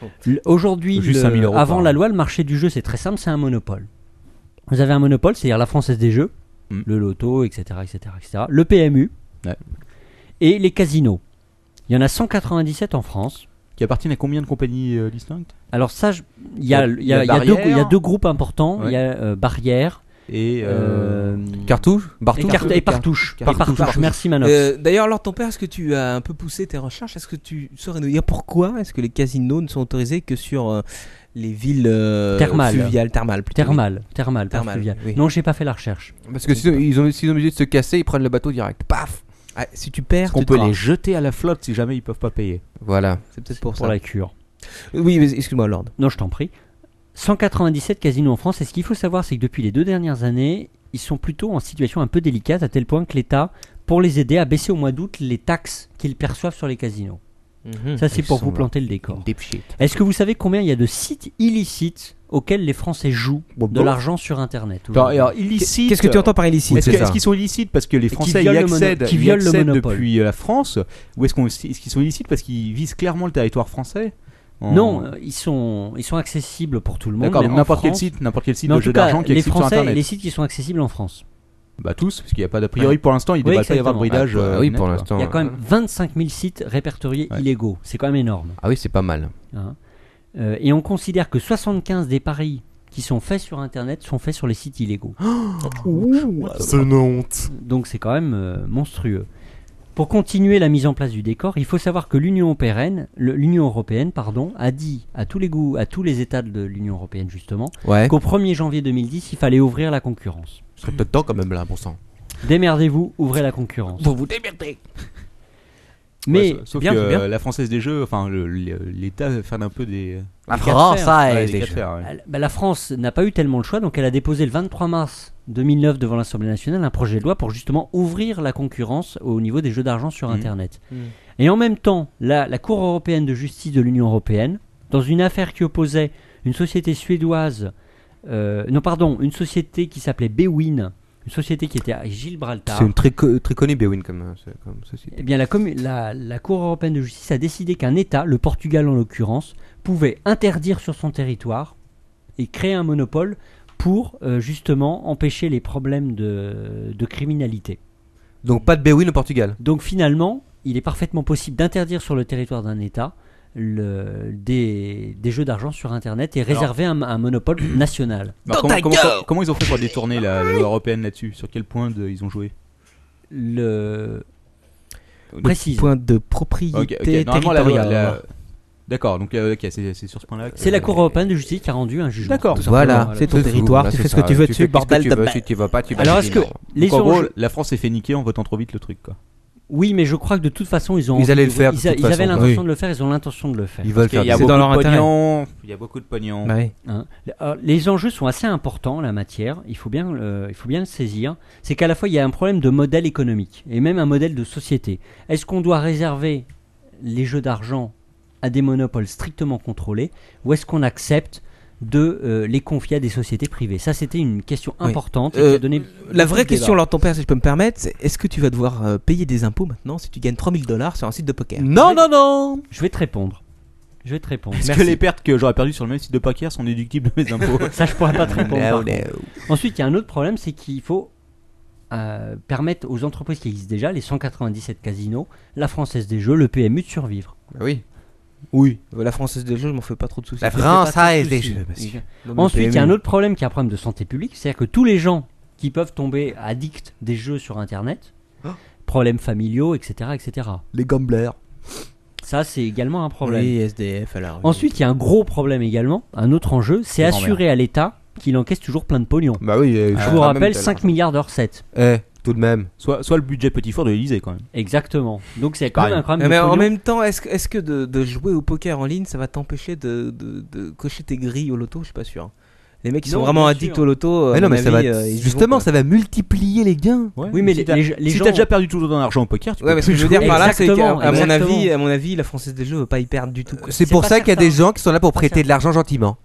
[SPEAKER 3] Bon.
[SPEAKER 5] Le- Aujourd'hui,
[SPEAKER 4] Juste
[SPEAKER 5] le-
[SPEAKER 4] 5 000 euros
[SPEAKER 5] avant
[SPEAKER 4] par
[SPEAKER 5] la
[SPEAKER 4] an.
[SPEAKER 5] loi, le marché du jeu, c'est très simple, c'est un monopole. Vous avez un monopole, c'est-à-dire la Française des Jeux,
[SPEAKER 4] Mm.
[SPEAKER 5] le loto, etc., etc., etc., le PMU
[SPEAKER 4] Ouais.
[SPEAKER 5] et les casinos. Il y en a 197 en France.
[SPEAKER 4] Qui appartiennent à combien de compagnies euh, distinctes
[SPEAKER 5] Alors ça, je- il y a, il y
[SPEAKER 4] Il
[SPEAKER 5] a- il
[SPEAKER 4] y a
[SPEAKER 5] y a deux,
[SPEAKER 4] Barrière.
[SPEAKER 5] il y a deux groupes importants. Il
[SPEAKER 4] Ouais.
[SPEAKER 5] y a euh, Barrière
[SPEAKER 4] Et. euh,
[SPEAKER 5] euh,
[SPEAKER 6] Cartouche
[SPEAKER 5] et,
[SPEAKER 6] Bartouche
[SPEAKER 5] Carte- et Partouche. Et
[SPEAKER 4] Partouche,
[SPEAKER 5] Partouche.
[SPEAKER 4] Partouche.
[SPEAKER 5] Merci Manon.
[SPEAKER 3] Euh, D'ailleurs, alors ton père, est-ce que tu as un peu poussé tes recherches Est-ce que tu saurais nous dire pourquoi est-ce que les casinos ne sont autorisés que sur euh, les villes euh,
[SPEAKER 5] Thermales.
[SPEAKER 3] fluviales, thermales plutôt, oui.
[SPEAKER 5] Thermal, thermal, pas
[SPEAKER 3] Thermal,
[SPEAKER 5] fluvial.
[SPEAKER 3] oui.
[SPEAKER 5] Non, j'ai pas fait la recherche.
[SPEAKER 6] Parce que sinon, ils ont, s'ils ont obligé de se casser, ils prennent le bateau direct. Paf
[SPEAKER 3] Ah, si tu perds,
[SPEAKER 4] Est-ce qu'on
[SPEAKER 3] tu te
[SPEAKER 4] peut
[SPEAKER 3] rates.
[SPEAKER 4] les jeter à la flotte si jamais ils peuvent pas payer
[SPEAKER 6] Voilà.
[SPEAKER 3] C'est peut-être pour,
[SPEAKER 5] Pour
[SPEAKER 3] ça.
[SPEAKER 5] la cure.
[SPEAKER 3] Oui, mais excuse-moi, Lord.
[SPEAKER 5] Non, je t'en prie. 197 casinos en France. Et ce qu'il faut savoir, c'est que depuis les deux dernières années, ils sont plutôt en situation un peu délicate, à tel point que l'État, pour les aider, a baissé au mois d'août les taxes qu'ils perçoivent sur les casinos. Ça, c'est
[SPEAKER 6] ils
[SPEAKER 5] pour
[SPEAKER 6] sont
[SPEAKER 5] vous
[SPEAKER 6] là.
[SPEAKER 5] planter le décor.
[SPEAKER 6] Deep shit.
[SPEAKER 5] Est-ce que vous savez combien il y a de sites illicites auxquels les Français jouent de l'argent sur Internet
[SPEAKER 4] Alors,
[SPEAKER 5] aujourd'hui
[SPEAKER 4] alors, illicite.
[SPEAKER 3] Qu'est-ce euh, que tu entends par illicite
[SPEAKER 4] Est-ce
[SPEAKER 6] c'est
[SPEAKER 4] que-
[SPEAKER 6] ça.
[SPEAKER 4] est-ce qu'ils sont illicites parce que les Français y
[SPEAKER 5] violent le mono-
[SPEAKER 4] accèdent,
[SPEAKER 5] qui
[SPEAKER 4] y
[SPEAKER 5] violent le
[SPEAKER 4] accèdent
[SPEAKER 5] monopole.
[SPEAKER 4] depuis euh, la France Ou est-ce qu'on- est-ce qu'ils sont illicites parce qu'ils visent clairement le territoire français En-
[SPEAKER 5] Non, euh, ils sont, ils sont accessibles pour tout le monde.
[SPEAKER 4] D'accord,
[SPEAKER 5] mais
[SPEAKER 4] donc
[SPEAKER 5] en
[SPEAKER 4] n'importe quel
[SPEAKER 5] France-
[SPEAKER 4] site, n'importe quel site
[SPEAKER 5] mais en
[SPEAKER 4] de
[SPEAKER 5] tout
[SPEAKER 4] jeu
[SPEAKER 5] cas,
[SPEAKER 4] d'argent qui
[SPEAKER 5] les
[SPEAKER 4] existe sur
[SPEAKER 5] Français,
[SPEAKER 4] internet.
[SPEAKER 5] les sites qui sont accessibles en France.
[SPEAKER 4] Bah tous, parce qu'il n'y a pas d'a priori pour l'instant, il ne
[SPEAKER 5] Oui,
[SPEAKER 4] devrait pas y avoir de
[SPEAKER 5] exactement. Ah, bah
[SPEAKER 4] bridage. euh,
[SPEAKER 6] Ah oui,
[SPEAKER 4] net,
[SPEAKER 6] pour
[SPEAKER 4] quoi.
[SPEAKER 6] l'instant.
[SPEAKER 5] Il y a quand même 25 000 sites répertoriés
[SPEAKER 4] Ouais.
[SPEAKER 5] illégaux. C'est quand même énorme.
[SPEAKER 6] Ah oui, c'est pas mal.
[SPEAKER 5] hein. Euh, et on considère que 75 des paris qui sont faits sur Internet sont faits sur les sites illégaux.
[SPEAKER 9] C'est une honte.
[SPEAKER 5] Donc c'est quand même euh, monstrueux. Pour continuer la mise en place du décor, il faut savoir que l'Union européenne, le- l'Union européenne pardon, a dit à tous les goûts, à tous les États de l'Union européenne justement,
[SPEAKER 6] Ouais.
[SPEAKER 5] qu'au 1er janvier 2010, il fallait ouvrir la concurrence.
[SPEAKER 6] Ce serait peut-être temps quand même là, bon sang.
[SPEAKER 5] Démerdez-vous, ouvrez la concurrence.
[SPEAKER 3] Vous vous démerdez
[SPEAKER 5] Mais
[SPEAKER 4] Ouais, Bah, sauf
[SPEAKER 3] bien,
[SPEAKER 4] que
[SPEAKER 3] c'est bien.
[SPEAKER 4] euh, la française des jeux, enfin le- le- l'État fait un peu des.
[SPEAKER 10] Ah,
[SPEAKER 6] La
[SPEAKER 5] Les France, quatre
[SPEAKER 4] Ouais, des
[SPEAKER 6] des
[SPEAKER 4] quatre fers, ouais.
[SPEAKER 5] Elle- bah, la France n'a pas eu tellement le choix, donc elle a déposé le 23 mars 2009 devant l'Assemblée nationale un projet de loi pour justement ouvrir la concurrence au niveau des jeux d'argent sur
[SPEAKER 4] Mhm.
[SPEAKER 5] Internet.
[SPEAKER 3] Mhm.
[SPEAKER 5] Et en même temps, la, la Cour européenne de justice de l'Union européenne, dans une affaire qui opposait une société suédoise, euh, non pardon, une société qui s'appelait Bewin, une société qui était à Gibraltar.
[SPEAKER 6] C'est une très, co- très connue Bewin comme, euh, comme société.
[SPEAKER 5] Eh bien, la, commu- la- la Cour européenne de justice a décidé qu'un État, le Portugal en l'occurrence, pouvait interdire sur son territoire et créer un monopole pour euh, justement empêcher les problèmes de, de criminalité.
[SPEAKER 6] Donc pas de Bewin au Portugal.
[SPEAKER 5] Donc finalement, il est parfaitement possible d'interdire sur le territoire d'un État le- des, des jeux d'argent sur Internet et réserver un, un monopole national.
[SPEAKER 4] Alors, Bah, comment, comment- comment ils ont fait pour détourner la, la loi européenne là-dessus Sur quel point de- ils ont joué
[SPEAKER 5] Le...
[SPEAKER 4] Le
[SPEAKER 5] Précise.
[SPEAKER 3] Point de propriété
[SPEAKER 4] Ok, ok, Normalement, la loi-
[SPEAKER 3] territoriale.
[SPEAKER 4] la- D'accord, donc euh, ok, c'est c'est sur ce point-là. que-
[SPEAKER 5] C'est la Cour européenne de justice qui a rendu un jugement.
[SPEAKER 4] Euh, D'accord.
[SPEAKER 6] Voilà,
[SPEAKER 3] C'est ton territoire,
[SPEAKER 6] Voilà,
[SPEAKER 3] tu
[SPEAKER 6] c'est
[SPEAKER 3] fais ce que
[SPEAKER 6] ça.
[SPEAKER 3] tu veux
[SPEAKER 6] fais
[SPEAKER 3] dessus,
[SPEAKER 6] ce que
[SPEAKER 3] bordel
[SPEAKER 6] tu
[SPEAKER 3] de
[SPEAKER 6] veux,
[SPEAKER 3] merde.
[SPEAKER 6] Si tu vas pas, tu vas
[SPEAKER 5] Alors
[SPEAKER 6] chez
[SPEAKER 5] est-ce que
[SPEAKER 6] Lidl.
[SPEAKER 5] les
[SPEAKER 4] Donc, en gros,
[SPEAKER 5] enjeux-
[SPEAKER 4] la France s'est fait niquer en votant trop vite le truc. Quoi.
[SPEAKER 5] Oui, mais je crois que de toute façon, ils ont.
[SPEAKER 6] Ils allaient le
[SPEAKER 5] envie de-
[SPEAKER 6] faire, de
[SPEAKER 5] ils, a-
[SPEAKER 6] toute
[SPEAKER 5] ils avaient
[SPEAKER 6] façon.
[SPEAKER 5] l'intention
[SPEAKER 3] Oui.
[SPEAKER 5] de le faire, ils ont l'intention de le faire.
[SPEAKER 6] Ils veulent faire
[SPEAKER 4] Il y a
[SPEAKER 3] C'est
[SPEAKER 6] des-
[SPEAKER 3] dans
[SPEAKER 4] beaucoup
[SPEAKER 3] leur
[SPEAKER 4] de
[SPEAKER 3] intérêt.
[SPEAKER 4] pognon. Il y a beaucoup de pognon.
[SPEAKER 3] Bah oui.
[SPEAKER 5] hein. Euh, Les enjeux sont assez importants, la matière, il faut bien, le- il faut bien le saisir. C'est qu'à la fois, il y a un problème de modèle économique et même un modèle de société. Est-ce qu'on doit réserver les jeux d'argent à des monopoles strictement contrôlés ou est-ce qu'on accepte de euh, les confier à des sociétés privées Ça, c'était une question
[SPEAKER 3] Oui.
[SPEAKER 5] importante. et
[SPEAKER 3] Euh,
[SPEAKER 5] qui a donné
[SPEAKER 3] La
[SPEAKER 5] beaucoup
[SPEAKER 3] vraie
[SPEAKER 5] de
[SPEAKER 3] question,
[SPEAKER 5] débats.
[SPEAKER 3] alors ton père, si je peux me permettre, c'est est-ce que tu vas devoir euh, payer des impôts maintenant si tu gagnes 3000 dollars sur un site de poker
[SPEAKER 6] Non, non, non
[SPEAKER 5] Je vais te répondre. Je vais te répondre.
[SPEAKER 4] Est-ce
[SPEAKER 3] Merci.
[SPEAKER 4] que les pertes que j'aurais perdues sur le même site de poker sont déductibles de mes impôts
[SPEAKER 5] Ça, je pourrais pas te répondre.
[SPEAKER 3] Eh,
[SPEAKER 5] par
[SPEAKER 6] Non,
[SPEAKER 5] contre.
[SPEAKER 6] non.
[SPEAKER 5] Ensuite, il y a un autre problème, c'est qu'il faut euh, permettre aux entreprises qui existent déjà, les 197 casinos, la Française des Jeux, le PMU, de survivre.
[SPEAKER 6] Bah oui.
[SPEAKER 3] Oui. La française des jeux, je m'en fais pas trop de soucis.
[SPEAKER 6] La
[SPEAKER 3] Je me fais pas trop de
[SPEAKER 6] Française des
[SPEAKER 3] soucis.
[SPEAKER 6] jeux, monsieur.
[SPEAKER 3] Non, mais
[SPEAKER 5] Ensuite, il y a
[SPEAKER 3] PMU.
[SPEAKER 5] un autre problème qui est un problème de santé publique, c'est-à-dire que tous les gens qui peuvent tomber addicts des jeux sur Internet,
[SPEAKER 3] Oh.
[SPEAKER 5] problèmes familiaux, etc., etc.
[SPEAKER 7] Les gamblers.
[SPEAKER 5] Ça, c'est également un problème.
[SPEAKER 3] Oui, SDF alors.
[SPEAKER 5] Ensuite, il y a un gros problème également, un autre enjeu, c'est
[SPEAKER 4] Grand-mère.
[SPEAKER 5] assurer à l'État qu'il encaisse toujours plein de pognon.
[SPEAKER 7] Bah oui, euh,
[SPEAKER 5] Je
[SPEAKER 7] ah,
[SPEAKER 5] vous
[SPEAKER 7] même
[SPEAKER 5] rappelle,
[SPEAKER 7] tout à
[SPEAKER 5] 5 milliards de recettes.
[SPEAKER 7] l'heure. Eh, tout de même.
[SPEAKER 4] soit, soit le budget petit fort de l'Elysée quand même.
[SPEAKER 5] Exactement. Donc c'est quand même
[SPEAKER 4] Pareil.
[SPEAKER 5] un problème
[SPEAKER 3] Ah,
[SPEAKER 5] de
[SPEAKER 3] mais en
[SPEAKER 5] pognon.
[SPEAKER 3] même temps, est-ce que- est-ce que de, de jouer au poker en ligne, ça va t'empêcher de, de- de cocher tes grilles au loto Je suis pas sûr. hein. Les mecs qui sont
[SPEAKER 5] Non,
[SPEAKER 3] vraiment
[SPEAKER 5] bien
[SPEAKER 3] addicts
[SPEAKER 5] sûr.
[SPEAKER 3] au loto, à
[SPEAKER 7] mais non,
[SPEAKER 3] mon
[SPEAKER 7] mais ça va.
[SPEAKER 3] avis, euh, ils y vont,
[SPEAKER 7] justement,
[SPEAKER 3] quoi.
[SPEAKER 7] ça va multiplier les gains.
[SPEAKER 5] Oui, mais
[SPEAKER 4] si
[SPEAKER 5] les-
[SPEAKER 4] t'as-
[SPEAKER 5] les- les
[SPEAKER 4] si
[SPEAKER 5] gens-
[SPEAKER 4] t'as déjà perdu tout ton argent au poker, tu
[SPEAKER 3] Ouais,
[SPEAKER 4] peux
[SPEAKER 3] mais ce que
[SPEAKER 4] plus
[SPEAKER 3] je veux dire
[SPEAKER 4] jouer.
[SPEAKER 3] par là, c'est
[SPEAKER 5] Exactement,
[SPEAKER 3] qu'à mon
[SPEAKER 5] exactement.
[SPEAKER 3] avis, à mon avis, la française des jeux veut pas y perdre du tout. quoi.
[SPEAKER 6] C'est
[SPEAKER 5] C'est
[SPEAKER 6] pour
[SPEAKER 5] pas
[SPEAKER 6] ça qu'il y a des
[SPEAKER 5] certain.
[SPEAKER 6] gens qui sont là pour prêter de l'argent gentiment.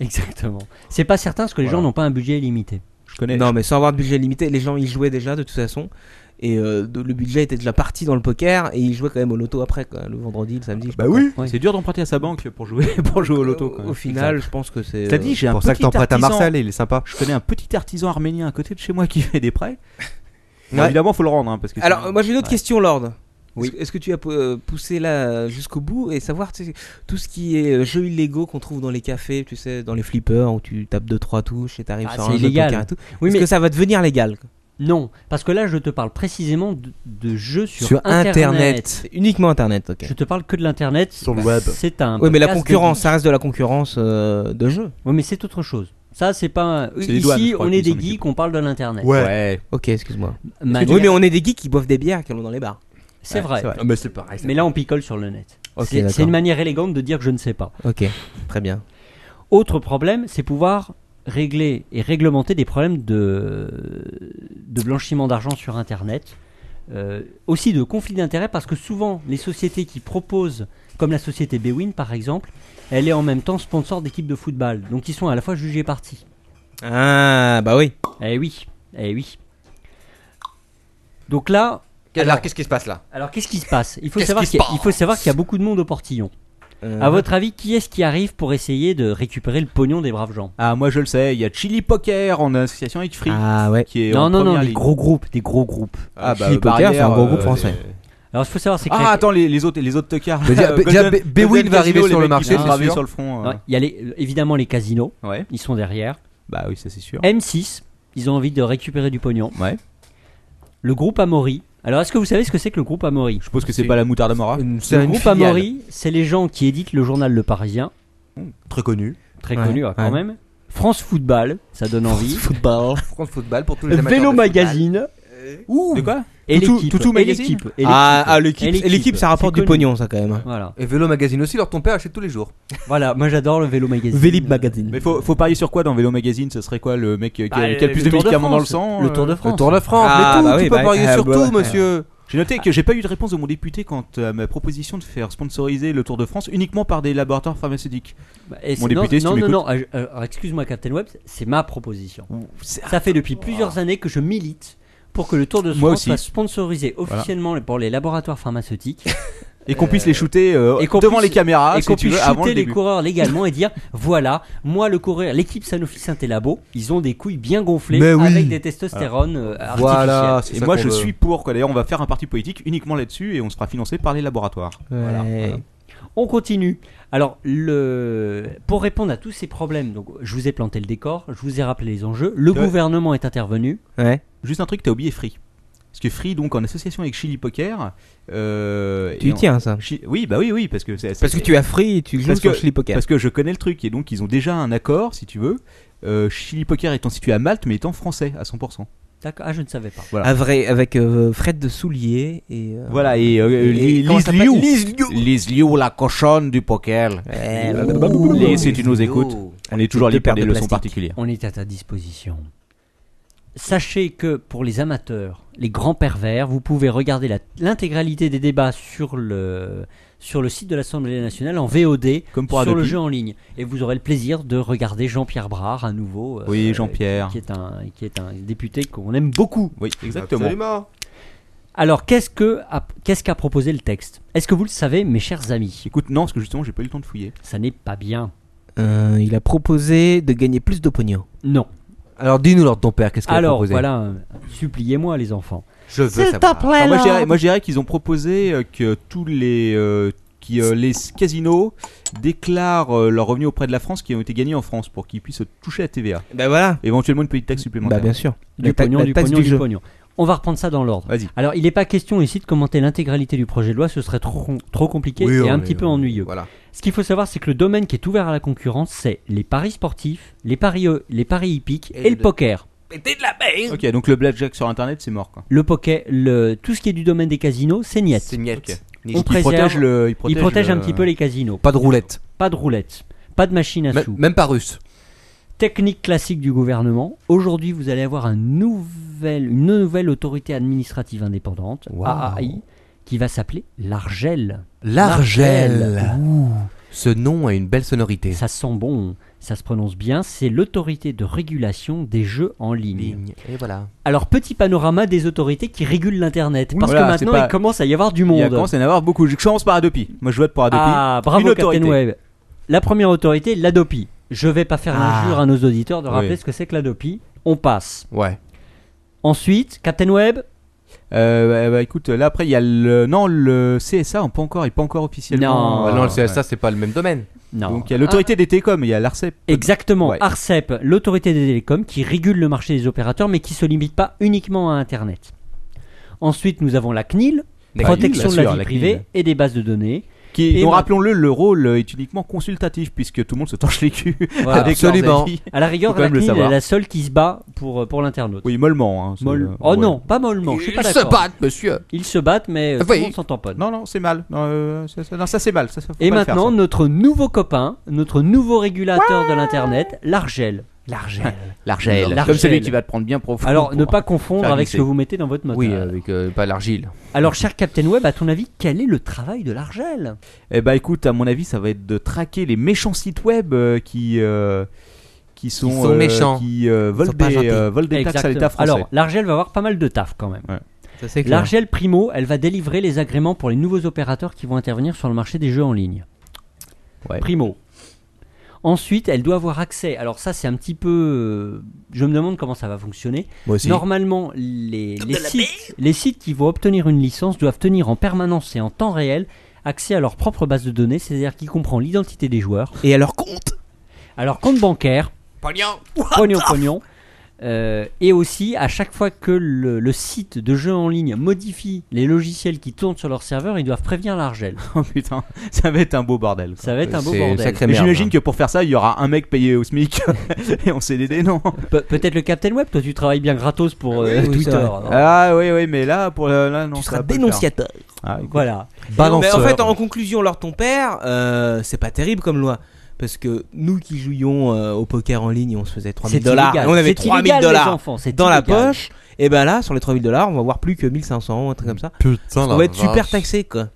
[SPEAKER 5] Exactement. C'est pas certain parce que les gens n'ont pas un budget illimité.
[SPEAKER 4] Je connais.
[SPEAKER 3] Non, mais sans avoir de budget limité, les gens y jouaient déjà de toute façon. Et euh, de- le budget était déjà parti dans le poker et ils jouaient quand même au loto après, quoi, le vendredi, le samedi. je sais
[SPEAKER 7] Bah
[SPEAKER 3] pas
[SPEAKER 7] oui.
[SPEAKER 5] Ouais.
[SPEAKER 4] C'est dur d'emprunter à sa banque pour jouer, pour jouer au
[SPEAKER 3] quoi.
[SPEAKER 4] loto. quand
[SPEAKER 3] Euh, Au,
[SPEAKER 4] même.
[SPEAKER 3] final, je pense que c'est.
[SPEAKER 4] T'as dit, j'ai
[SPEAKER 7] C'est
[SPEAKER 4] un
[SPEAKER 7] pour ça que
[SPEAKER 4] petit
[SPEAKER 7] t'en prêtes à
[SPEAKER 4] artisan-
[SPEAKER 7] Marcel, il est sympa.
[SPEAKER 4] Je connais un petit artisan arménien à côté de chez moi qui fait des prêts. Bon,
[SPEAKER 6] Ouais.
[SPEAKER 4] Évidemment, faut le rendre. hein, parce que
[SPEAKER 3] Alors,
[SPEAKER 4] sinon-
[SPEAKER 3] euh, moi j'ai une autre
[SPEAKER 4] Ouais.
[SPEAKER 3] question, Lord.
[SPEAKER 4] Oui.
[SPEAKER 3] Est-ce- Est-ce que tu as pou- euh, poussé là jusqu'au bout et savoir tu sais, tout ce qui est euh, jeux illégaux qu'on trouve dans les cafés, tu sais, dans les flippers où tu tapes 2-3 touches et t'arrives
[SPEAKER 5] Ah,
[SPEAKER 3] sur
[SPEAKER 5] c'est
[SPEAKER 3] un jeu de
[SPEAKER 5] illégal.
[SPEAKER 3] poker et tout
[SPEAKER 5] Oui,
[SPEAKER 3] Est-ce
[SPEAKER 5] mais
[SPEAKER 3] que ça va devenir légal quoi
[SPEAKER 5] non, parce que là, je te parle précisément de, de jeux sur,
[SPEAKER 6] Sur
[SPEAKER 5] Internet.
[SPEAKER 6] Internet.
[SPEAKER 3] C'est uniquement Internet, ok.
[SPEAKER 5] Je te parle que de l'internet.
[SPEAKER 7] Sur le web.
[SPEAKER 5] C'est un.
[SPEAKER 3] Oui, mais la
[SPEAKER 5] podcast
[SPEAKER 3] concurrence,
[SPEAKER 5] de-
[SPEAKER 3] ça reste de la concurrence euh, de jeu.
[SPEAKER 5] Oui, mais c'est autre chose. Ça, c'est pas. un-
[SPEAKER 4] C'est les
[SPEAKER 5] Ici,
[SPEAKER 4] douanes, je crois,
[SPEAKER 5] on
[SPEAKER 4] qui
[SPEAKER 5] est des
[SPEAKER 4] s'en
[SPEAKER 5] geeks,
[SPEAKER 4] occupent.
[SPEAKER 5] on parle de l'internet.
[SPEAKER 7] Ouais.
[SPEAKER 4] Ouais.
[SPEAKER 3] Ok, excuse-moi.
[SPEAKER 5] Manière-
[SPEAKER 3] Oui, mais on est des geeks qui boivent des bières qui en ont dans les bars.
[SPEAKER 5] C'est vrai.
[SPEAKER 7] Ah, Mais c'est pareil.
[SPEAKER 5] Mais là, on picole sur le net.
[SPEAKER 3] Ok,
[SPEAKER 5] C'est- c'est
[SPEAKER 3] d'accord.
[SPEAKER 5] une manière élégante de dire que je ne sais pas.
[SPEAKER 3] Ok, très bien.
[SPEAKER 5] Autre problème, c'est pouvoir régler et réglementer des problèmes de, de blanchiment d'argent sur Internet, euh, aussi de conflit d'intérêts, parce que souvent les sociétés qui proposent, comme la société Bewin par exemple, elle est en même temps sponsor d'équipes de football, donc ils sont à la fois jugés partis.
[SPEAKER 3] Ah, bah oui.
[SPEAKER 5] Eh oui, eh oui. Donc là,
[SPEAKER 6] Alors, qu'est-ce qui se passe là
[SPEAKER 5] alors qu'est-ce qui se passe Il faut
[SPEAKER 6] Qu'est-ce
[SPEAKER 5] savoir
[SPEAKER 6] qui se
[SPEAKER 5] qu'il y a- il
[SPEAKER 6] passe Uh-huh.
[SPEAKER 5] faut savoir qu'il y a beaucoup de monde au portillon.
[SPEAKER 3] Euh,
[SPEAKER 5] À votre avis, qui est-ce qui arrive pour essayer de récupérer le pognon des braves gens
[SPEAKER 4] Ah, moi je le sais, il y a Chili Poker en association avec Free.
[SPEAKER 3] Ah ouais.
[SPEAKER 4] Qui est en
[SPEAKER 5] Non, non, non,
[SPEAKER 4] première
[SPEAKER 5] des
[SPEAKER 4] ligne.
[SPEAKER 5] gros groupes, des gros groupes.
[SPEAKER 4] Ah,
[SPEAKER 3] Chili Poker,
[SPEAKER 4] Barrière,
[SPEAKER 3] c'est un gros
[SPEAKER 4] euh,
[SPEAKER 3] groupe français.
[SPEAKER 4] les-
[SPEAKER 5] Alors, ce qu'il faut savoir, c'est que.
[SPEAKER 4] Ah, attends, les, les autres, les autres tocards.
[SPEAKER 6] Bah, déjà,
[SPEAKER 4] Euh,
[SPEAKER 6] bah, déjà,
[SPEAKER 4] Golden-
[SPEAKER 6] Be- Bewin
[SPEAKER 4] Golden
[SPEAKER 6] va arriver
[SPEAKER 4] Casino,
[SPEAKER 6] sur le
[SPEAKER 4] les mecs qui
[SPEAKER 6] marché,
[SPEAKER 4] sont
[SPEAKER 6] c'est
[SPEAKER 4] gravés
[SPEAKER 6] sûr.
[SPEAKER 4] sur le front. euh,
[SPEAKER 5] Non, Il y a les- évidemment les casinos,
[SPEAKER 4] Ouais.
[SPEAKER 5] ils sont derrière.
[SPEAKER 4] Bah oui, ça c'est sûr.
[SPEAKER 5] M6, ils ont envie de récupérer du pognon.
[SPEAKER 4] Ouais.
[SPEAKER 5] Le groupe Amaury. Alors, est-ce que vous savez ce que c'est que le groupe Amaury
[SPEAKER 4] Je suppose que c'est pas la moutarde à Mora.
[SPEAKER 5] Le groupe Amaury, c'est les gens qui éditent le journal Le Parisien,
[SPEAKER 7] Très connu.
[SPEAKER 5] très
[SPEAKER 3] Ouais,
[SPEAKER 5] connu hein, quand
[SPEAKER 3] ouais.
[SPEAKER 5] même. France Football, ça donne envie.
[SPEAKER 3] Football.
[SPEAKER 6] France Football pour tous les amateurs.
[SPEAKER 5] Vélo
[SPEAKER 6] de
[SPEAKER 5] Magazine
[SPEAKER 4] De quoi
[SPEAKER 5] et
[SPEAKER 4] Toutou-
[SPEAKER 5] l'équipe.
[SPEAKER 4] Toutou
[SPEAKER 5] Et
[SPEAKER 4] Magazine
[SPEAKER 5] l'équipe. et
[SPEAKER 3] Ah, ah,
[SPEAKER 5] l'équipe.
[SPEAKER 3] l'équipe,
[SPEAKER 5] Et
[SPEAKER 3] l'équipe, ça rapporte
[SPEAKER 5] C'est
[SPEAKER 3] du
[SPEAKER 5] connu.
[SPEAKER 3] pognon, ça quand même. hein.
[SPEAKER 5] Voilà.
[SPEAKER 6] football. Et Vélo Magazine aussi, leur ton père achète tous les jours.
[SPEAKER 5] voilà, moi j'adore le Vélo Magazine.
[SPEAKER 3] Vélib Magazine.
[SPEAKER 4] Mais faut, faut parier sur quoi dans Vélo Magazine Ce serait quoi le mec qui a,
[SPEAKER 3] Bah,
[SPEAKER 4] qui a Ah, le plus de médicaments dans le sang
[SPEAKER 5] Le
[SPEAKER 4] euh
[SPEAKER 5] Tour de France.
[SPEAKER 6] Le Tour de France,
[SPEAKER 3] Ah,
[SPEAKER 6] mais tout,
[SPEAKER 3] bah
[SPEAKER 6] tu
[SPEAKER 3] oui,
[SPEAKER 6] peux
[SPEAKER 3] bah,
[SPEAKER 6] parier
[SPEAKER 3] euh,
[SPEAKER 6] sur
[SPEAKER 3] bah,
[SPEAKER 6] tout,
[SPEAKER 3] ouais.
[SPEAKER 6] monsieur.
[SPEAKER 4] J'ai noté que j'ai pas eu de réponse de mon député quant à ma proposition de faire sponsoriser le Tour de France uniquement par des laboratoires pharmaceutiques.
[SPEAKER 5] Bah,
[SPEAKER 4] Mon
[SPEAKER 5] et c'est- non,
[SPEAKER 4] député, si
[SPEAKER 5] non,
[SPEAKER 4] tu
[SPEAKER 5] non, non, ah, je- alors, excuse-moi, Captain Web, c'est ma proposition. Ça fait depuis plusieurs années que je milite pour que le Tour de
[SPEAKER 4] Ah. Moi
[SPEAKER 5] France
[SPEAKER 4] aussi.
[SPEAKER 5] soit sponsorisé officiellement pour les laboratoires pharmaceutiques
[SPEAKER 4] Et qu'on puisse les shooter euh,
[SPEAKER 5] et qu'on
[SPEAKER 4] devant
[SPEAKER 5] puisse-
[SPEAKER 4] les caméras,
[SPEAKER 5] et
[SPEAKER 4] si
[SPEAKER 5] qu'on
[SPEAKER 4] tu
[SPEAKER 5] puisse
[SPEAKER 4] veux, avant le
[SPEAKER 5] shooter les
[SPEAKER 4] début.
[SPEAKER 5] coureurs légalement et dire voilà, moi le coureur, l'équipe Sanofi Saint-Elabo, ils ont des couilles bien gonflées
[SPEAKER 7] Mais oui.
[SPEAKER 5] avec des testostérones euh, artificielles.
[SPEAKER 7] Voilà, c'est
[SPEAKER 4] Et
[SPEAKER 7] ça
[SPEAKER 4] moi
[SPEAKER 7] qu'on
[SPEAKER 4] je
[SPEAKER 7] veut.
[SPEAKER 4] suis pour quoi. D'ailleurs, on va faire un parti politique uniquement là-dessus et on sera financé par les laboratoires. Voilà.
[SPEAKER 3] Ouais.
[SPEAKER 5] On continue. Alors, le... pour répondre à tous ces problèmes, donc, je vous ai planté le décor, je vous ai rappelé les enjeux, le
[SPEAKER 4] Ouais.
[SPEAKER 5] gouvernement est intervenu.
[SPEAKER 3] Ouais.
[SPEAKER 4] Juste un truc, t'as oublié Free. Parce que Free, donc en association avec Chili Poker. euh,
[SPEAKER 3] Tu
[SPEAKER 4] et
[SPEAKER 3] y
[SPEAKER 4] en-
[SPEAKER 3] tiens ça.
[SPEAKER 4] Chi- Oui, bah oui, oui, parce que c'est
[SPEAKER 3] Parce que tu as free et tu joues
[SPEAKER 4] Parce
[SPEAKER 3] sur
[SPEAKER 4] que-
[SPEAKER 3] Chili Poker.
[SPEAKER 4] Parce que je connais le truc, et donc ils ont déjà un accord, si tu veux. Euh, Chili Poker étant situé à Malte, mais étant français à 100%.
[SPEAKER 5] D'accord. Ah, je ne savais pas.
[SPEAKER 4] Voilà.
[SPEAKER 3] À vrai- avec euh, Fred de Soulier et. euh,
[SPEAKER 4] Voilà, et, euh,
[SPEAKER 3] et-
[SPEAKER 4] Li-
[SPEAKER 3] comment
[SPEAKER 4] Lise
[SPEAKER 3] ça s'appelle
[SPEAKER 4] Liu.
[SPEAKER 3] Lise Liu. Eh, bah,
[SPEAKER 4] Lise Liu, la cochonne du poker.
[SPEAKER 3] Ouais,
[SPEAKER 4] Et si
[SPEAKER 3] bah,
[SPEAKER 4] tu nous écoutes, on est toujours
[SPEAKER 3] Des
[SPEAKER 4] libre pour
[SPEAKER 3] paires
[SPEAKER 4] des
[SPEAKER 3] de
[SPEAKER 4] leçons
[SPEAKER 3] plastique.
[SPEAKER 4] particulières.
[SPEAKER 5] On est à ta disposition. Sachez que pour les amateurs, les grands pervers, vous pouvez regarder la- l'intégralité des débats sur le, sur le site de l'Assemblée nationale en VOD
[SPEAKER 4] Comme pour
[SPEAKER 5] sur le
[SPEAKER 4] Adopi.
[SPEAKER 5] jeu en ligne. Et vous aurez le plaisir de regarder Jean-Pierre Brard à nouveau. euh,
[SPEAKER 4] Oui, Jean-Pierre.
[SPEAKER 5] Qui, qui est un, qui est un député qu'on aime beaucoup.
[SPEAKER 4] Oui, exactement.
[SPEAKER 7] Absolument.
[SPEAKER 5] Alors, qu'est-ce que a- qu'est-ce qu'a proposé le texte Est-ce que vous le savez, mes chers amis
[SPEAKER 4] Écoute, non, parce que justement, j'ai pas eu le temps de fouiller.
[SPEAKER 5] Ça n'est pas bien.
[SPEAKER 3] Euh, il a proposé de gagner plus de pognon.
[SPEAKER 5] Non.
[SPEAKER 6] Alors dis-nous, Lord ton père, qu'est-ce qu'il a
[SPEAKER 5] Alors,
[SPEAKER 6] proposé
[SPEAKER 5] voilà, euh, suppliez-moi, les enfants.
[SPEAKER 6] Je veux savoir.
[SPEAKER 4] Alors, moi, je dirais- moi, je dirais qu'ils ont proposé euh, que tous les, euh, qui, euh, les casinos déclarent euh, leurs revenus auprès de la France qui ont été gagnés en France pour qu'ils puissent toucher la TVA.
[SPEAKER 3] Bah voilà.
[SPEAKER 4] Éventuellement une petite taxe supplémentaire.
[SPEAKER 3] Bah bien sûr.
[SPEAKER 5] Du
[SPEAKER 3] La ta-
[SPEAKER 5] pognon,
[SPEAKER 3] la
[SPEAKER 5] du
[SPEAKER 3] taxe
[SPEAKER 5] pognon,
[SPEAKER 3] du
[SPEAKER 5] du
[SPEAKER 3] jeu.
[SPEAKER 5] pognon. On va reprendre ça dans l'ordre.
[SPEAKER 4] Vas-y.
[SPEAKER 5] Alors, il n'est pas question ici de commenter l'intégralité du projet de loi, ce serait trop, trop compliqué
[SPEAKER 7] Oui,
[SPEAKER 5] et
[SPEAKER 7] on
[SPEAKER 5] un
[SPEAKER 7] est-
[SPEAKER 5] petit peu ennuyeux.
[SPEAKER 6] Voilà.
[SPEAKER 5] Ce qu'il faut savoir, c'est que le domaine qui est ouvert à la concurrence, c'est les paris sportifs, les paris, euh, les paris hippiques et,
[SPEAKER 6] Et
[SPEAKER 5] le
[SPEAKER 6] le-
[SPEAKER 5] poker.
[SPEAKER 4] Ok, donc le blackjack sur internet, c'est mort quoi.
[SPEAKER 5] Le poker, le, tout ce qui est du domaine des casinos, c'est niet.
[SPEAKER 6] C'est Niet.
[SPEAKER 4] Ok.
[SPEAKER 6] Niet.
[SPEAKER 5] On
[SPEAKER 4] Il protège le. Il
[SPEAKER 5] Il
[SPEAKER 4] protège,
[SPEAKER 5] protège un
[SPEAKER 4] le-
[SPEAKER 5] petit peu les casinos.
[SPEAKER 6] Pas de roulette.
[SPEAKER 5] Pas de roulette, pas de machine à
[SPEAKER 6] Même-
[SPEAKER 5] sous.
[SPEAKER 6] Même pas russe.
[SPEAKER 5] Technique classique du gouvernement. Aujourd'hui, vous allez avoir un nouvel, une nouvelle autorité administrative indépendante,
[SPEAKER 6] Waouh.
[SPEAKER 5] AAI, qui va s'appeler l'Argel.
[SPEAKER 6] L'Argel. Ce nom a une belle sonorité.
[SPEAKER 5] Ça sent bon, ça se prononce bien, c'est l'autorité de régulation des jeux en ligne.
[SPEAKER 6] Ligne. Et voilà.
[SPEAKER 5] Alors petit panorama des autorités qui régulent l'Internet, parce
[SPEAKER 4] Voilà,
[SPEAKER 5] que
[SPEAKER 4] c'est
[SPEAKER 5] maintenant
[SPEAKER 4] pas-
[SPEAKER 5] il commence à y avoir du
[SPEAKER 4] Il y a
[SPEAKER 5] monde.
[SPEAKER 4] commencé à y en avoir beaucoup. Je commence par Adopi. Moi, je vote pour Adopi.
[SPEAKER 5] Ah, bravo
[SPEAKER 4] Une
[SPEAKER 5] Captain
[SPEAKER 4] autorité.
[SPEAKER 5] Web. La première autorité, l'Adopi. Je vais pas faire l'injure à nos auditeurs de rappeler
[SPEAKER 4] Ah. Oui.
[SPEAKER 5] ce que c'est que l'Adopi. On passe.
[SPEAKER 6] Ouais.
[SPEAKER 5] Ensuite, Captain Web,
[SPEAKER 4] Euh, bah, bah, écoute, là après il y a le non le CSA, hein, pas encore, il est pas encore officiellement.
[SPEAKER 5] Non.
[SPEAKER 6] Ah
[SPEAKER 5] Ah,
[SPEAKER 6] non, le CSA,
[SPEAKER 4] Ouais.
[SPEAKER 6] c'est pas le même domaine.
[SPEAKER 5] non.
[SPEAKER 4] Donc il y a l'autorité des télécoms, il y a l'Arcep.
[SPEAKER 5] Exactement,
[SPEAKER 4] Ouais.
[SPEAKER 5] ARCEP, l'autorité des télécoms, qui régule le marché des opérateurs, mais qui se limite pas uniquement à Internet. Ensuite, nous avons la CNIL,
[SPEAKER 4] La
[SPEAKER 5] protection
[SPEAKER 4] CNIL,
[SPEAKER 5] de la
[SPEAKER 4] bien
[SPEAKER 5] vie
[SPEAKER 4] sûr, la
[SPEAKER 5] privée
[SPEAKER 4] CNIL.
[SPEAKER 5] et des bases de données.
[SPEAKER 4] Qui,
[SPEAKER 5] Et
[SPEAKER 4] dont
[SPEAKER 5] moi-
[SPEAKER 4] rappelons-le, le rôle est uniquement consultatif puisque tout le monde se torche les culs
[SPEAKER 5] Voilà.
[SPEAKER 4] avec leurs
[SPEAKER 6] Absolument.
[SPEAKER 4] avis.
[SPEAKER 5] À la rigueur,
[SPEAKER 4] Faut quand
[SPEAKER 5] la
[SPEAKER 4] même le
[SPEAKER 5] CNIL est
[SPEAKER 4] savoir.
[SPEAKER 5] la seule qui se bat pour, euh, pour l'internaute.
[SPEAKER 4] Oui, mollement. hein, c'est-
[SPEAKER 5] Molle-
[SPEAKER 4] euh,
[SPEAKER 5] Oh
[SPEAKER 4] ouais.
[SPEAKER 5] non, pas mollement, je suis pas
[SPEAKER 6] Ils se
[SPEAKER 5] d'accord.
[SPEAKER 6] battent, monsieur.
[SPEAKER 5] Ils se battent, mais euh, tout
[SPEAKER 6] Oui.
[SPEAKER 5] le monde s'en tamponne.
[SPEAKER 4] Non, non, c'est mal. Non, euh, ça, ça- non, ça, c'est mal. Ça, ça, faut
[SPEAKER 5] Et
[SPEAKER 4] pas le faire,
[SPEAKER 5] maintenant,
[SPEAKER 4] ça.
[SPEAKER 5] notre nouveau copain, notre nouveau régulateur de l'Internet, l'Argel.
[SPEAKER 6] L'Argel.
[SPEAKER 5] Comme
[SPEAKER 6] L'Argel.
[SPEAKER 5] L'Argel. celui qui
[SPEAKER 6] va te prendre bien profond.
[SPEAKER 5] Alors, ne pas confondre
[SPEAKER 6] faire
[SPEAKER 5] avec ce
[SPEAKER 6] glisser.
[SPEAKER 5] que vous mettez dans votre moteur.
[SPEAKER 6] Oui, avec euh, pas l'argile.
[SPEAKER 5] Alors, cher Captain Web, à ton avis, quel est le travail de l'Argel
[SPEAKER 4] Eh bah écoute, à mon avis, ça va être de traquer les méchants sites web euh, qui. euh, qui sont,
[SPEAKER 6] sont méchants.
[SPEAKER 4] qui euh,
[SPEAKER 6] sont
[SPEAKER 4] volent,
[SPEAKER 6] pas
[SPEAKER 4] des,
[SPEAKER 6] gentils.
[SPEAKER 4] euh, volent des taxes à l'État français.
[SPEAKER 5] Alors, l'Argel va avoir pas mal de taf quand même.
[SPEAKER 6] Ça c'est
[SPEAKER 5] L'Argel Primo, elle va délivrer les agréments pour les nouveaux opérateurs qui vont intervenir sur le marché des jeux en ligne.
[SPEAKER 4] Ouais.
[SPEAKER 5] Primo. Ensuite, elle doit avoir accès. Alors ça, c'est un petit peu. euh, Je me demande comment ça va fonctionner.
[SPEAKER 6] Moi aussi.
[SPEAKER 5] Normalement, les, les sites, les sites qui vont obtenir une licence doivent tenir en permanence et en temps réel accès à leur propre base de données, c'est-à-dire qui comprend l'identité des joueurs,
[SPEAKER 3] Et à leur compte.
[SPEAKER 5] alors compte bancaire, pognon, pognon, pognon, Euh, et aussi à chaque fois que le, le site de jeu en ligne modifie les logiciels qui tournent sur leur serveur, ils doivent prévenir l'Argel.
[SPEAKER 4] Oh putain, ça va être un beau bordel. quoi.
[SPEAKER 5] Ça va être un beau
[SPEAKER 6] C'est une
[SPEAKER 5] bordel.
[SPEAKER 6] sacrée
[SPEAKER 4] Mais
[SPEAKER 6] merde.
[SPEAKER 4] j'imagine que pour faire ça, il y aura un mec payé au SMIC et on CDD, non
[SPEAKER 5] Pe- Peut-être le Captain Web, toi tu travailles bien gratos pour
[SPEAKER 3] Oui,
[SPEAKER 5] euh,
[SPEAKER 3] oui,
[SPEAKER 5] Twitter.
[SPEAKER 3] c'est vrai.
[SPEAKER 5] Alors,
[SPEAKER 4] Ah oui, oui, mais là, pour euh, là, non,
[SPEAKER 3] tu
[SPEAKER 4] ça
[SPEAKER 3] seras
[SPEAKER 4] va pas le
[SPEAKER 3] dénonciateur.
[SPEAKER 4] faire. Ah, écoute.
[SPEAKER 5] Voilà.
[SPEAKER 3] Mais
[SPEAKER 6] Balanceur.
[SPEAKER 3] en fait, en conclusion, alors ton père, euh, c'est pas terrible comme loi. Parce que nous qui jouions euh, au poker en ligne, on se faisait 3000
[SPEAKER 5] C'est
[SPEAKER 3] dollars.
[SPEAKER 5] illégal.
[SPEAKER 3] On avait
[SPEAKER 5] C'est
[SPEAKER 3] 3000
[SPEAKER 5] illégal, les
[SPEAKER 3] dollars
[SPEAKER 5] enfants, c'est
[SPEAKER 3] dans la
[SPEAKER 5] illégal.
[SPEAKER 3] poche. Et ben là, sur les 3000 dollars, on va voir plus que 1500, un truc comme ça.
[SPEAKER 7] Putain,
[SPEAKER 3] on va être super taxé, quoi.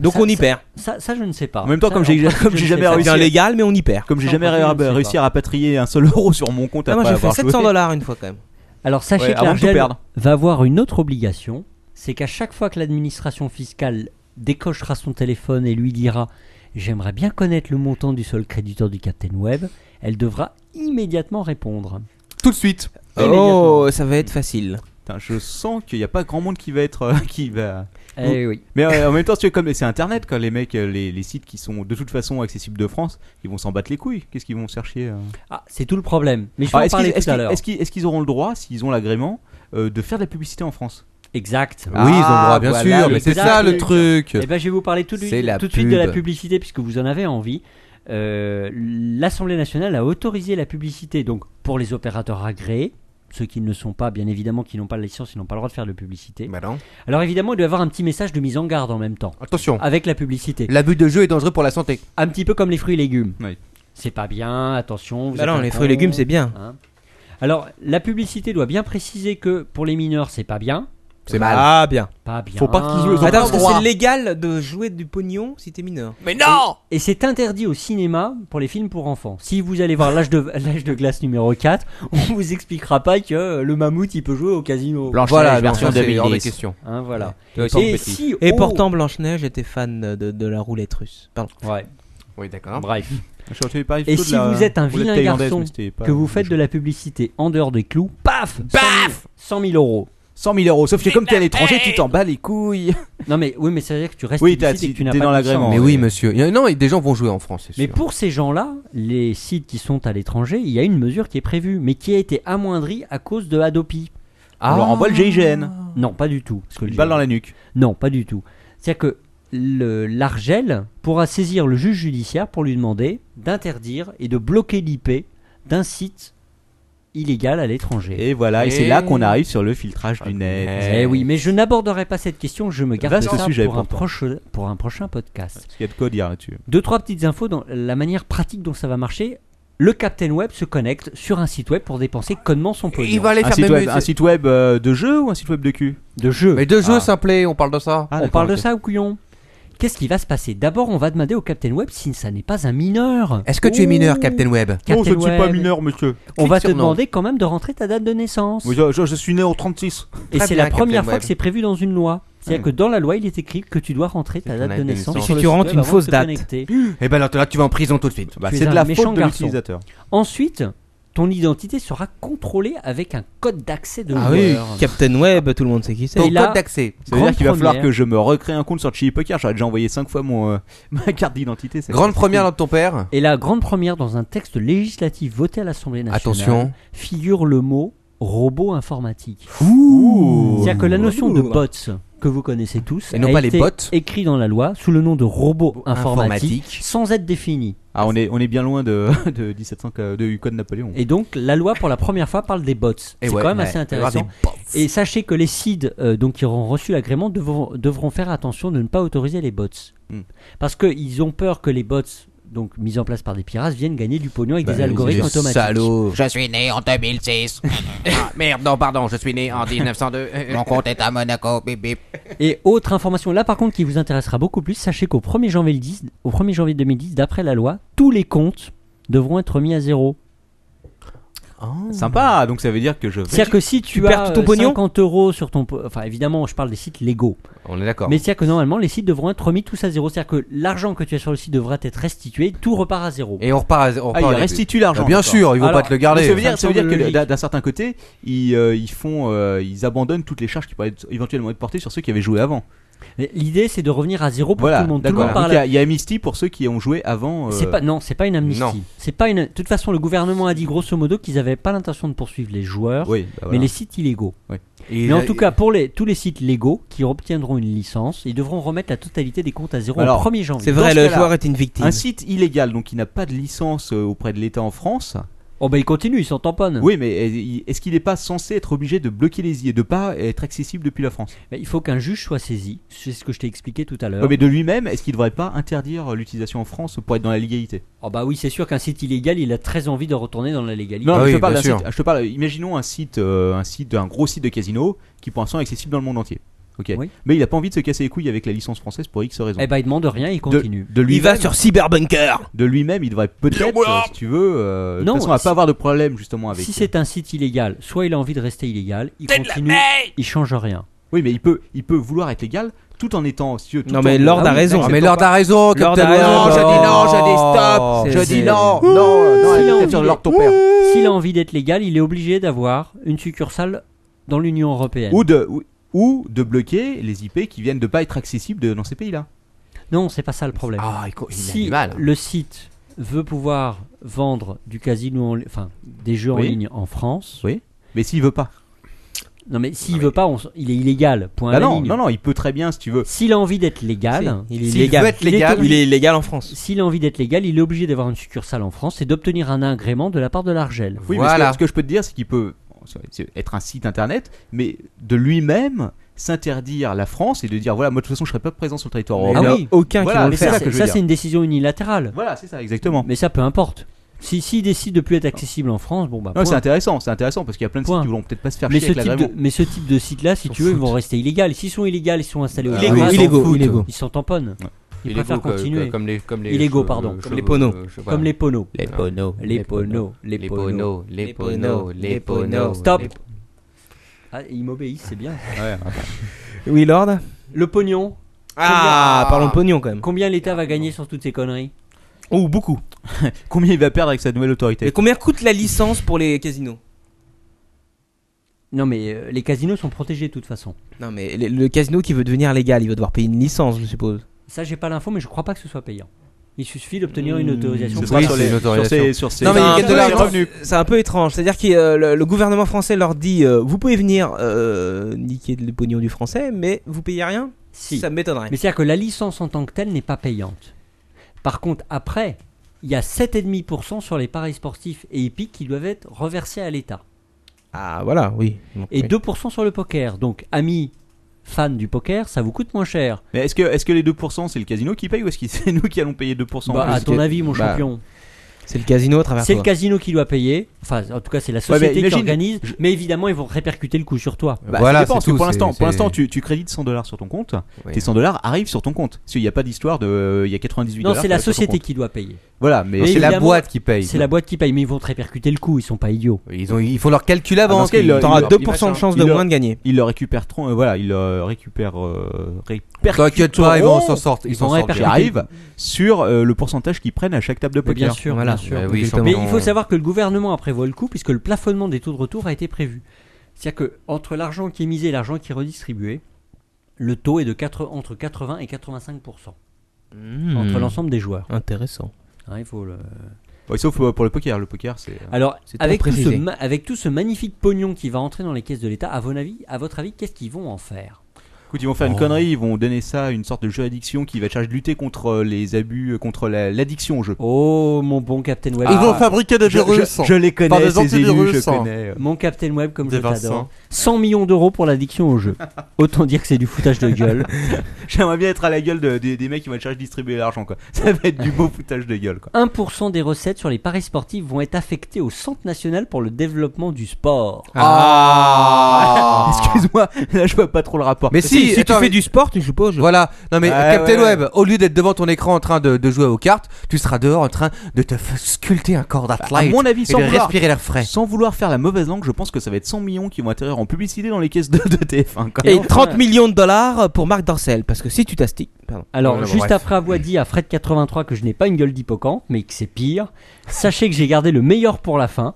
[SPEAKER 3] Donc
[SPEAKER 5] Ça-
[SPEAKER 3] on y
[SPEAKER 5] ça-
[SPEAKER 3] perd.
[SPEAKER 5] Ça, ça, je ne sais pas.
[SPEAKER 4] En même temps,
[SPEAKER 5] Ça,
[SPEAKER 4] comme j'ai-
[SPEAKER 5] en pratique,
[SPEAKER 4] comme
[SPEAKER 5] je
[SPEAKER 4] j'ai
[SPEAKER 5] ne
[SPEAKER 4] jamais
[SPEAKER 5] sais
[SPEAKER 3] Ça
[SPEAKER 5] pas.
[SPEAKER 4] réussi
[SPEAKER 3] devient
[SPEAKER 4] à-
[SPEAKER 3] légal, mais on y perd.
[SPEAKER 4] Comme j'ai
[SPEAKER 5] Sans
[SPEAKER 4] jamais
[SPEAKER 5] problème, je sais
[SPEAKER 4] ré- réussi à rapatrier un seul euro sur mon compte
[SPEAKER 3] Ah, moi
[SPEAKER 4] après
[SPEAKER 3] j'ai fait
[SPEAKER 4] avoir joué.
[SPEAKER 3] 700 dollars une fois quand même.
[SPEAKER 5] Alors sachez
[SPEAKER 4] Ouais,
[SPEAKER 5] que
[SPEAKER 4] avant de tout
[SPEAKER 5] l'Argel
[SPEAKER 4] perdre.
[SPEAKER 5] va avoir une autre obligation, c'est qu'à chaque fois que l'administration fiscale décochera son téléphone et lui dira J'aimerais bien connaître le montant du seul créditeur du Captain Web, elle devra immédiatement répondre.
[SPEAKER 6] Tout de suite.
[SPEAKER 3] Oh, ça va être facile.
[SPEAKER 4] Putain, je sens qu'il n'y a pas grand monde qui va être. euh, qui va...
[SPEAKER 5] Eh oui.
[SPEAKER 4] Mais euh, en même temps, si tu veux, comme c'est Internet, quand les mecs, euh, les, les sites qui sont de toute façon accessibles de France, ils vont s'en battre les couilles. Qu'est-ce qu'ils vont chercher euh
[SPEAKER 5] Ah, c'est tout le problème. Mais je vais
[SPEAKER 4] Ah,
[SPEAKER 5] en
[SPEAKER 4] Est-ce
[SPEAKER 5] parler
[SPEAKER 4] qu'ils
[SPEAKER 5] tout
[SPEAKER 4] est-ce
[SPEAKER 5] à
[SPEAKER 4] qu'ils-
[SPEAKER 5] l'heure.
[SPEAKER 4] est-ce qu'ils- est-ce qu'ils auront le droit, s'ils ont l'agrément, euh, de faire de la publicité en France Ah,
[SPEAKER 5] Exact.
[SPEAKER 6] Oui, ils ont le droit, bien
[SPEAKER 5] voilà,
[SPEAKER 6] sûr, mais c'est
[SPEAKER 5] exact.
[SPEAKER 6] ça le truc.
[SPEAKER 5] Eh ben, je vais vous parler tout, de-
[SPEAKER 6] C'est la
[SPEAKER 5] tout de suite de la
[SPEAKER 6] pub.
[SPEAKER 5] publicité puisque vous en avez envie. Euh, L'Assemblée nationale a autorisé la publicité donc pour les opérateurs agréés, Ceux qui ne le sont pas, bien évidemment, qui n'ont pas la licence, ils n'ont pas le droit de faire de publicité.
[SPEAKER 6] Bah non.
[SPEAKER 5] Alors évidemment, il doit y avoir un petit message de mise en garde en même temps,
[SPEAKER 6] Attention,
[SPEAKER 5] avec la publicité.
[SPEAKER 6] l'abus de jeu est dangereux pour la santé.
[SPEAKER 5] Un petit peu comme les fruits et légumes.
[SPEAKER 4] Oui.
[SPEAKER 5] C'est pas bien, attention. Vous
[SPEAKER 3] Bah
[SPEAKER 5] êtes
[SPEAKER 3] non,
[SPEAKER 5] un
[SPEAKER 3] les
[SPEAKER 5] con,
[SPEAKER 3] fruits et légumes, c'est bien.
[SPEAKER 5] hein. Alors, la publicité doit bien préciser que pour les mineurs, c'est pas bien.
[SPEAKER 6] C'est mal.
[SPEAKER 3] Ah, bien.
[SPEAKER 5] Pas bien.
[SPEAKER 7] Faut pas qu'ils jouent aux
[SPEAKER 3] Attends, parce que
[SPEAKER 7] droit.
[SPEAKER 3] c'est légal de jouer du pognon si t'es mineur.
[SPEAKER 6] Mais non
[SPEAKER 5] Et c'est interdit au cinéma pour les films pour enfants. Si vous allez voir l'âge de, l'âge de glace numéro 4, on vous expliquera pas que euh, le mammouth il peut jouer au casino.
[SPEAKER 6] Voilà,
[SPEAKER 10] Blanche-Neige, version
[SPEAKER 6] version 2010. Hors de
[SPEAKER 10] 2010.
[SPEAKER 6] question.
[SPEAKER 5] Hein, voilà.
[SPEAKER 6] Toi aussi,
[SPEAKER 5] Et
[SPEAKER 6] petit.
[SPEAKER 5] si.
[SPEAKER 3] Et
[SPEAKER 5] oh,
[SPEAKER 3] pourtant, Blanche-Neige était fan de, de la roulette russe. Pardon.
[SPEAKER 5] Ouais,
[SPEAKER 6] Oui, d'accord.
[SPEAKER 5] bref.
[SPEAKER 4] Je parlais
[SPEAKER 5] Et
[SPEAKER 4] plutôt de
[SPEAKER 5] si
[SPEAKER 4] la-
[SPEAKER 5] vous êtes un
[SPEAKER 4] roulette
[SPEAKER 5] vilain
[SPEAKER 4] thaïlandaise,
[SPEAKER 5] garçon
[SPEAKER 4] mais c'était pas-
[SPEAKER 5] Que vous faites de la publicité en dehors des clous, paf Paf 100 000 euros.
[SPEAKER 4] 100 000 euros. Sauf que comme t'es à l'étranger, tu t'en bats les couilles.
[SPEAKER 5] Non mais oui, mais ça veut dire que tu restes
[SPEAKER 4] Oui,
[SPEAKER 5] illicite
[SPEAKER 4] t'as-
[SPEAKER 5] et que tu n'as
[SPEAKER 4] t'es
[SPEAKER 5] pas
[SPEAKER 4] dans
[SPEAKER 5] de
[SPEAKER 4] l'agrément.
[SPEAKER 5] licence.
[SPEAKER 6] Mais
[SPEAKER 4] Ouais.
[SPEAKER 6] oui, monsieur. Il y en a- Non, et des gens vont jouer en France, c'est
[SPEAKER 5] Oh, Mais
[SPEAKER 6] sûr.
[SPEAKER 5] pour ces gens-là, les sites qui sont à l'étranger, il y a une mesure qui est prévue, mais qui a été amoindrie à cause de Adopi. Ah.
[SPEAKER 4] On leur envoie le GIGN.
[SPEAKER 5] Non, pas du tout. Parce que
[SPEAKER 4] Une
[SPEAKER 5] le-
[SPEAKER 4] balle dans la nuque.
[SPEAKER 5] Non, pas du tout. C'est-à-dire que le- l'Argel pourra saisir le juge judiciaire pour lui demander d'interdire et de bloquer l'IP d'un site illégal à l'étranger.
[SPEAKER 4] Et voilà, et,
[SPEAKER 6] Et-
[SPEAKER 4] c'est là qu'on arrive sur le filtrage du net.
[SPEAKER 5] Eh oui, mais je n'aborderai pas cette question, je me garde
[SPEAKER 4] Vaste
[SPEAKER 5] ça
[SPEAKER 4] sujet
[SPEAKER 5] pour, un
[SPEAKER 4] pourtant.
[SPEAKER 5] proche, pour un prochain podcast.
[SPEAKER 4] Parce qu'il y a de quoi dire là-dessus.
[SPEAKER 5] Deux, trois petites infos dans la manière pratique dont ça va marcher. Le Captain Web se connecte sur un site web pour dépenser connement son pognon.
[SPEAKER 6] Il va aller
[SPEAKER 4] Un
[SPEAKER 6] faire
[SPEAKER 4] site,
[SPEAKER 6] des
[SPEAKER 4] web,
[SPEAKER 6] mus-
[SPEAKER 4] un site web, euh, de jeu ou un site web de cul
[SPEAKER 5] De jeu.
[SPEAKER 6] Mais deux jeux,
[SPEAKER 4] Ah.
[SPEAKER 6] ça plaît, on parle de ça.
[SPEAKER 4] Ah,
[SPEAKER 5] on
[SPEAKER 4] d'accord,
[SPEAKER 5] parle de
[SPEAKER 4] ok.
[SPEAKER 5] ça ou couillon Qu'est-ce qui va se passer D'abord, on va demander au Captain Web si ça n'est pas un mineur.
[SPEAKER 6] Est-ce que tu es mineur, Captain Web
[SPEAKER 4] Eh,
[SPEAKER 5] Captain Web,
[SPEAKER 4] monsieur.
[SPEAKER 5] On va te
[SPEAKER 6] Clique sur non.
[SPEAKER 5] demander quand même de rentrer ta date de naissance.
[SPEAKER 4] je, je- je suis né au 36.
[SPEAKER 5] Et
[SPEAKER 6] Très
[SPEAKER 5] c'est
[SPEAKER 6] bien,
[SPEAKER 5] la première
[SPEAKER 6] Captain
[SPEAKER 5] fois
[SPEAKER 6] Web.
[SPEAKER 5] que c'est prévu dans une loi. C'est-à-dire
[SPEAKER 6] Hmm.
[SPEAKER 5] que dans la loi, il est écrit que tu dois rentrer ta
[SPEAKER 6] ton
[SPEAKER 5] date de naissance.
[SPEAKER 6] Et
[SPEAKER 5] sur
[SPEAKER 3] si
[SPEAKER 5] le
[SPEAKER 3] tu
[SPEAKER 5] site
[SPEAKER 3] rentres
[SPEAKER 5] web
[SPEAKER 3] une
[SPEAKER 5] avant de
[SPEAKER 3] fausse
[SPEAKER 5] te
[SPEAKER 3] date.
[SPEAKER 5] connecter.
[SPEAKER 6] Eh ben là, là, tu vas en prison tout de suite.
[SPEAKER 4] Bah,
[SPEAKER 5] Tu
[SPEAKER 4] c'est
[SPEAKER 5] es
[SPEAKER 4] de
[SPEAKER 5] un
[SPEAKER 4] la
[SPEAKER 5] méchant
[SPEAKER 4] faute de
[SPEAKER 5] garçon.
[SPEAKER 4] l'utilisateur.
[SPEAKER 5] Ensuite, ton identité sera contrôlée avec un code d'accès de
[SPEAKER 3] Ah oui,
[SPEAKER 5] joueur.
[SPEAKER 3] Captain Web, tout le monde sait qui c'est.
[SPEAKER 6] Ton
[SPEAKER 5] Et là-
[SPEAKER 6] code d'accès.
[SPEAKER 4] Ça veut
[SPEAKER 5] Grande
[SPEAKER 4] dire qu'il va falloir
[SPEAKER 5] première.
[SPEAKER 4] que je me recrée un compte sur Chili Poker. J'aurais déjà envoyé 5 fois mon, euh, ma carte d'identité. ça-
[SPEAKER 6] Grande première de ton père.
[SPEAKER 5] Et la grande première dans un texte législatif voté à l'Assemblée nationale
[SPEAKER 6] Attention.
[SPEAKER 5] figure le mot robot informatique.
[SPEAKER 4] Ouh.
[SPEAKER 5] C'est-à-dire que la notion de bots que vous connaissez tous
[SPEAKER 6] Et non
[SPEAKER 5] a
[SPEAKER 6] pas les
[SPEAKER 5] été
[SPEAKER 6] bots.
[SPEAKER 5] écrit dans la loi sous le nom de robot informatique
[SPEAKER 6] Informatique.
[SPEAKER 5] sans être défini.
[SPEAKER 4] Ah, on est, on est bien loin de, de 1700, que- de, du code Napoléon.
[SPEAKER 5] Et donc la loi pour la première fois parle des bots. C'est
[SPEAKER 6] Et ouais,
[SPEAKER 5] quand même
[SPEAKER 6] ouais.
[SPEAKER 5] assez
[SPEAKER 6] Il va y avoir
[SPEAKER 5] intéressant.
[SPEAKER 6] des bots.
[SPEAKER 5] Et sachez que les CID euh, donc, qui auront reçu l'agrément devront, devront faire attention de ne pas autoriser les bots.
[SPEAKER 4] Hmm.
[SPEAKER 5] Parce qu'ils ont peur que les bots, donc mis en place par des pirates, viennent gagner du pognon
[SPEAKER 6] Bah,
[SPEAKER 5] avec des algorithmes automatiques.
[SPEAKER 6] Salaud.
[SPEAKER 10] Je suis né en 2006.
[SPEAKER 6] Merde, non, pardon, je suis né en 1902.
[SPEAKER 10] Mon compte est à Monaco. Bip bip.
[SPEAKER 5] Et autre information, là par contre qui vous intéressera beaucoup plus, sachez qu'au 1er janvier, 10, au 1er janvier 2010, d'après la loi, tous les comptes devront être mis à zéro.
[SPEAKER 6] Oh.
[SPEAKER 4] Sympa. Donc ça veut dire que je vais.
[SPEAKER 5] C'est-à-dire que si tu,
[SPEAKER 3] tu
[SPEAKER 5] as
[SPEAKER 3] perds tout ton
[SPEAKER 5] euh,
[SPEAKER 3] pognon
[SPEAKER 5] 50 euros sur ton... po- Enfin évidemment, je parle des sites légaux.
[SPEAKER 6] On est d'accord.
[SPEAKER 5] Mais c'est-à-dire que normalement, les sites devront être remis tous à zéro. C'est-à-dire que l'argent que tu as sur le site devra être restitué, tout repart à zéro.
[SPEAKER 6] Et on repart. à- on
[SPEAKER 4] Ah,
[SPEAKER 6] repart
[SPEAKER 4] il
[SPEAKER 6] au début.
[SPEAKER 4] restitue l'argent.
[SPEAKER 6] Ah, Bien
[SPEAKER 4] d'accord.
[SPEAKER 6] sûr, ils vont
[SPEAKER 5] Alors,
[SPEAKER 6] pas te le
[SPEAKER 4] Mais ça
[SPEAKER 6] garder.
[SPEAKER 4] veut dire,
[SPEAKER 5] Ça
[SPEAKER 4] ça
[SPEAKER 5] me
[SPEAKER 4] veut dire
[SPEAKER 5] semble
[SPEAKER 4] que
[SPEAKER 5] logique.
[SPEAKER 4] d'un d'un certain côté, ils, euh, ils font, euh, ils abandonnent toutes les charges qui pourraient être- éventuellement être portées sur ceux qui avaient joué avant.
[SPEAKER 5] Mais L'idée, c'est de revenir à zéro pour tout
[SPEAKER 4] Voilà,
[SPEAKER 5] le monde. Tout le monde
[SPEAKER 4] d'accord.
[SPEAKER 5] parle
[SPEAKER 4] Donc, Il y, a- il y a amnistie pour ceux qui ont joué avant. euh,
[SPEAKER 5] C'est pas non, c'est pas une
[SPEAKER 6] Non.
[SPEAKER 5] amnistie. C'est pas une. De toute façon, le gouvernement a dit grosso modo qu'ils n'avaient pas l'intention de poursuivre les joueurs,
[SPEAKER 4] Oui, bah voilà.
[SPEAKER 5] mais les sites illégaux.
[SPEAKER 6] Et
[SPEAKER 5] mais en
[SPEAKER 6] là,
[SPEAKER 5] tout cas, pour les tous les sites légaux qui obtiendront une licence, ils devront remettre la totalité des comptes à zéro
[SPEAKER 4] Alors,
[SPEAKER 5] au 1er janvier.
[SPEAKER 3] C'est vrai,
[SPEAKER 4] Dans ce
[SPEAKER 3] le
[SPEAKER 4] cas-là,
[SPEAKER 3] joueur est une victime.
[SPEAKER 4] Un site illégal, donc qui n'a pas de licence euh, auprès de l'État en France.
[SPEAKER 5] Oh bah ils continuent, ils s'en tamponnent.
[SPEAKER 4] Oui, mais euh, il- est-ce qu'il n'est pas censé être obligé de bloquer les i et de pas être accessible depuis la France
[SPEAKER 5] Mais il faut qu'un juge soit saisi. C'est ce que je t'ai expliqué tout à l'heure.
[SPEAKER 4] Ouais, Mais de lui-même, est-ce qu'il ne devrait pas interdire euh, l'utilisation en France pour être dans la légalité
[SPEAKER 5] Oh bah oui, c'est sûr qu'un site illégal, il a très envie de retourner dans la légalité.
[SPEAKER 4] Non,
[SPEAKER 6] Ah
[SPEAKER 4] mais je,
[SPEAKER 6] oui,
[SPEAKER 4] te parle
[SPEAKER 6] bien
[SPEAKER 4] d'un
[SPEAKER 6] sûr.
[SPEAKER 4] site- je te parle. Imaginons un site, euh, un site, un gros site de casino qui pour l'instant est accessible dans le monde entier. Ok.
[SPEAKER 5] Oui.
[SPEAKER 4] Mais il n'a pas envie de se casser les couilles avec la licence française pour X raison.
[SPEAKER 5] Eh bah il demande rien, il continue.
[SPEAKER 4] De
[SPEAKER 3] Il va
[SPEAKER 4] lui-même,
[SPEAKER 3] sur Cyberbunker.
[SPEAKER 4] de lui-même, il devrait peut-être, euh, si tu veux, euh, de
[SPEAKER 5] Non,
[SPEAKER 4] toute façon, on va
[SPEAKER 5] si-
[SPEAKER 4] pas avoir de problème justement avec.
[SPEAKER 5] Si c'est un site illégal, soit il a envie de rester illégal, il continue, il change rien.
[SPEAKER 4] Oui, mais il peut, il peut vouloir être légal tout en étant. si tu veux, tout
[SPEAKER 3] Non,
[SPEAKER 4] en-
[SPEAKER 3] mais Lord
[SPEAKER 4] Ah
[SPEAKER 3] a
[SPEAKER 4] oui,
[SPEAKER 3] raison.
[SPEAKER 6] Ah,
[SPEAKER 4] d'accord.
[SPEAKER 6] mais Lord a raison, Oh,
[SPEAKER 3] Lord
[SPEAKER 6] Captain
[SPEAKER 3] a raison.
[SPEAKER 6] Non, je dis non, je dis stop.
[SPEAKER 3] C'est-
[SPEAKER 6] Je
[SPEAKER 3] c'est-
[SPEAKER 6] dis non, non, euh, non,
[SPEAKER 5] Si, non,
[SPEAKER 6] elle est sur
[SPEAKER 5] il
[SPEAKER 6] Lord
[SPEAKER 5] est-
[SPEAKER 6] ton père.
[SPEAKER 5] S'il a envie d'être légal, il est obligé d'avoir une succursale dans l'Union européenne.
[SPEAKER 4] Ou de, ou, ou de bloquer les IP qui viennent de pas être accessibles de- dans ces pays-là.
[SPEAKER 5] Non, c'est pas ça le problème.
[SPEAKER 6] Ah, il co- il a
[SPEAKER 5] si
[SPEAKER 6] du mal.
[SPEAKER 5] le site veut pouvoir vendre du casino, en li- enfin des jeux en
[SPEAKER 4] Oui.
[SPEAKER 5] ligne en France,
[SPEAKER 4] Oui. Mais s'il veut pas.
[SPEAKER 5] non mais s'il veut pas, on s- il est illégal. Point à
[SPEAKER 4] Bah
[SPEAKER 5] la
[SPEAKER 4] non,
[SPEAKER 5] ligne.
[SPEAKER 4] non, non, il peut très bien si tu veux.
[SPEAKER 5] S'il a envie d'être légal,
[SPEAKER 3] Ah Il est
[SPEAKER 6] S'il veut
[SPEAKER 3] illégal.
[SPEAKER 6] être légal,
[SPEAKER 3] Il est illégal en France.
[SPEAKER 5] s'il a envie d'être légal, il est obligé d'avoir une succursale en France et d'obtenir un agrément de la part de l'Argel.
[SPEAKER 4] Oui, mais ce que-
[SPEAKER 6] Voilà.
[SPEAKER 4] ce que, je peux te dire, c'est qu'il peut c'est être un site internet, mais de lui-même s'interdire la France et de dire voilà, moi de toute façon je serai pas présent sur le territoire
[SPEAKER 3] Ah
[SPEAKER 4] européen.
[SPEAKER 3] oui, aucun
[SPEAKER 4] Voilà,
[SPEAKER 3] qui va le
[SPEAKER 5] Mais
[SPEAKER 4] mais
[SPEAKER 3] faire.
[SPEAKER 5] ça,
[SPEAKER 4] ça
[SPEAKER 5] c'est-
[SPEAKER 4] que je veux
[SPEAKER 5] ça,
[SPEAKER 4] dire.
[SPEAKER 5] c'est une décision unilatérale.
[SPEAKER 4] Voilà, c'est ça, exactement.
[SPEAKER 5] Mais ça, peu importe. Si, s'il décide de plus être accessible en France, bon bah.
[SPEAKER 4] Non, c'est
[SPEAKER 5] point.
[SPEAKER 4] intéressant, c'est intéressant parce qu'il y a plein de sites
[SPEAKER 5] Point.
[SPEAKER 4] qui vont peut-être pas se faire
[SPEAKER 5] mais
[SPEAKER 4] chier
[SPEAKER 5] ce,
[SPEAKER 4] avec
[SPEAKER 5] type de,
[SPEAKER 4] l'agrément.
[SPEAKER 5] mais ce type de site-là, si
[SPEAKER 3] Ils
[SPEAKER 5] tu
[SPEAKER 3] s'en
[SPEAKER 5] veux, ils vont
[SPEAKER 3] foutent.
[SPEAKER 5] rester illégaux. S'ils sont illégaux, ils sont
[SPEAKER 4] Euh,
[SPEAKER 5] installés au
[SPEAKER 3] Illégaux,
[SPEAKER 5] Canada, ils s'en
[SPEAKER 3] illégaux,
[SPEAKER 5] foutent.
[SPEAKER 3] illégaux.
[SPEAKER 5] Ils s'en tamponnent. Ils
[SPEAKER 6] Illégaux,
[SPEAKER 5] préfèrent
[SPEAKER 6] quoi,
[SPEAKER 5] continuer.
[SPEAKER 6] Comme les, comme les
[SPEAKER 5] Illégaux,
[SPEAKER 6] cheveux-
[SPEAKER 5] pardon.
[SPEAKER 6] cheveux-
[SPEAKER 3] Comme les poneaux.
[SPEAKER 6] euh, cheveux-
[SPEAKER 5] Comme les poneaux.
[SPEAKER 6] Les poneaux.
[SPEAKER 5] Les poneaux.
[SPEAKER 6] Les poneaux. Les poneaux. Les poneaux.
[SPEAKER 5] poneaux. Stop. Ah, ils m'obéissent, c'est bien.
[SPEAKER 4] Ouais, ouais.
[SPEAKER 3] Oui, Lord
[SPEAKER 5] Le pognon.
[SPEAKER 3] Ah, parlons de pognon quand
[SPEAKER 6] Hmm.
[SPEAKER 3] même.
[SPEAKER 5] Combien l'État va gagner sur toutes ces conneries
[SPEAKER 3] Oh, beaucoup.
[SPEAKER 4] Combien il va perdre avec sa nouvelle
[SPEAKER 3] Et
[SPEAKER 4] autorité
[SPEAKER 3] combien coûte la licence pour les casinos
[SPEAKER 5] Non, mais euh, les casinos sont protégés de toute façon.
[SPEAKER 3] Non, mais le, le casino qui veut devenir légal, il va devoir payer une licence, je suppose.
[SPEAKER 5] Ça, j'ai pas l'info, mais je crois pas que ce soit payant. Il suffit d'obtenir une
[SPEAKER 4] Ce
[SPEAKER 5] autorisation. pour
[SPEAKER 4] sera
[SPEAKER 6] Oui,
[SPEAKER 5] ça.
[SPEAKER 4] sur
[SPEAKER 6] Hmm. c'est
[SPEAKER 4] les
[SPEAKER 6] une
[SPEAKER 4] sur ces- sur ces- Ah,
[SPEAKER 3] Non, mais
[SPEAKER 4] sur
[SPEAKER 3] les
[SPEAKER 4] ces
[SPEAKER 3] casinos,
[SPEAKER 4] revenus.
[SPEAKER 3] C'est un peu étrange. C'est-à-dire que euh, le, le gouvernement français leur dit euh, vous pouvez venir euh, niquer le pognon du français, mais vous payez rien
[SPEAKER 5] Si.
[SPEAKER 3] Ça m'étonnerait.
[SPEAKER 5] Mais c'est-à-dire que la licence en tant que telle n'est pas payante. Par contre, après, il y a 7,5% sur les paris sportifs et hippiques qui doivent être reversés à l'État.
[SPEAKER 3] Ah, voilà, oui. Donc,
[SPEAKER 5] Et
[SPEAKER 3] oui.
[SPEAKER 5] 2% sur le poker. Donc, amis, fans du poker, ça vous coûte moins cher.
[SPEAKER 4] Mais est-ce que, est-ce que les 2% c'est le casino qui paye ou est-ce que c'est nous qui allons payer 2%
[SPEAKER 5] Bah,
[SPEAKER 4] en
[SPEAKER 5] à
[SPEAKER 4] plus
[SPEAKER 5] ton avis, mon
[SPEAKER 4] Bah,
[SPEAKER 5] champion,
[SPEAKER 3] C'est le casino à travers
[SPEAKER 5] c'est le
[SPEAKER 3] toi.
[SPEAKER 5] casino qui doit payer. Enfin, en tout cas, c'est la
[SPEAKER 4] mais
[SPEAKER 5] société qui
[SPEAKER 4] imagine-
[SPEAKER 5] organise. Mais évidemment, ils vont répercuter le coup sur toi.
[SPEAKER 4] Bah, ça
[SPEAKER 6] Voilà,
[SPEAKER 4] dépend,
[SPEAKER 6] c'est
[SPEAKER 4] parce que
[SPEAKER 6] tout,
[SPEAKER 4] pour l'instant,
[SPEAKER 6] c'est-
[SPEAKER 4] pour l'instant,
[SPEAKER 6] c'est-
[SPEAKER 4] tu, tu crédites 100 dollars sur ton compte,
[SPEAKER 6] Ouais.
[SPEAKER 4] tes 100 dollars arrivent sur ton compte. Parce qu'il n'y a pas d'histoire de, euh, il y a 98
[SPEAKER 5] Non,
[SPEAKER 4] dollars.
[SPEAKER 5] c'est
[SPEAKER 4] qui
[SPEAKER 5] la
[SPEAKER 4] arrivent sur ton
[SPEAKER 5] société
[SPEAKER 4] compte.
[SPEAKER 5] qui doit payer.
[SPEAKER 4] Voilà, mais,
[SPEAKER 5] Mais
[SPEAKER 6] C'est la
[SPEAKER 5] évidemment,
[SPEAKER 6] boîte qui paye.
[SPEAKER 5] C'est la boîte qui paye, mais ils vont te répercuter le coup. Ils sont pas idiots.
[SPEAKER 6] Ils, ont, ils font leur calcul
[SPEAKER 4] Ah, dans
[SPEAKER 6] avant.
[SPEAKER 4] ce cas, il-
[SPEAKER 3] T'auras
[SPEAKER 4] il-
[SPEAKER 3] 2% de chance de
[SPEAKER 4] il leur-
[SPEAKER 3] moins de gagner.
[SPEAKER 4] ils le récupèrent, trop- euh, voilà, ils le récupèrent, euh, répercuteront-
[SPEAKER 6] T'inquiète pas, ils vont s'en sortir. Ils
[SPEAKER 5] Ils vont
[SPEAKER 6] s'en sortent.
[SPEAKER 5] répercuter.
[SPEAKER 6] bien.
[SPEAKER 4] j'arrive sur euh, le pourcentage qu'ils prennent à chaque table de
[SPEAKER 5] Mais bien
[SPEAKER 4] poker.
[SPEAKER 5] sûr,
[SPEAKER 3] Voilà.
[SPEAKER 5] bien sûr.
[SPEAKER 6] Bah oui, ils sont
[SPEAKER 5] Mais
[SPEAKER 6] dans-
[SPEAKER 5] il faut savoir que le gouvernement a prévoit le coup puisque le plafonnement des taux de retour a été prévu. C'est-à-dire que entre l'argent qui est misé et l'argent qui est redistribué, le taux est de 4 entre 80 et 85
[SPEAKER 7] Hmm.
[SPEAKER 5] entre l'ensemble des joueurs.
[SPEAKER 3] Intéressant.
[SPEAKER 5] Hein, il faut le-
[SPEAKER 4] Ouais, sauf euh, pour le poker, le poker c'est.
[SPEAKER 5] Alors
[SPEAKER 3] C'est à
[SPEAKER 5] avec tout, ce
[SPEAKER 3] préciser.
[SPEAKER 5] ma- avec tout ce magnifique pognon qui va entrer dans les caisses de l'État, à votre avis, à votre avis, qu'est-ce qu'ils vont en faire
[SPEAKER 4] Écoute, ils vont faire une connerie, ils vont donner ça à une sorte de juridiction qui va charger de lutter contre euh, les abus, euh, contre la- l'addiction au jeu.
[SPEAKER 5] Oh mon bon Captain Web,
[SPEAKER 4] Ils vont
[SPEAKER 7] fabriquer des
[SPEAKER 4] Je,
[SPEAKER 5] hein.
[SPEAKER 4] je- je les
[SPEAKER 7] Par
[SPEAKER 4] connais,
[SPEAKER 7] des
[SPEAKER 4] ces élus,
[SPEAKER 7] antivirus,
[SPEAKER 4] je
[SPEAKER 7] hein.
[SPEAKER 4] connais. euh.
[SPEAKER 5] mon Captain Web comme
[SPEAKER 7] Des
[SPEAKER 5] je t'adore.
[SPEAKER 7] Vincent.
[SPEAKER 5] 100 millions d'euros pour l'addiction au jeu. Autant dire que c'est du foutage de gueule.
[SPEAKER 4] J'aimerais bien être à la gueule de- des, des mecs qui vont être chargés de distribuer l'argent, quoi. Ça va être du beau foutage de gueule, quoi.
[SPEAKER 5] 1% des recettes sur les paris sportifs vont être affectées au Centre national pour le développement du sport.
[SPEAKER 4] Excuse-moi, là je vois pas trop le rapport.
[SPEAKER 6] Mais
[SPEAKER 3] Si,
[SPEAKER 6] si,
[SPEAKER 3] si tu
[SPEAKER 6] attends,
[SPEAKER 3] fais du sport, tu supposes.
[SPEAKER 6] Voilà, non mais
[SPEAKER 4] Ouais,
[SPEAKER 6] euh, Captain
[SPEAKER 4] ouais, ouais.
[SPEAKER 6] Web, au lieu d'être devant ton écran en train de, de jouer aux cartes, tu seras dehors en train de te f- sculpter un corps
[SPEAKER 4] à
[SPEAKER 6] d'athlète
[SPEAKER 4] mon avis,
[SPEAKER 6] et
[SPEAKER 4] sans
[SPEAKER 6] de
[SPEAKER 4] vouloir,
[SPEAKER 6] respirer l'air frais.
[SPEAKER 4] sans vouloir faire la mauvaise langue, je pense que ça va être 100 millions qui vont atterrir en publicité dans les caisses de, de TF1, quoi.
[SPEAKER 3] Et
[SPEAKER 5] enfin-
[SPEAKER 3] 30 millions de dollars pour Marc Dorcel. Parce que si tu t'astiques. Pardon.
[SPEAKER 5] Alors,
[SPEAKER 6] Voilà,
[SPEAKER 5] juste
[SPEAKER 6] bref.
[SPEAKER 5] après avoir dit à Fred83 que je n'ai pas une gueule d'hippocampe, mais que c'est pire, sachez que j'ai gardé le meilleur pour la fin.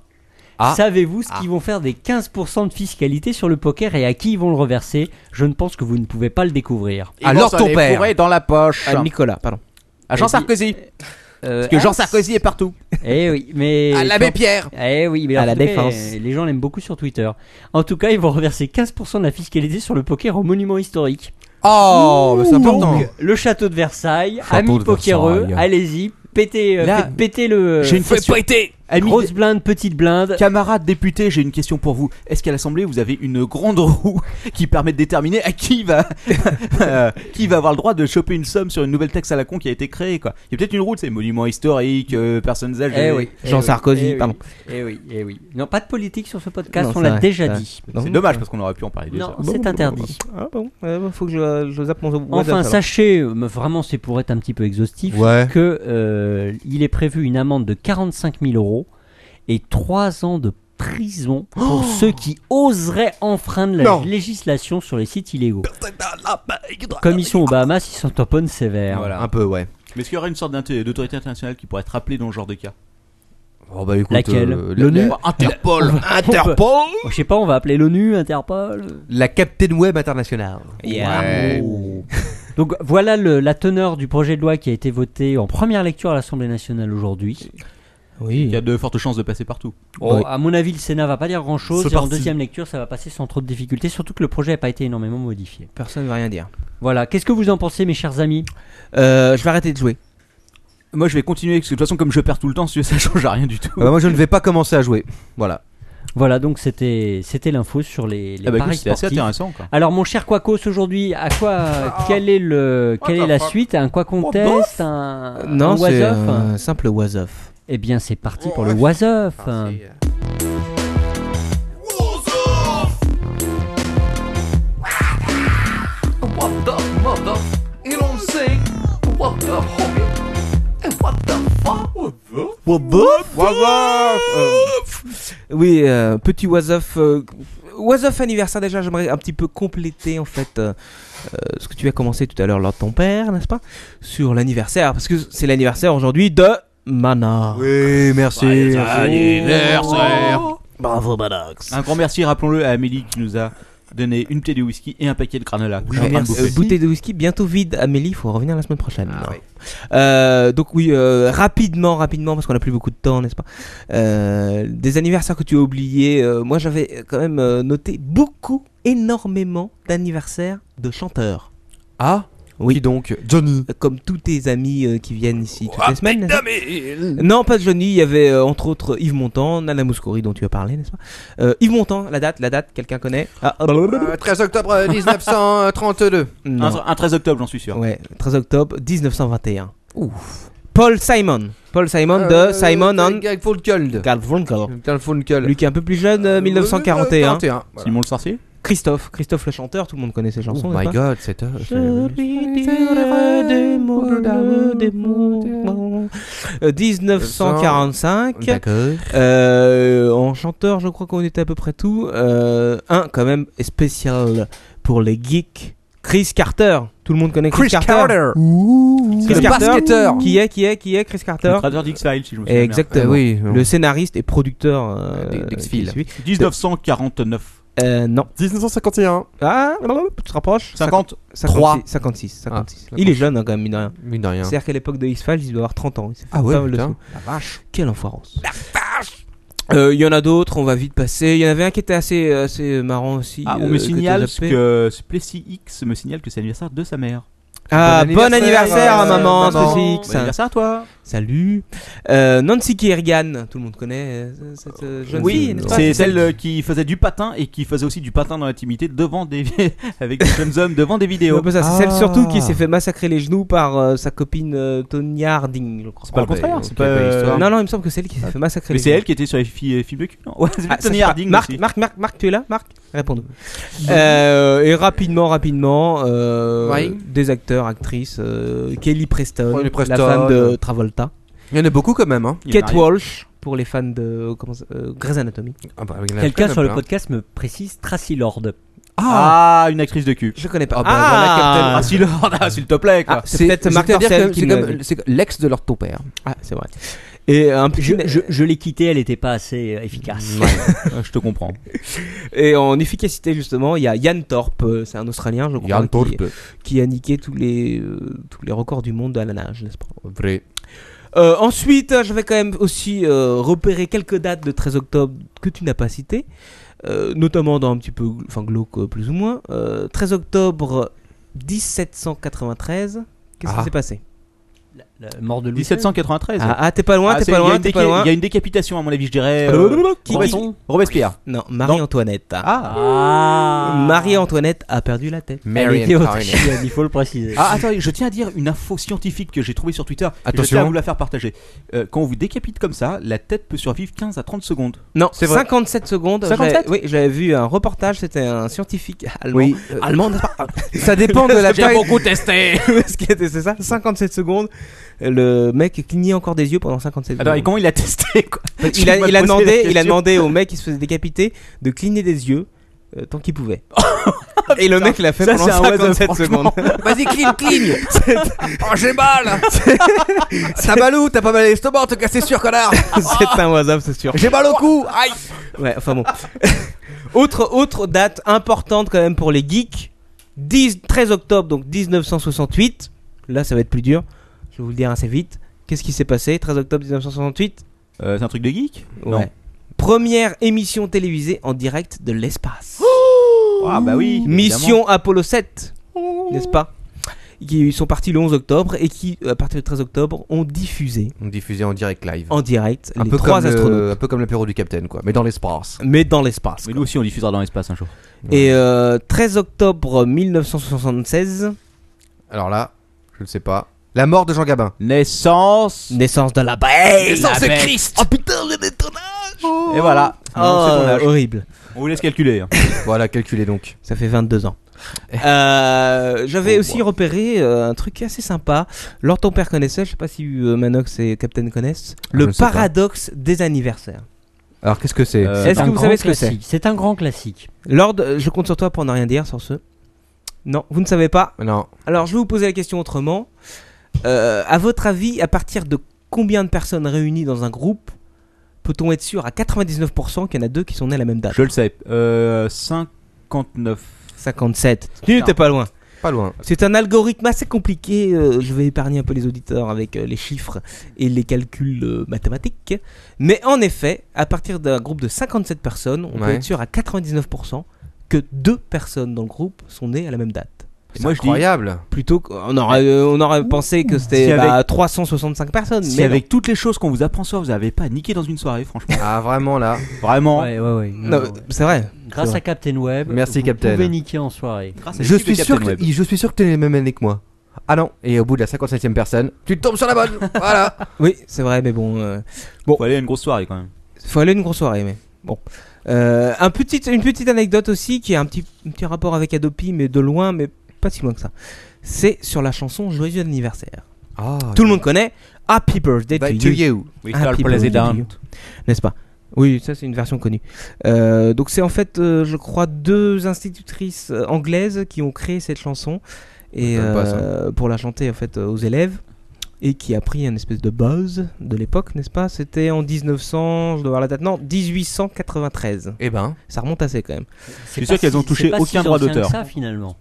[SPEAKER 6] Ah.
[SPEAKER 5] Savez-vous ce
[SPEAKER 6] Ah.
[SPEAKER 5] qu'ils vont faire des 15% de fiscalité sur le poker et à qui ils vont le reverser Je ne pense que vous ne pouvez pas le découvrir.
[SPEAKER 6] Alors ton père,
[SPEAKER 4] dans la poche.
[SPEAKER 3] Ah, Nicolas, pardon.
[SPEAKER 4] À
[SPEAKER 5] Jean
[SPEAKER 4] Jean
[SPEAKER 5] Sarkozy.
[SPEAKER 4] Sarkozy.
[SPEAKER 5] Euh,
[SPEAKER 4] Parce que Jean
[SPEAKER 5] ah,
[SPEAKER 4] Sarkozy est partout.
[SPEAKER 5] Eh oui, mais.
[SPEAKER 6] à l'abbé Pierre,
[SPEAKER 5] Eh oui, mais en
[SPEAKER 3] À la
[SPEAKER 5] tout cas,
[SPEAKER 3] défense.
[SPEAKER 5] euh, les gens l'aiment beaucoup sur Twitter. En tout cas, ils vont reverser 15% de la fiscalité sur le poker au monument historique.
[SPEAKER 6] oh, mais c'est important.
[SPEAKER 5] Donc, le château de Versailles,
[SPEAKER 6] Château
[SPEAKER 5] amis
[SPEAKER 6] de
[SPEAKER 5] pokéreux,
[SPEAKER 6] Versailles.
[SPEAKER 5] allez-y, pétez, euh,
[SPEAKER 4] Là,
[SPEAKER 5] faites péter le.
[SPEAKER 4] j'ai une
[SPEAKER 5] faites
[SPEAKER 4] question. Ami
[SPEAKER 5] Grosse blinde, petite blinde.
[SPEAKER 4] Camarades députés, j'ai une question pour vous. Est-ce qu'à l'Assemblée, vous avez une grande roue qui permet de déterminer à qui va, euh, qui va avoir le droit de choper une somme sur une nouvelle taxe à la con qui a été créée quoi. Il y a peut-être une roue, c'est monuments historiques, euh, personnes âgées.
[SPEAKER 5] Eh oui.
[SPEAKER 3] Jean
[SPEAKER 5] eh oui,
[SPEAKER 3] Sarkozy,
[SPEAKER 5] eh oui,
[SPEAKER 3] pardon.
[SPEAKER 5] Eh oui, eh oui. Non, pas de politique sur ce podcast,
[SPEAKER 3] Non,
[SPEAKER 5] on
[SPEAKER 3] c'est
[SPEAKER 5] l'a
[SPEAKER 3] vrai,
[SPEAKER 5] déjà
[SPEAKER 3] vrai.
[SPEAKER 5] dit.
[SPEAKER 3] Non,
[SPEAKER 4] C'est dommage parce qu'on aurait pu en parler. deux
[SPEAKER 5] Non,
[SPEAKER 4] heures.
[SPEAKER 5] c'est interdit.
[SPEAKER 3] Ah bon Euh, Faut que je, je zappe mon
[SPEAKER 5] Enfin,
[SPEAKER 3] WhatsApp, alors.
[SPEAKER 5] sachez, euh, mais vraiment, c'est pour être un petit peu exhaustif,
[SPEAKER 7] Ouais.
[SPEAKER 5] que euh, il est prévu une amende de 45 000 euros et 3 ans de prison pour ceux qui oseraient enfreindre la
[SPEAKER 7] Non.
[SPEAKER 5] législation sur les sites illégaux. Comme ils sont aux Bahamas, ils s'en tamponnent sévère.
[SPEAKER 6] Voilà.
[SPEAKER 7] Un peu, ouais.
[SPEAKER 4] Mais est-ce qu'il y aurait une sorte d'inté- d'autorité internationale qui pourrait être rappelée dans ce genre de cas
[SPEAKER 6] Oh bah écoute,
[SPEAKER 5] Laquelle
[SPEAKER 6] euh, la-
[SPEAKER 5] L'ONU
[SPEAKER 6] la-
[SPEAKER 5] Interpol Oh, Je sais pas, on va appeler l'ONU, Interpol.
[SPEAKER 6] la Captain Web internationale.
[SPEAKER 3] Yeah.
[SPEAKER 5] Donc voilà le- la teneur du projet de loi qui a été voté en première lecture à l'Assemblée nationale aujourd'hui.
[SPEAKER 4] Il
[SPEAKER 3] Oui.
[SPEAKER 4] y a de fortes chances de passer partout.
[SPEAKER 5] Bon,
[SPEAKER 3] Oui.
[SPEAKER 5] À mon avis, le Sénat va pas dire grand chose
[SPEAKER 7] C'est
[SPEAKER 5] et en
[SPEAKER 7] parti.
[SPEAKER 5] deuxième lecture, ça va passer sans trop de difficultés, surtout que le projet n'a pas été énormément modifié.
[SPEAKER 3] Personne ne va rien dire.
[SPEAKER 5] Voilà, qu'est-ce que vous en pensez, mes chers amis
[SPEAKER 3] Euh, je vais arrêter de jouer.
[SPEAKER 4] Moi, je vais continuer parce que de toute façon, comme je perds tout le temps, si ça change à rien du tout.
[SPEAKER 6] Ah bah moi je ne vais pas commencer à jouer. Voilà.
[SPEAKER 5] Voilà, donc c'était c'était l'info sur les, les
[SPEAKER 4] Ah bah écoute,
[SPEAKER 5] paris
[SPEAKER 4] c'était assez
[SPEAKER 5] sportifs.
[SPEAKER 4] intéressant quoi.
[SPEAKER 5] Alors mon cher Quacos, aujourd'hui, à quoi quel est le quelle est la suite Un quoi contest Un, un
[SPEAKER 3] Non, c'est
[SPEAKER 5] was-of
[SPEAKER 4] euh,
[SPEAKER 3] un simple was-of.
[SPEAKER 5] Eh bien, c'est parti pour le was of.
[SPEAKER 8] What the mother? You don't say what the hobby? And what the fuck?
[SPEAKER 3] Oui, euh, petit was-of. euh, was-of anniversaire, déjà, j'aimerais un petit peu compléter en fait euh, euh, ce que tu as commencé tout à l'heure lors de ton père, n'est-ce pas Sur l'anniversaire, parce que c'est l'anniversaire aujourd'hui de Mana.
[SPEAKER 7] Oui, merci.
[SPEAKER 3] Bravo Manox.
[SPEAKER 4] Un grand merci, rappelons-le, à Amélie qui nous a donné une bouteille de whisky et un paquet de granola. que je suis en train de
[SPEAKER 3] Euh,
[SPEAKER 4] bouffer.
[SPEAKER 3] bouteille de whisky bientôt vide, Amélie, il faut revenir la semaine prochaine.
[SPEAKER 6] Ah oui.
[SPEAKER 3] Euh, donc oui, euh, rapidement, rapidement, parce qu'on n'a plus beaucoup de temps, n'est-ce pas Euh, Des anniversaires que tu as oubliés, euh, moi j'avais quand même euh, noté beaucoup, énormément d'anniversaires de chanteurs.
[SPEAKER 6] Ah
[SPEAKER 3] Oui.
[SPEAKER 6] Qui donc
[SPEAKER 7] Johnny.
[SPEAKER 3] Euh, Comme tous tes amis euh, qui viennent ici toutes les semaines. n'est-ce pas non, pas de Johnny, il y avait euh, entre autres Yves Montand, Nana Mouskouri dont tu as parlé, n'est-ce pas Euh, Yves Montand, la date, la date, quelqu'un connaît Ah, ah,
[SPEAKER 6] Euh, 13 octobre euh, 1932.
[SPEAKER 3] non.
[SPEAKER 4] un, un 13 octobre, j'en suis sûr.
[SPEAKER 3] Ouais, 13 octobre 1921. Ouf. Paul Simon. Paul Simon de
[SPEAKER 6] Euh,
[SPEAKER 3] Simon and
[SPEAKER 6] Garfunkel.
[SPEAKER 3] Garfunkel.
[SPEAKER 6] Euh, Garfunkel.
[SPEAKER 3] Lui qui est un peu plus jeune, euh, 1941.
[SPEAKER 6] 1941. voilà.
[SPEAKER 4] Simon le sorcier
[SPEAKER 3] Christophe, Christophe le chanteur, tout le monde connaît ses chansons.
[SPEAKER 6] Oh my
[SPEAKER 3] n'est-ce pas
[SPEAKER 6] god, c'est un.
[SPEAKER 3] Je lui dirai des mots d'amour, des mots. Euh, 1945.
[SPEAKER 6] D'accord.
[SPEAKER 3] Euh, en chanteur, je crois qu'on était à peu près tout. Euh, un, quand même, spécial pour les geeks. Chris Carter. Tout le monde connaît Chris, Chris
[SPEAKER 6] Le
[SPEAKER 3] Carter.
[SPEAKER 6] basketteur.
[SPEAKER 3] Qui est, qui est, qui est Chris Carter
[SPEAKER 4] Le traducteur d'X-Files, si je me souviens
[SPEAKER 3] Exactement.
[SPEAKER 6] Euh, oui.
[SPEAKER 3] Le scénariste et producteur euh,
[SPEAKER 6] Des- des
[SPEAKER 3] qui
[SPEAKER 6] X-Files.
[SPEAKER 3] suit.
[SPEAKER 4] bien. 1949.
[SPEAKER 3] Euh, non.
[SPEAKER 7] 1951.
[SPEAKER 3] Ah, tu te rapproches
[SPEAKER 4] 50
[SPEAKER 3] 56, 56.
[SPEAKER 6] Ah,
[SPEAKER 3] 56. Il est jeune hein, quand même, mine de rien.
[SPEAKER 6] Mine de rien.
[SPEAKER 3] C'est-à-dire qu'à l'époque de X-Files, il doit avoir 30 ans. Il s'est fait
[SPEAKER 6] Ah ouais,
[SPEAKER 3] pas mal de
[SPEAKER 6] putain.
[SPEAKER 3] sous. Quelle enfoirance. La vache Il y en a d'autres, on va vite passer. Il y en avait un qui était assez, euh, assez marrant aussi.
[SPEAKER 4] Ah, on
[SPEAKER 3] euh,
[SPEAKER 4] me
[SPEAKER 3] que t'as
[SPEAKER 4] signale
[SPEAKER 3] zappé.
[SPEAKER 4] que ce Plessis X me signale que c'est l'anniversaire de sa mère.
[SPEAKER 3] Ah, bon anniversaire,
[SPEAKER 6] Bon anniversaire,
[SPEAKER 3] à
[SPEAKER 6] euh,
[SPEAKER 3] maman,
[SPEAKER 6] maman.
[SPEAKER 3] Spécix.
[SPEAKER 4] Bon anniversaire à toi
[SPEAKER 3] Salut. Euh, Nancy Kerrigan, tout le monde connaît euh, cette euh, jeune fille, n'est-ce pas
[SPEAKER 4] c'est celle euh, qui faisait du patin et qui faisait aussi du patin dans l'intimité devant des avec des jeunes hommes devant des
[SPEAKER 3] Ouais,
[SPEAKER 4] vidéos.
[SPEAKER 3] bah ça, c'est
[SPEAKER 6] Ah.
[SPEAKER 3] celle surtout qui s'est fait massacrer les genoux par euh, sa copine euh, Tony Harding, je crois. Ah,
[SPEAKER 4] C'est pas le
[SPEAKER 6] bah,
[SPEAKER 4] contraire,
[SPEAKER 6] ok,
[SPEAKER 4] c'est pas euh, Ah.
[SPEAKER 6] belle histoire.
[SPEAKER 3] Non, non, il me semble que c'est elle qui s'est fait massacrer
[SPEAKER 4] Mais
[SPEAKER 3] les
[SPEAKER 4] c'est
[SPEAKER 3] genoux.
[SPEAKER 4] elle qui était sur euh, les filles, films de cul. E Non, ouais, c'est
[SPEAKER 3] Ah, ça,
[SPEAKER 4] Tony
[SPEAKER 3] je sais pas.
[SPEAKER 4] Harding
[SPEAKER 3] Marc,
[SPEAKER 4] aussi. Mm.
[SPEAKER 3] Marc, Marc, Marc, tu es là Marc, réponds-nous. Euh, et rapidement, rapidement, euh,
[SPEAKER 6] Ouais.
[SPEAKER 3] des acteurs, actrices, euh, Kelly Preston,
[SPEAKER 6] Kelly Preston.
[SPEAKER 3] la femme de Travolta,
[SPEAKER 6] Il y en a beaucoup quand même. Hein.
[SPEAKER 4] Il y en a
[SPEAKER 3] Kate
[SPEAKER 4] rien.
[SPEAKER 3] Walsh pour les fans de comment ça- euh, Grey's Anatomy.
[SPEAKER 6] Ah bah, il y en a
[SPEAKER 5] Quelqu'un
[SPEAKER 6] plein,
[SPEAKER 5] sur le
[SPEAKER 6] plein.
[SPEAKER 4] hein.
[SPEAKER 5] podcast me précise Tracy Lord.
[SPEAKER 4] Ah, une actrice de cul.
[SPEAKER 3] Je connais
[SPEAKER 6] Ah
[SPEAKER 3] pas.
[SPEAKER 6] bah voilà, Captain
[SPEAKER 4] Ah, si Lord, ah, s'il te plaît quoi.
[SPEAKER 3] Ah, c'est peut-être Marc
[SPEAKER 6] c'est-à-dire
[SPEAKER 3] Dorcel
[SPEAKER 6] que
[SPEAKER 3] qui
[SPEAKER 6] c'est
[SPEAKER 3] me-
[SPEAKER 6] comme- C'est l'ex de leur ton père.
[SPEAKER 3] Ah, c'est vrai. Et un petit-
[SPEAKER 5] Je, je- je l'ai quittée, elle n'était pas assez euh, efficace.
[SPEAKER 4] Ah, Je te comprends.
[SPEAKER 3] Et en efficacité justement, il y a Yann Thorpe, euh, c'est un Australien, je crois,
[SPEAKER 6] Yann
[SPEAKER 3] qui-
[SPEAKER 6] Thorpe.
[SPEAKER 3] qui a niqué tous les euh, tous les records du monde à la nage, n'est-ce pas
[SPEAKER 6] Vrai.
[SPEAKER 3] Euh, ensuite, euh, je vais quand même aussi euh, repérer quelques dates de 13 octobre que tu n'as pas citées, euh, notamment dans un petit peu, enfin glauque euh, plus ou moins. Euh, 13 octobre 1793, qu'est-ce qui
[SPEAKER 6] Ah.
[SPEAKER 3] s'est passé
[SPEAKER 5] La- la Euh, mort de Louis XVI.
[SPEAKER 4] 1793.
[SPEAKER 3] Ah, ah, t'es pas loin,
[SPEAKER 4] Ah,
[SPEAKER 3] t'es
[SPEAKER 4] c'est-
[SPEAKER 3] pas
[SPEAKER 4] il y a
[SPEAKER 3] loin,
[SPEAKER 4] une
[SPEAKER 3] t'es
[SPEAKER 4] déca-
[SPEAKER 3] pas loin.
[SPEAKER 4] Il y a une décapitation à mon avis, je dirais. euh,
[SPEAKER 3] Qui- qui-
[SPEAKER 4] Robespierre. Robespierre.
[SPEAKER 3] Non, Marie-Antoinette.
[SPEAKER 4] Ah.
[SPEAKER 5] Ah
[SPEAKER 3] Marie-Antoinette a perdu la tête.
[SPEAKER 5] Elle
[SPEAKER 6] Mary
[SPEAKER 5] était
[SPEAKER 6] Antoinette.
[SPEAKER 5] autrichienne, il faut le préciser.
[SPEAKER 4] Ah, attendez, je tiens à dire une info scientifique que j'ai trouvée sur Twitter. Je tiens à
[SPEAKER 6] Attention.
[SPEAKER 4] vous la faire partager. Euh, quand on vous décapite comme ça, la tête peut survivre 15 à 30 secondes.
[SPEAKER 3] Non,
[SPEAKER 6] C'est vrai.
[SPEAKER 3] 57 secondes.
[SPEAKER 4] 57?
[SPEAKER 3] J'avais- Oui, j'avais vu un reportage, c'était un scientifique allemand. Euh,
[SPEAKER 6] Oui.
[SPEAKER 3] Allemand, n'est-ce pas
[SPEAKER 6] Ça dépend de la taille.
[SPEAKER 3] Parce que c'est ça, 57 secondes. Le mec clignait encore des yeux pendant 57
[SPEAKER 4] Attends, et
[SPEAKER 3] secondes.
[SPEAKER 4] comment il a testé quoi
[SPEAKER 3] Il a,
[SPEAKER 4] Je me
[SPEAKER 3] il, a
[SPEAKER 4] posais la
[SPEAKER 3] demandé, il a
[SPEAKER 4] question.
[SPEAKER 3] demandé au mec qui se faisait décapiter de cligner des yeux euh, tant qu'il pouvait. Et le mec l'a fait
[SPEAKER 4] Ça,
[SPEAKER 3] pendant
[SPEAKER 4] c'est un oiseau,
[SPEAKER 3] 57 secondes.
[SPEAKER 4] franchement.
[SPEAKER 6] Vas-y, cligne, cligne. oh, j'ai mal. t'as mal où T'as pas mal à l'estomac, en tout cas, c'est sûr, connard.
[SPEAKER 3] c'est un oiseau, c'est sûr.
[SPEAKER 6] J'ai mal au cou. Aïe.
[SPEAKER 3] Ouais, enfin bon. autre, autre date importante quand même pour les geeks 10 13 octobre, donc 1968. Là, ça va être plus dur. Je vais vous le dire assez vite. Qu'est-ce qui s'est passé 13 octobre 1968
[SPEAKER 4] Euh, C'est un truc de geek Non.
[SPEAKER 3] Ouais. Première émission télévisée en direct de
[SPEAKER 6] Oh,
[SPEAKER 3] l'espace.
[SPEAKER 4] Ah bah oui. évidemment.
[SPEAKER 3] Mission Apollo 7, n'est-ce pas qui sont partis le 11 octobre et qui, à partir du 13 octobre, ont diffusé
[SPEAKER 6] On diffusait en direct live.
[SPEAKER 3] en direct
[SPEAKER 6] un
[SPEAKER 3] les
[SPEAKER 6] peu
[SPEAKER 3] trois
[SPEAKER 6] comme le-
[SPEAKER 3] astronautes,
[SPEAKER 6] un peu comme l'apéro du Capitaine, quoi. Mais dans l'espace.
[SPEAKER 3] mais dans l'espace.
[SPEAKER 11] Mais nous aussi, on diffusera dans l'espace un jour.
[SPEAKER 3] Et euh, 13 octobre 1976,
[SPEAKER 6] Alors là, je ne sais pas. La mort de Jean Gabin.
[SPEAKER 11] Naissance.
[SPEAKER 3] naissance de la baie.
[SPEAKER 11] Naissance de Christ.
[SPEAKER 6] Oh putain, le détonnage
[SPEAKER 11] Et voilà.
[SPEAKER 3] Oh,
[SPEAKER 11] C'est ton âge.
[SPEAKER 3] horrible.
[SPEAKER 11] On vous laisse calculer. hein.
[SPEAKER 6] Voilà, calculez donc.
[SPEAKER 3] Ça fait 22 ans. Euh, J'avais aussi repéré euh, un truc assez sympa. Lors ton père connaissait, je sais pas si euh, Manox et Captain connaissent,
[SPEAKER 6] je
[SPEAKER 3] le
[SPEAKER 6] ne sais pas.
[SPEAKER 3] paradoxe des anniversaires.
[SPEAKER 6] Alors qu'est-ce que c'est
[SPEAKER 11] Euh,
[SPEAKER 3] Est-ce
[SPEAKER 5] un
[SPEAKER 3] que vous
[SPEAKER 5] grand
[SPEAKER 3] savez ce que c'est
[SPEAKER 5] classique. C'est un grand classique.
[SPEAKER 3] Lord, euh, je compte sur toi pour ne rien dire sur ce. Non, vous ne savez pas.
[SPEAKER 6] Non.
[SPEAKER 3] Alors je vais vous poser la question autrement. Euh, à votre avis, à partir de combien de personnes réunies dans un groupe peut-on être sûr à 99% qu'il y en a deux qui sont nés à la même date
[SPEAKER 11] Je le sais. Euh, 59.
[SPEAKER 3] 57. Tu n'étais pas loin.
[SPEAKER 6] Pas loin.
[SPEAKER 3] C'est un algorithme assez compliqué. euh, je vais épargner un peu les auditeurs avec euh, les chiffres et les calculs euh, mathématiques. Mais en effet, à partir d'un groupe de 57 personnes, on peut
[SPEAKER 6] Ouais.
[SPEAKER 3] être sûr à 99% que deux personnes dans le groupe sont nées à la même date.
[SPEAKER 6] C'est
[SPEAKER 11] moi, je dis-
[SPEAKER 6] incroyable.
[SPEAKER 3] Plutôt qu'on aurait, euh, on aurait pensé que c'était
[SPEAKER 11] Si avec-
[SPEAKER 3] bah, 365 personnes.
[SPEAKER 11] Si
[SPEAKER 3] mais
[SPEAKER 11] avec toutes les choses qu'on vous apprend ce soir, vous n'avez pas niqué dans une soirée, franchement.
[SPEAKER 6] Ah vraiment là.
[SPEAKER 11] Vraiment.
[SPEAKER 5] Ouais, ouais, ouais.
[SPEAKER 3] non. Non, c'est vrai.
[SPEAKER 5] Grâce à Captain Web,
[SPEAKER 6] Merci,
[SPEAKER 5] vous
[SPEAKER 6] Captain.
[SPEAKER 5] pouvez niquer en soirée.
[SPEAKER 11] Grâce à
[SPEAKER 6] Je
[SPEAKER 11] l'équipe de
[SPEAKER 6] suis sûr
[SPEAKER 11] Captain
[SPEAKER 6] que
[SPEAKER 11] Web.
[SPEAKER 6] je suis sûr que t'es la même année que moi. Ah non, et au bout de la 57e personne, tu tombes sur la bonne. voilà.
[SPEAKER 3] Oui, c'est vrai, mais bon. euh,
[SPEAKER 11] Faut aller à une grosse soirée quand même.
[SPEAKER 3] faut aller à une grosse soirée, mais bon. Euh, un petit, une petite anecdote aussi qui a un petit, un petit rapport avec Adopi, mais de loin, mais pas si loin que ça. C'est sur la chanson Joyeux anniversaire.
[SPEAKER 6] Ah,
[SPEAKER 3] Tout le monde connaît Happy Birthday
[SPEAKER 6] Bah,
[SPEAKER 3] to,
[SPEAKER 6] to
[SPEAKER 3] you.
[SPEAKER 6] you.
[SPEAKER 11] Oui,
[SPEAKER 3] Happy
[SPEAKER 11] Charles
[SPEAKER 3] Birthday to
[SPEAKER 11] President.
[SPEAKER 3] you. N'est-ce pas Oui, ça c'est une version connue. Euh, donc c'est en fait, euh, je crois, deux institutrices euh, anglaises qui ont créé cette chanson et
[SPEAKER 6] M'étonne pas,
[SPEAKER 11] hein.
[SPEAKER 3] euh, pour la chanter en fait euh, aux élèves et qui a pris une espèce de buzz de l'époque, n'est-ce pas C'était en 1900, je dois voir la date, non, 1893.
[SPEAKER 6] Eh ben,
[SPEAKER 3] Ça remonte assez quand même.
[SPEAKER 11] Je suis sûr qu'elles ont touché aucun droit d'auteur.
[SPEAKER 5] ça finalement.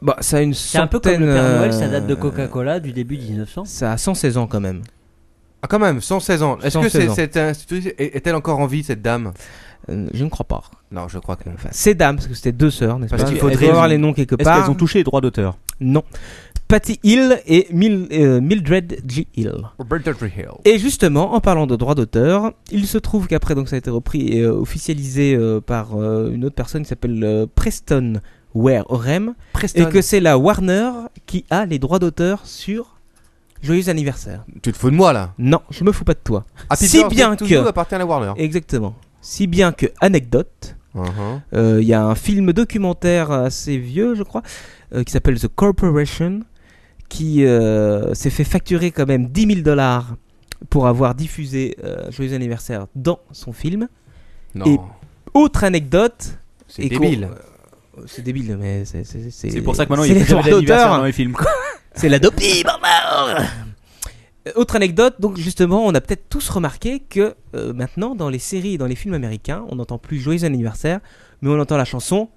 [SPEAKER 3] Bah, ça a une
[SPEAKER 5] C'est un peu comme le
[SPEAKER 3] centaine,
[SPEAKER 5] Père Noël,
[SPEAKER 3] euh,
[SPEAKER 5] ça date de Coca-Cola du début 1900.
[SPEAKER 3] Ça a 116 ans quand même.
[SPEAKER 6] ah, quand même, 116 ans. Est-ce que
[SPEAKER 3] 116
[SPEAKER 6] c'est,
[SPEAKER 3] ans.
[SPEAKER 6] cette institutrice est- est-elle encore en vie cette dame
[SPEAKER 3] Euh, je ne crois pas.
[SPEAKER 6] Non, je crois que non.
[SPEAKER 3] Enfin, ces dames, parce que c'était deux sœurs, n'est-ce
[SPEAKER 6] Parce
[SPEAKER 3] pas
[SPEAKER 6] qu'il
[SPEAKER 3] faut
[SPEAKER 6] faudrait-
[SPEAKER 3] avoir les noms quelque
[SPEAKER 11] Est-ce
[SPEAKER 3] part.
[SPEAKER 11] qu'elles ont touché les droits d'auteur
[SPEAKER 3] Non. Patty Hill et Mil- euh, Mildred G. Hill. Et justement, en parlant de droits d'auteur, il se trouve qu'après, donc ça a été repris et euh, officialisé euh, par euh, une autre personne qui s'appelle euh, Preston Ware Orem, et
[SPEAKER 6] Preston.
[SPEAKER 3] que c'est la Warner qui a les droits d'auteur sur Joyeux anniversaire.
[SPEAKER 6] Tu te fous de moi là. Ah,
[SPEAKER 3] Non, je me fous pas de toi.
[SPEAKER 6] Happy
[SPEAKER 3] Si
[SPEAKER 6] Birthday
[SPEAKER 3] bien
[SPEAKER 6] to
[SPEAKER 3] que-
[SPEAKER 6] You appartient à la Warner.
[SPEAKER 3] Exactement. Si bien que anecdote,
[SPEAKER 6] Mhm.
[SPEAKER 3] euh, il y a un film documentaire assez vieux, je crois, euh, qui s'appelle The Corporation, qui euh, s'est fait facturer quand même 10 000 dollars pour avoir diffusé euh, Joyeux anniversaire dans son film.
[SPEAKER 6] Non.
[SPEAKER 3] Et- Autre anecdote.
[SPEAKER 6] C'est
[SPEAKER 3] et qu'on-
[SPEAKER 6] débile.
[SPEAKER 3] euh, C'est débile, mais c'est. C'est
[SPEAKER 11] C'est pour ça que maintenant il
[SPEAKER 3] c'est
[SPEAKER 11] y
[SPEAKER 3] les
[SPEAKER 11] a
[SPEAKER 3] droits
[SPEAKER 11] jamais d'anniversaire dans
[SPEAKER 3] d'auteur.
[SPEAKER 11] les films.
[SPEAKER 3] C'est la dopie, barbare Euh, Autre anecdote, donc justement, on a peut-être tous remarqué que euh, maintenant, dans les séries et dans les films américains, on n'entend plus Joyeux anniversaire, mais on entend la chanson.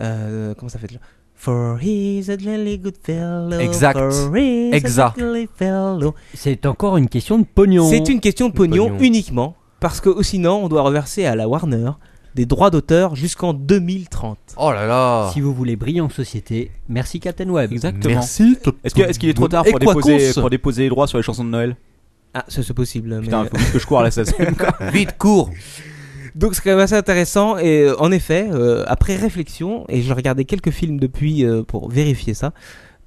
[SPEAKER 3] euh, comment ça fait déjà For he's a jolly good fellow.
[SPEAKER 6] Exact.
[SPEAKER 3] for he's a
[SPEAKER 6] Exact.
[SPEAKER 3] jolly fellow.
[SPEAKER 5] C'est encore une question de pognon.
[SPEAKER 3] C'est une question de pognon,
[SPEAKER 6] Pognon.
[SPEAKER 3] uniquement, parce que oh, sinon, on doit reverser à la Warner des droits d'auteur jusqu'en 2030.
[SPEAKER 6] Oh là là.
[SPEAKER 5] Si vous voulez briller en société, merci Captain Web.
[SPEAKER 11] Exactement.
[SPEAKER 9] Merci.
[SPEAKER 11] Est-ce que- est-ce qu'il est, trop tard
[SPEAKER 3] Et
[SPEAKER 11] pour
[SPEAKER 3] quoi
[SPEAKER 11] déposer,
[SPEAKER 3] qu'on se-
[SPEAKER 11] pour déposer les droits sur les chansons de Noël
[SPEAKER 3] Ah, ça c'est possible.
[SPEAKER 11] Putain,
[SPEAKER 3] mais- euh.
[SPEAKER 11] faut juste que je cours à la SACEM, quoi.
[SPEAKER 6] Vite, cours.
[SPEAKER 3] Donc c'est quand même assez intéressant et euh, en effet, euh, après réflexion, et j'ai regardé quelques films depuis euh, pour vérifier ça,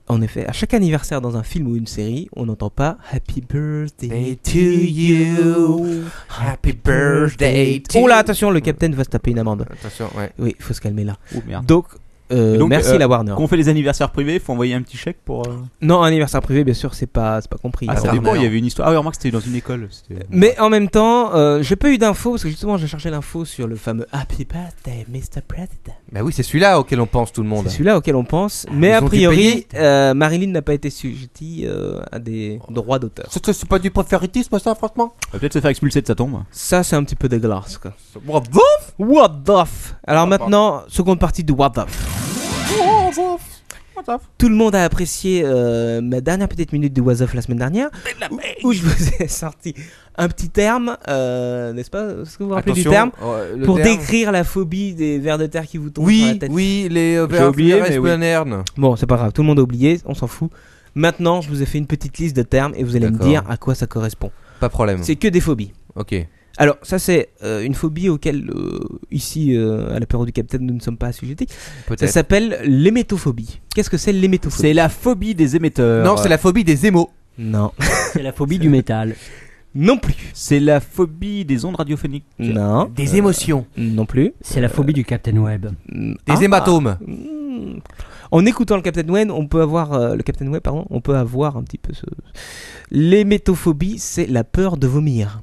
[SPEAKER 3] en effet, à chaque anniversaire dans un film ou une série, on n'entend pas Happy Birthday to you.
[SPEAKER 6] Happy birthday
[SPEAKER 3] Oh là, attention, le capitaine va se taper une amende.
[SPEAKER 6] Attention, ouais.
[SPEAKER 3] Oui, faut se calmer là.
[SPEAKER 11] Oh merde.
[SPEAKER 3] Donc, euh,
[SPEAKER 11] Et donc,
[SPEAKER 3] merci
[SPEAKER 11] euh,
[SPEAKER 3] la Warner.
[SPEAKER 11] Quand on fait les anniversaires privés, faut envoyer un petit chèque pour. euh,
[SPEAKER 3] Non, anniversaire privé, bien sûr, c'est pas, c'est pas compris.
[SPEAKER 11] Ah,
[SPEAKER 3] La
[SPEAKER 11] ça
[SPEAKER 3] Warner.
[SPEAKER 11] dépend, il y avait une histoire. Ah, ouais, remarque, c'était dans une école. c'était-
[SPEAKER 3] Mais en même temps, euh, j'ai pas eu d'infos parce que justement, j'ai cherché l'info sur le fameux Happy Birthday, Mr. President.
[SPEAKER 6] Bah oui, c'est celui-là auquel on pense tout le monde.
[SPEAKER 3] C'est celui-là auquel on pense.
[SPEAKER 6] Ah, Ils
[SPEAKER 3] Mais a
[SPEAKER 6] ont dû
[SPEAKER 3] priori,
[SPEAKER 6] payer.
[SPEAKER 3] euh, Marilyn n'a pas été sujettie euh, à des droits d'auteur.
[SPEAKER 6] C'est c'est pas du préféritisme, ça, franchement
[SPEAKER 11] On va peut-être se faire expulser de sa tombe.
[SPEAKER 3] Ça, c'est un petit peu dégueulasse. Quoi.
[SPEAKER 6] Ah,
[SPEAKER 3] What the f- Alors maintenant, seconde partie de What the f- Tout le monde a apprécié euh, ma dernière petite minute du Was Off la semaine dernière, où- où je vous ai sorti un petit terme, euh, n'est-ce pas Est-ce que vous vous rappelez du terme
[SPEAKER 6] Attention, euh, le
[SPEAKER 3] Pour
[SPEAKER 6] terme.
[SPEAKER 3] décrire la phobie des vers de terre qui vous tombent
[SPEAKER 6] Oui,
[SPEAKER 3] sur la tête.
[SPEAKER 6] oui, les, euh, J'ai vers oublié, vers mais oui. esplanerne.
[SPEAKER 3] Bon, c'est pas grave, tout le monde a oublié, on s'en fout. Maintenant, je vous ai fait une petite liste de termes et vous allez me
[SPEAKER 6] D'accord.
[SPEAKER 3] dire à quoi ça correspond.
[SPEAKER 6] Pas de problème.
[SPEAKER 3] C'est que des phobies.
[SPEAKER 6] Ok.
[SPEAKER 3] Alors, ça, c'est euh, une phobie auquel, euh, ici, euh, à l'apéro du Capitaine, nous ne sommes pas assujettis. Ça
[SPEAKER 6] Peut-être.
[SPEAKER 3] s'appelle l'émétophobie. Qu'est-ce que c'est l'émétophobie
[SPEAKER 4] C'est la phobie des émetteurs.
[SPEAKER 3] Non, c'est la
[SPEAKER 6] phobie des émos.
[SPEAKER 3] Non.
[SPEAKER 5] C'est la phobie du métal.
[SPEAKER 3] Non plus.
[SPEAKER 4] C'est la phobie des ondes radiophoniques. Euh,
[SPEAKER 3] Non.
[SPEAKER 6] Des émotions.
[SPEAKER 3] Non plus.
[SPEAKER 5] C'est la phobie du Captain Web.
[SPEAKER 3] Des
[SPEAKER 5] Ah.
[SPEAKER 6] hématomes.
[SPEAKER 3] En écoutant le Captain Web, on peut avoir euh, le Captain Web, pardon, on peut avoir un petit peu ce. L'hémétophobie, c'est la peur de vomir.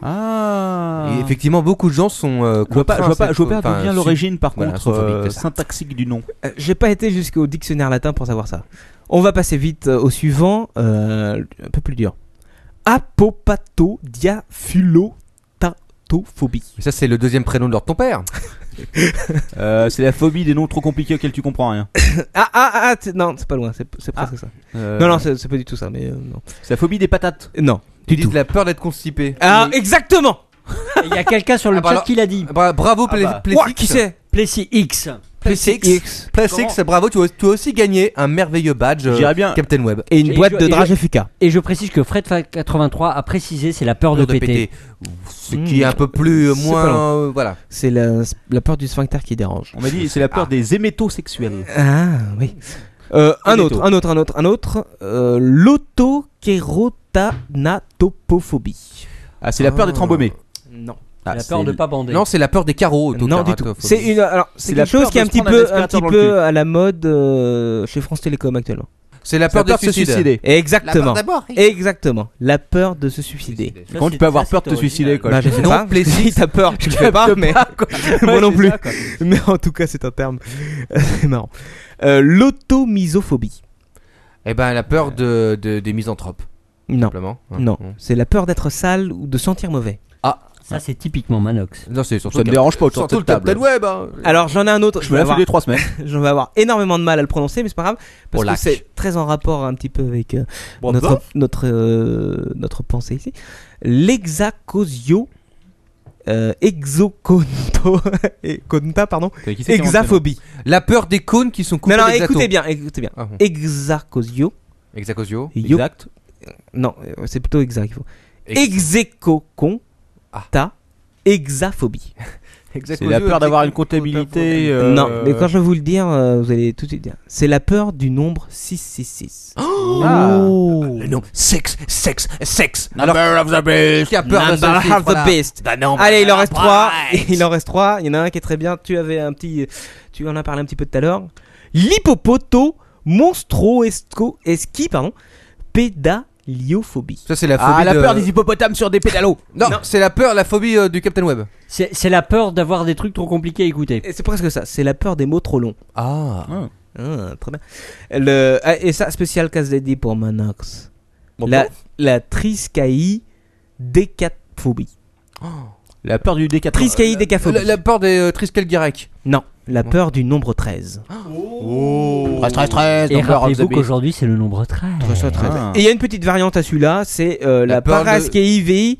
[SPEAKER 4] Ah.
[SPEAKER 6] Et effectivement, beaucoup de gens sont. euh,
[SPEAKER 4] Je vois pas, je vois
[SPEAKER 6] contraints à
[SPEAKER 4] pas,
[SPEAKER 6] cette
[SPEAKER 4] je vois pas
[SPEAKER 6] pho-
[SPEAKER 4] d'où
[SPEAKER 6] enfin,
[SPEAKER 4] vient
[SPEAKER 6] su-
[SPEAKER 4] l'origine par
[SPEAKER 6] voilà,
[SPEAKER 4] contre
[SPEAKER 6] sont phobiques de
[SPEAKER 4] euh,
[SPEAKER 6] ça.
[SPEAKER 4] syntaxique du nom.
[SPEAKER 3] Euh, J'ai pas été jusqu'au dictionnaire latin pour savoir ça. On va passer vite euh, au suivant, euh, un peu plus dur. Apopatodiaphilotatophobie.
[SPEAKER 6] Mais ça, c'est le deuxième prénom de leur ton père.
[SPEAKER 4] Euh, c'est la phobie des noms trop compliqués auxquels tu comprends rien.
[SPEAKER 3] Ah, ah, ah, t- non, c'est pas loin, c'est c'est presque ça.
[SPEAKER 4] Euh,
[SPEAKER 3] Non, non, c'est c'est pas du tout ça, mais euh, non. Euh,
[SPEAKER 4] C'est la phobie des patates.
[SPEAKER 3] Non, du tout.
[SPEAKER 6] La peur d'être constipé.
[SPEAKER 3] Ah, exactement
[SPEAKER 5] Il y a quelqu'un sur le
[SPEAKER 6] Ah, bah
[SPEAKER 5] chat
[SPEAKER 6] alors-
[SPEAKER 5] qui l'a dit.
[SPEAKER 6] Bra- bravo, Plé-
[SPEAKER 5] bah.
[SPEAKER 6] Plessix.
[SPEAKER 5] Ouah, qui c'est Plessis X.
[SPEAKER 6] Plessix.
[SPEAKER 3] Plessix.
[SPEAKER 6] Plessix, bravo, tu as, tu as aussi gagné un merveilleux badge euh,
[SPEAKER 5] J'irais bien.
[SPEAKER 6] Captain Web.
[SPEAKER 3] Et une boîte de drage FK.
[SPEAKER 5] Et je précise que Fredfa83 a précisé, c'est la peur de,
[SPEAKER 6] Peur de
[SPEAKER 5] péter.
[SPEAKER 6] péter. Ce qui est un peu plus, euh,
[SPEAKER 3] C'est
[SPEAKER 6] moins,
[SPEAKER 3] pas loin.
[SPEAKER 6] euh, voilà.
[SPEAKER 3] C'est la, la peur du sphincter qui dérange.
[SPEAKER 4] On m'a dit c'est la peur des hémétosexuels.
[SPEAKER 3] Ah oui. Euh, un
[SPEAKER 4] Des
[SPEAKER 3] autre,
[SPEAKER 4] taux.
[SPEAKER 3] un autre, un autre, un autre. Euh, L'autokérotanatopophobie.
[SPEAKER 4] Ah, c'est la peur d'être embaumé.
[SPEAKER 3] Non.
[SPEAKER 4] Ah,
[SPEAKER 5] la
[SPEAKER 4] c'est
[SPEAKER 5] peur de
[SPEAKER 4] le-
[SPEAKER 5] pas bander.
[SPEAKER 6] Non, c'est la peur des carreaux.
[SPEAKER 3] Non du tout. C'est une, alors c'est
[SPEAKER 4] C'est la
[SPEAKER 3] quelque chose
[SPEAKER 4] peur
[SPEAKER 3] qui est
[SPEAKER 4] de se
[SPEAKER 3] un petit
[SPEAKER 4] prendre un
[SPEAKER 3] peu, un
[SPEAKER 4] aspirateur
[SPEAKER 3] petit
[SPEAKER 4] dans le
[SPEAKER 3] peu à la mode euh, chez France Télécom actuellement.
[SPEAKER 6] C'est la
[SPEAKER 4] C'est la
[SPEAKER 6] peur de
[SPEAKER 4] peur de
[SPEAKER 6] se
[SPEAKER 4] se suicider.
[SPEAKER 6] suicider.
[SPEAKER 3] Exactement.
[SPEAKER 6] La peur d'abord.
[SPEAKER 3] Exactement. La peur de se suicider.
[SPEAKER 5] Ça,
[SPEAKER 4] Comment
[SPEAKER 5] c'est-
[SPEAKER 4] tu peux avoir
[SPEAKER 5] ça,
[SPEAKER 4] peur
[SPEAKER 5] c'est
[SPEAKER 4] de te suicider quoi
[SPEAKER 3] Bah, je sais
[SPEAKER 6] Non,
[SPEAKER 3] pas.
[SPEAKER 6] Plessis.
[SPEAKER 3] Si t'as peur, tu le fais pas, mais moi non plus. mais en tout cas, c'est un terme. c'est marrant. Euh, L'automisophobie.
[SPEAKER 6] Eh ben, la peur de, de- des misanthropes,
[SPEAKER 3] Non.
[SPEAKER 6] simplement. Hein.
[SPEAKER 3] Non, c'est la peur d'être sale ou de sentir mauvais.
[SPEAKER 5] Ça, c'est typiquement Manox.
[SPEAKER 6] Non, c'est surtout
[SPEAKER 4] Ça me
[SPEAKER 6] le-
[SPEAKER 4] dérange pas autour de
[SPEAKER 6] surtout le
[SPEAKER 4] cette table.
[SPEAKER 6] Captain Web. hein.
[SPEAKER 3] Alors j'en ai un autre,
[SPEAKER 4] Je me la fais
[SPEAKER 3] avoir,
[SPEAKER 4] les trois semaines.
[SPEAKER 3] j'en vais avoir énormément de mal à le prononcer, mais c'est pas grave,
[SPEAKER 6] Oh,
[SPEAKER 3] parce que
[SPEAKER 6] lac.
[SPEAKER 3] c'est très en rapport un petit peu avec euh,
[SPEAKER 4] Bon,
[SPEAKER 3] notre, notre, euh, notre pensée ici. L'hexacosio... Euh, exoconto... et- conta, pardon.
[SPEAKER 4] T'as- qui c'est qui a inventé le nom
[SPEAKER 3] Hexaphobie.
[SPEAKER 6] La peur des cônes qui sont coupés
[SPEAKER 3] Non, non,
[SPEAKER 6] d'hexato.
[SPEAKER 3] écoutez bien, écoutez bien.
[SPEAKER 6] Ah, bon.
[SPEAKER 3] Hexacosio...
[SPEAKER 6] Hexacosio.
[SPEAKER 3] yo-
[SPEAKER 4] Exact.
[SPEAKER 3] Non, euh, c'est plutôt exact qu'il faut.
[SPEAKER 6] Ex-
[SPEAKER 3] Execoconta... Hexaphobie.
[SPEAKER 4] C'est la peur d'avoir une comptabilité. euh,
[SPEAKER 3] Non, mais quand je vais vous le dire, euh, vous allez tout de suite dire. C'est la peur du nombre 666.
[SPEAKER 4] Ah.
[SPEAKER 3] Oh.
[SPEAKER 6] Le nom sexe, sexe, sexe. Alors,
[SPEAKER 4] Ah,
[SPEAKER 6] Qui a peur de ce
[SPEAKER 3] Number
[SPEAKER 6] chiffre,
[SPEAKER 3] of the
[SPEAKER 6] voilà.
[SPEAKER 3] beast. Allez, il en reste 3. Il en reste 3. Il y en a un qui est très bien. Tu avais un petit. Tu en as parlé un petit peu tout à l'heure. L'hippopoto monstro esco esqui, pardon. Pédaliophobie.
[SPEAKER 6] Ça, c'est la phobie.
[SPEAKER 4] Ah, la
[SPEAKER 6] de-
[SPEAKER 4] peur des hippopotames sur des pédalos.
[SPEAKER 6] Non, c'est la peur, la phobie euh, du Captain Web.
[SPEAKER 5] C'est c'est la peur d'avoir des trucs trop compliqués à écouter.
[SPEAKER 3] Et c'est presque ça. C'est la peur des mots trop longs.
[SPEAKER 6] Ah.
[SPEAKER 3] Ah, très bien. Le, ah, et ça, spécial casse dédié pour Manox. la, la triscaï décaphobie.
[SPEAKER 4] La peur du décathlon.
[SPEAKER 3] Triscaï décaphobie.
[SPEAKER 6] La, la peur des euh, Triskel Guirec.
[SPEAKER 3] Non, la peur du nombre 13.
[SPEAKER 4] Oh,
[SPEAKER 10] Stress, stress, stress,
[SPEAKER 5] Et
[SPEAKER 10] number of the
[SPEAKER 5] rappelez-vous
[SPEAKER 10] beast.
[SPEAKER 5] qu'aujourd'hui, c'est le nombre 13.
[SPEAKER 4] Ah.
[SPEAKER 3] Et il y a une petite variante à celui-là, c'est euh, la,
[SPEAKER 6] La peur de-
[SPEAKER 3] paraskeivii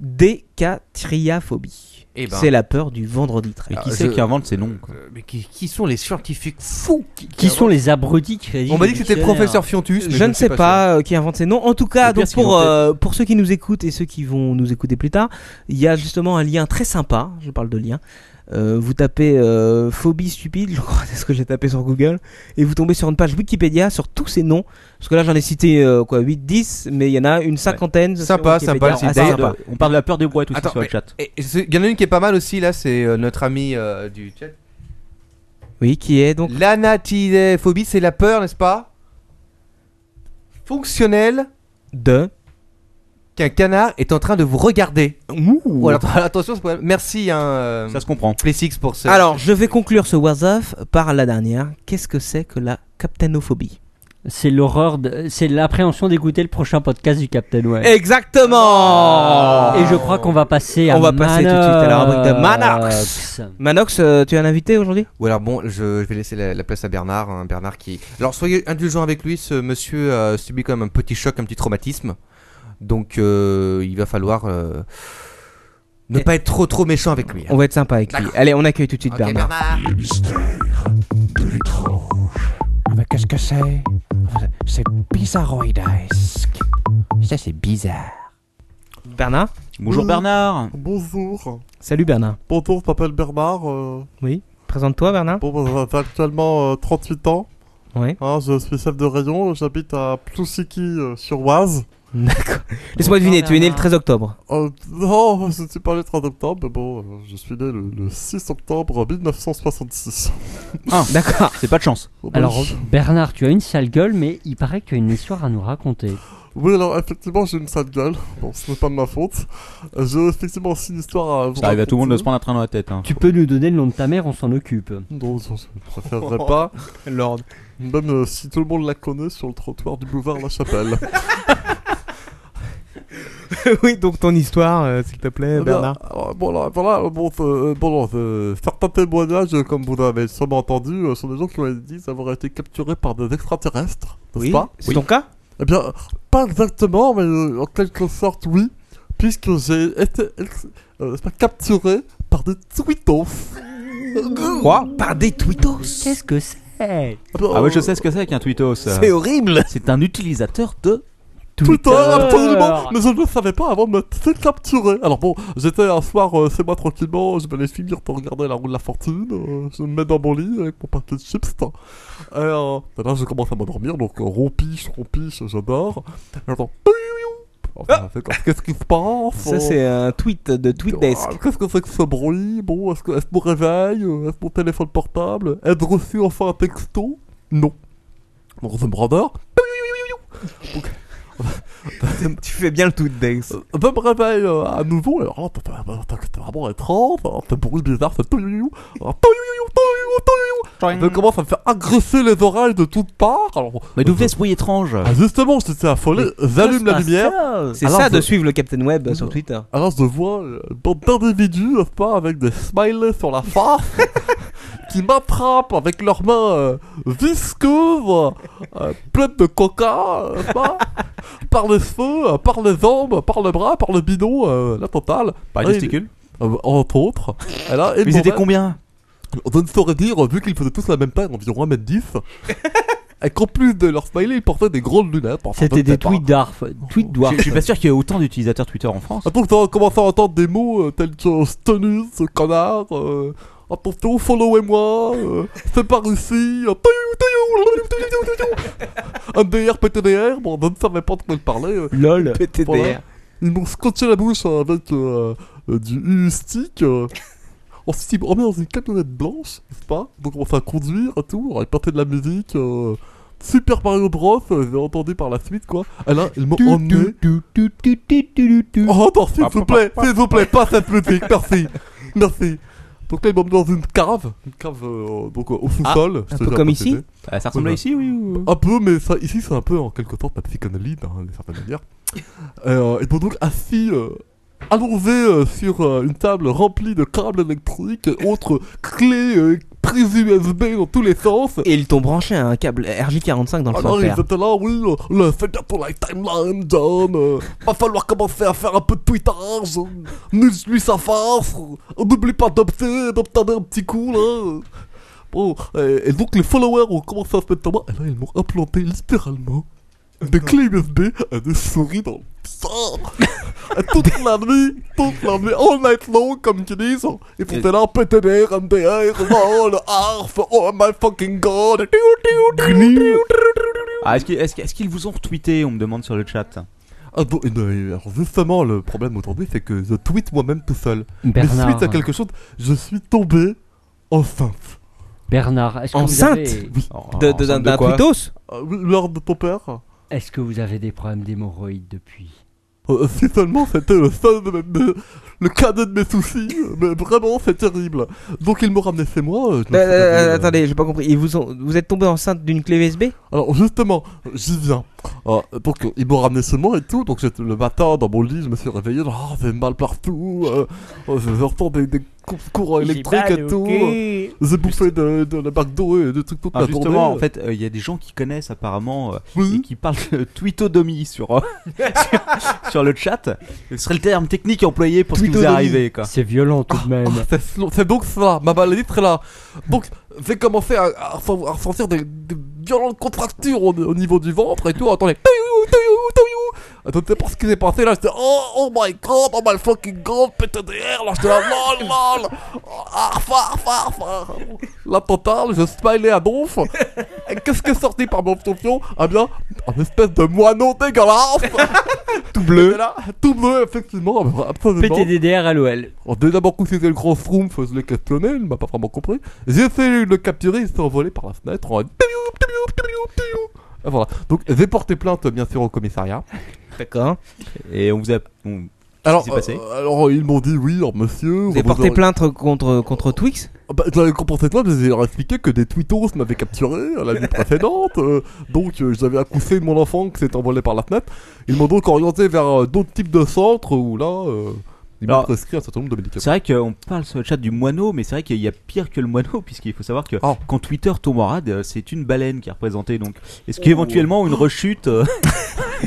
[SPEAKER 3] décatriaphobie.
[SPEAKER 6] Eh ben.
[SPEAKER 3] C'est la peur du vendredi 13.
[SPEAKER 4] Mais qui
[SPEAKER 6] Ah,
[SPEAKER 4] c'est
[SPEAKER 6] je-
[SPEAKER 4] qui invente ces noms quoi
[SPEAKER 6] Euh, Mais qui, qui sont les scientifiques fous qui-
[SPEAKER 5] Qui sont les abrutis qui rédigent
[SPEAKER 6] On m'a
[SPEAKER 5] les
[SPEAKER 6] dit que c'était le
[SPEAKER 5] dictionnaires.
[SPEAKER 6] professeur Fiontus. mais
[SPEAKER 3] je ne
[SPEAKER 6] suis
[SPEAKER 3] sais pas euh, qui invente ces noms. En tout cas,
[SPEAKER 4] Le pire,
[SPEAKER 3] donc
[SPEAKER 4] c'est qu'ils
[SPEAKER 3] pour,
[SPEAKER 4] ont peut-être-
[SPEAKER 3] euh, pour ceux qui nous écoutent et ceux qui vont nous écouter plus tard, il y a justement un lien très sympa. Je parle de lien. Euh, vous tapez euh, phobie stupide, je crois, c'est ce que j'ai tapé sur Google, et vous tombez sur une page Wikipédia sur tous ces noms. Parce que là, j'en ai cité euh, quoi, 8, 10, mais il y en a une cinquantaine. sur
[SPEAKER 6] Sympa,
[SPEAKER 3] Wikipédia.
[SPEAKER 6] sympa, c'est
[SPEAKER 3] Ah,
[SPEAKER 6] une
[SPEAKER 3] c'est
[SPEAKER 6] belle-
[SPEAKER 3] sympa.
[SPEAKER 4] On parle de la peur des brouettes aussi
[SPEAKER 6] Attends,
[SPEAKER 4] sur le
[SPEAKER 6] mais-
[SPEAKER 4] chat.
[SPEAKER 6] Et c'est- Il y en a une qui est pas mal aussi, là, c'est euh, notre ami euh, du chat.
[SPEAKER 3] Oui, qui est donc.
[SPEAKER 6] L'anatidophobie, c'est la peur, n'est-ce pas Fonctionnelle
[SPEAKER 3] De.
[SPEAKER 6] qu'un canard est en train de vous regarder. Ouh, alors, attention, c'est pas- merci, hein, euh,
[SPEAKER 4] Ça se comprend.
[SPEAKER 6] Plessix pour ce.
[SPEAKER 3] Alors, je vais conclure ce was-off par la dernière. Qu'est-ce que c'est que la captanophobie
[SPEAKER 5] C'est l'horreur, de- c'est l'appréhension d'écouter le prochain podcast du Captain Web.
[SPEAKER 3] Exactement
[SPEAKER 5] Et je crois qu'on va passer à
[SPEAKER 3] On va passer tout de suite à la rubrique de
[SPEAKER 5] Manox.
[SPEAKER 3] Manox. Manox, euh, tu es un invité aujourd'hui
[SPEAKER 6] Ou alors bon, je, je vais laisser la, la place à Bernard. hein, Bernard qui. Alors soyez indulgents avec lui, ce monsieur a subi quand même un petit choc, un petit traumatisme. Donc euh, il va falloir euh, ne pas être trop trop méchant avec lui. hein.
[SPEAKER 3] On va être sympa avec lui. Allez, on accueille tout de suite Bernard.
[SPEAKER 6] Bernard.
[SPEAKER 12] Ah, Mais qu'est-ce que c'est C'est bizarroidesque. Ça, c'est bizarre.
[SPEAKER 3] Bernard
[SPEAKER 4] Mmh.
[SPEAKER 12] Bonjour,
[SPEAKER 4] Bernard
[SPEAKER 9] Bonjour
[SPEAKER 3] Salut Bernard.
[SPEAKER 9] Bonjour, je m'appelle Bernard. euh,
[SPEAKER 3] Oui Présente-toi Bernard.
[SPEAKER 9] Bon, bah, j'ai actuellement euh, 38 ans.
[SPEAKER 3] Oui.
[SPEAKER 9] Hein, je suis chef de rayon, j'habite à Ploussiki euh, sur Oise.
[SPEAKER 3] D'accord. Laisse-moi deviner, tu es né le 13 octobre.
[SPEAKER 9] Euh, non, je ne suis pas né le 3 octobre, mais bon, euh, je suis né le, le 6 octobre 1966.
[SPEAKER 4] Ah,
[SPEAKER 3] d'accord,
[SPEAKER 4] c'est pas de chance.
[SPEAKER 9] Oh, bah,
[SPEAKER 5] Alors
[SPEAKER 9] je-
[SPEAKER 5] Bernard, tu as une sale gueule, mais il paraît que tu as une histoire à nous raconter.
[SPEAKER 9] Oui, alors effectivement, j'ai une sale gueule. Bon, ce n'est pas de ma faute. Euh, J'ai effectivement aussi une histoire à vous
[SPEAKER 4] Ça arrive à tout le monde de se
[SPEAKER 9] raconter.
[SPEAKER 4] prendre un train dans la tête. hein.
[SPEAKER 5] Tu peux nous donner le nom de ta mère, on s'en occupe.
[SPEAKER 9] Non, je ne préférerais pas.
[SPEAKER 3] Lord.
[SPEAKER 9] Même euh, si tout le monde la connaît sur le trottoir du boulevard La Chapelle.
[SPEAKER 3] oui, donc ton histoire, euh, s'il te plaît,
[SPEAKER 9] Eh bien,
[SPEAKER 3] Bernard.
[SPEAKER 9] alors, bon, alors, voilà, bon, euh, bon, alors, euh, certains témoignages, euh, comme vous l'avez sûrement entendu, euh, sont des gens qui ont dit avoir été capturés par des extraterrestres, n'est-ce
[SPEAKER 3] Oui,
[SPEAKER 9] pas
[SPEAKER 3] c'est ton cas
[SPEAKER 9] Eh bien, euh, pas exactement, mais euh, en quelque sorte, oui, puisque j'ai été ex- euh, n'est-ce pas, capturé par des twittos.
[SPEAKER 3] Quoi Par des twittos
[SPEAKER 5] Qu'est-ce que c'est
[SPEAKER 9] Eh
[SPEAKER 4] Ah
[SPEAKER 9] euh,
[SPEAKER 4] ouais, je sais ce que c'est qu'un tweetos.
[SPEAKER 3] C'est horrible
[SPEAKER 4] C'est un utilisateur de
[SPEAKER 9] Twitter, absolument Mais je ne le savais pas avant de me faire capturer Alors bon, j'étais un soir, euh, c'est moi tranquillement, je m'allais finir pour regarder la roue de la fortune, euh, je me mets dans mon lit avec mon paquet de chips, tain. Et euh, et là je commence à m'endormir, donc euh, rompiche, rompiche, j'adore. Et j'entends... piou, piou. Alors, ça fait comme, Qu'est-ce qui se passe
[SPEAKER 3] Ah. Ça, c'est un tweet de
[SPEAKER 9] Ah,
[SPEAKER 3] TweetDesk.
[SPEAKER 9] Qu'est-ce que c'est que ce bruit Bon, est-ce que est-ce mon réveil euh, Est-ce mon téléphone portable Est-ce reçu enfin un texto Non. Donc je me rendors.
[SPEAKER 3] tu fais bien le TweetDesk.
[SPEAKER 9] Je me réveille euh, à nouveau, et alors là, t'as- t'as- t'as- t'as- t'es vraiment étrange, alors t'as oh, bruit bizarre, c'est touillou, alors touillou, touillou, touillou. Je commence à me faire agresser les oreilles de toutes parts, alors...
[SPEAKER 4] Mais d'où vient ce bruit étrange
[SPEAKER 9] Ah, justement, j'étais affolé, j'allume la lumière,
[SPEAKER 3] C'est
[SPEAKER 9] Alors,
[SPEAKER 3] ça de
[SPEAKER 9] je-
[SPEAKER 3] suivre le Captain Web euh, sur Twitter.
[SPEAKER 9] alors je vois euh, une bande d'individus, n'est-ce pas, avec des smileys sur la face, qui m'attrapent avec leurs mains euh, visqueuses, euh, pleines de coca, n'est-ce pas, par les cheveux, euh, par les jambes, par le bras, par le bidon, euh, la totale.
[SPEAKER 4] Par les
[SPEAKER 9] Ah, il-
[SPEAKER 4] testicules
[SPEAKER 9] euh, entre autres. Et là,
[SPEAKER 4] Ils étaient combien
[SPEAKER 9] Je ne saurais dire, vu qu'ils faisaient tous la même taille, environ 1m10. et qu'en plus de leur smiley, ils portaient des grandes lunettes. Enfin,
[SPEAKER 5] C'était des
[SPEAKER 9] peut-être pas.
[SPEAKER 5] tweets d'arf, tweets
[SPEAKER 4] Je je
[SPEAKER 5] dwarf.
[SPEAKER 4] suis pas sûr qu'il y ait autant d'utilisateurs Twitter en France.
[SPEAKER 9] Ah, donc, t'as commencé à entendre des mots euh, tels que stonus, connard, euh, attention, followez-moi, euh, c'est par ici, euh, taillou, taillou, taillou, taillou, taillou. MDR, PTDR, bon, on ne savait pas de quoi ils parlaient. euh,
[SPEAKER 5] LOL.
[SPEAKER 3] PTDR.
[SPEAKER 9] Voilà. Ils m'ont scotché la bouche euh, avec euh, euh, du U-stick. euh. Ensuite, ils m'ont emmené dans une camionnette blanche, n'est-ce pas Donc, on s'est à conduire et tout. Alors, ils portaient de la musique. euh, Super Mario Bros, euh, j'ai entendu par la suite quoi. Et là, ils m'ont emmené. Oh, attends, s'il vous plaît, s'il vous plaît, pas cette musique, merci. Merci. Donc là, ils m'ont emmené dans une cave. Une cave euh, donc, euh, au sous-sol.
[SPEAKER 3] Ah, un
[SPEAKER 9] je te
[SPEAKER 3] peu
[SPEAKER 9] jure,
[SPEAKER 3] comme
[SPEAKER 9] pas
[SPEAKER 3] ici
[SPEAKER 9] pété.
[SPEAKER 4] Ah, Ça ressemble à
[SPEAKER 9] Ouais.
[SPEAKER 4] ici, oui ou-
[SPEAKER 9] Un peu, mais ça, ici, c'est un peu en quelque sorte la psychanalyse, hein, d'une certaine manière. Euh, ils m'ont donc assis, euh, allongé euh, sur euh, une table remplie de câbles électriques, et autres clés, euh, prises USB dans tous les sens.
[SPEAKER 3] Et ils t'ont branché à un câble RJ45 dans le
[SPEAKER 9] Alors Ah ils
[SPEAKER 3] flanc
[SPEAKER 9] étaient là, oui, euh, le fait pour la timeline, John, euh, va falloir commencer à faire un peu de tweetage, euh, nous lui sa face, euh, n'oublie pas d'opter, d'obtenir un petit coup là. euh. Bon, et, et donc les followers ont commencé à se mettre en main, et là ils m'ont implanté littéralement des clés USB et des souris dans le sang. Et toute la nuit, toute la nuit, all night long, comme ils disent, ils étaient là, PTDR, MDR, oh le harf, oh my fucking god,
[SPEAKER 4] Ah, est-ce qu'ils est-ce que- est-ce qu'ils vous ont retweeté On me demande sur le chat.
[SPEAKER 9] Ah bon, et non, et alors justement, le problème aujourd'hui, c'est que je tweet moi-même tout seul. Mais
[SPEAKER 5] Bernard, hein.
[SPEAKER 9] suite à quelque chose, je suis tombé enceinte.
[SPEAKER 5] Bernard, est-ce que, vous
[SPEAKER 3] Enceinte
[SPEAKER 5] avez...
[SPEAKER 3] de, de, d'un- d'un tweetos
[SPEAKER 9] Euh, oui, Lord Ah, de ton père
[SPEAKER 5] est-ce que vous avez des problèmes d'hémorroïdes depuis
[SPEAKER 9] Euh, si seulement c'était le seul de mes- de- le cadet de mes soucis, euh, mais vraiment c'est terrible. Donc il me ramenait chez moi. euh, je me
[SPEAKER 3] Euh,
[SPEAKER 9] suis réveillé,
[SPEAKER 3] euh,
[SPEAKER 9] euh,
[SPEAKER 3] attendez, j'ai pas compris. Ils vous, ont- vous êtes tombé enceinte d'une clé USB
[SPEAKER 9] Alors justement, j'y viens. Euh, donc euh, ils m'ont ramené chez moi et tout, donc j'étais le matin dans mon lit, je me suis réveillé, genre, Ah, j'ai mal partout, euh, euh, je retombe avec des cou- courants
[SPEAKER 11] J'ai
[SPEAKER 9] électriques
[SPEAKER 11] mal
[SPEAKER 9] et
[SPEAKER 11] au
[SPEAKER 9] tout,
[SPEAKER 11] cul.
[SPEAKER 9] euh, j'ai bouffé de, de la barque d'eau et de trucs toute
[SPEAKER 4] Ah,
[SPEAKER 9] la
[SPEAKER 4] justement,
[SPEAKER 9] journée.
[SPEAKER 4] en fait, euh, il y a des gens qui connaissent apparemment euh, et qui parlent de tweetodomie sur, euh, sur, sur le chat. Ce serait le terme technique employé pour ce qui vous est
[SPEAKER 9] Tweetodomie.
[SPEAKER 4] arrivé. quoi.
[SPEAKER 5] C'est violent tout de même.
[SPEAKER 9] C'est slow- c'est donc ça, ma maladie très là. Donc, j'ai commencé à, à refen- à ressentir des, des violentes contractures au, au niveau du ventre et tout. Attendez, touyou, touyou, touyou. Attends, c'est pas ce qui s'est passé là. J'étais, oh, oh my god, oh my fucking god, PTDR. Là, j'étais là, lol, lol. Oh, Arf, arf, arf, arf. La totale, je smiley à donf. Et qu'est-ce qui est sorti par mon champion Ah bien, un espèce de moineau dégueulasse. tout bleu. Là, tout bleu, effectivement. Absolument.
[SPEAKER 5] PTDR à l'OL.
[SPEAKER 9] Alors, dès d'abord que c'était le grand Schtroumpf, je l'ai questionné, il m'a pas vraiment compris. J'ai essayé de le capturer, il s'est envolé par la fenêtre en mode Piou, piou, piou, piou. Et Voilà. Donc, j'ai porté plainte, bien sûr, au commissariat.
[SPEAKER 3] D'accord.
[SPEAKER 4] Et on vous a. on-
[SPEAKER 9] Alors,
[SPEAKER 4] qu'est-ce qui s'est passé
[SPEAKER 9] euh, alors, ils m'ont dit oui, alors, monsieur.
[SPEAKER 3] Vous avez porté plainte contre, contre Twix
[SPEAKER 9] Bah, j'avais comporté plainte, je leur ai expliqué que des tweetos m'avaient capturé à la nuit précédente. euh, donc, euh, j'avais accouché de mon enfant qui s'est envolé par la fenêtre. Ils m'ont donc orienté vers euh, d'autres types de centres où là, euh, ils m'ont
[SPEAKER 4] Alors,
[SPEAKER 9] prescrit un certain nombre de médicaments.
[SPEAKER 4] C'est vrai qu'on parle sur le chat du moineau, mais c'est vrai qu'il y a pire que le moineau, puisqu'il faut savoir que
[SPEAKER 3] Oh.
[SPEAKER 4] quand Twitter tombe en rade, euh, c'est une baleine qui est représentée. Donc,
[SPEAKER 3] Oh.
[SPEAKER 4] est-ce qu'éventuellement une rechute. euh,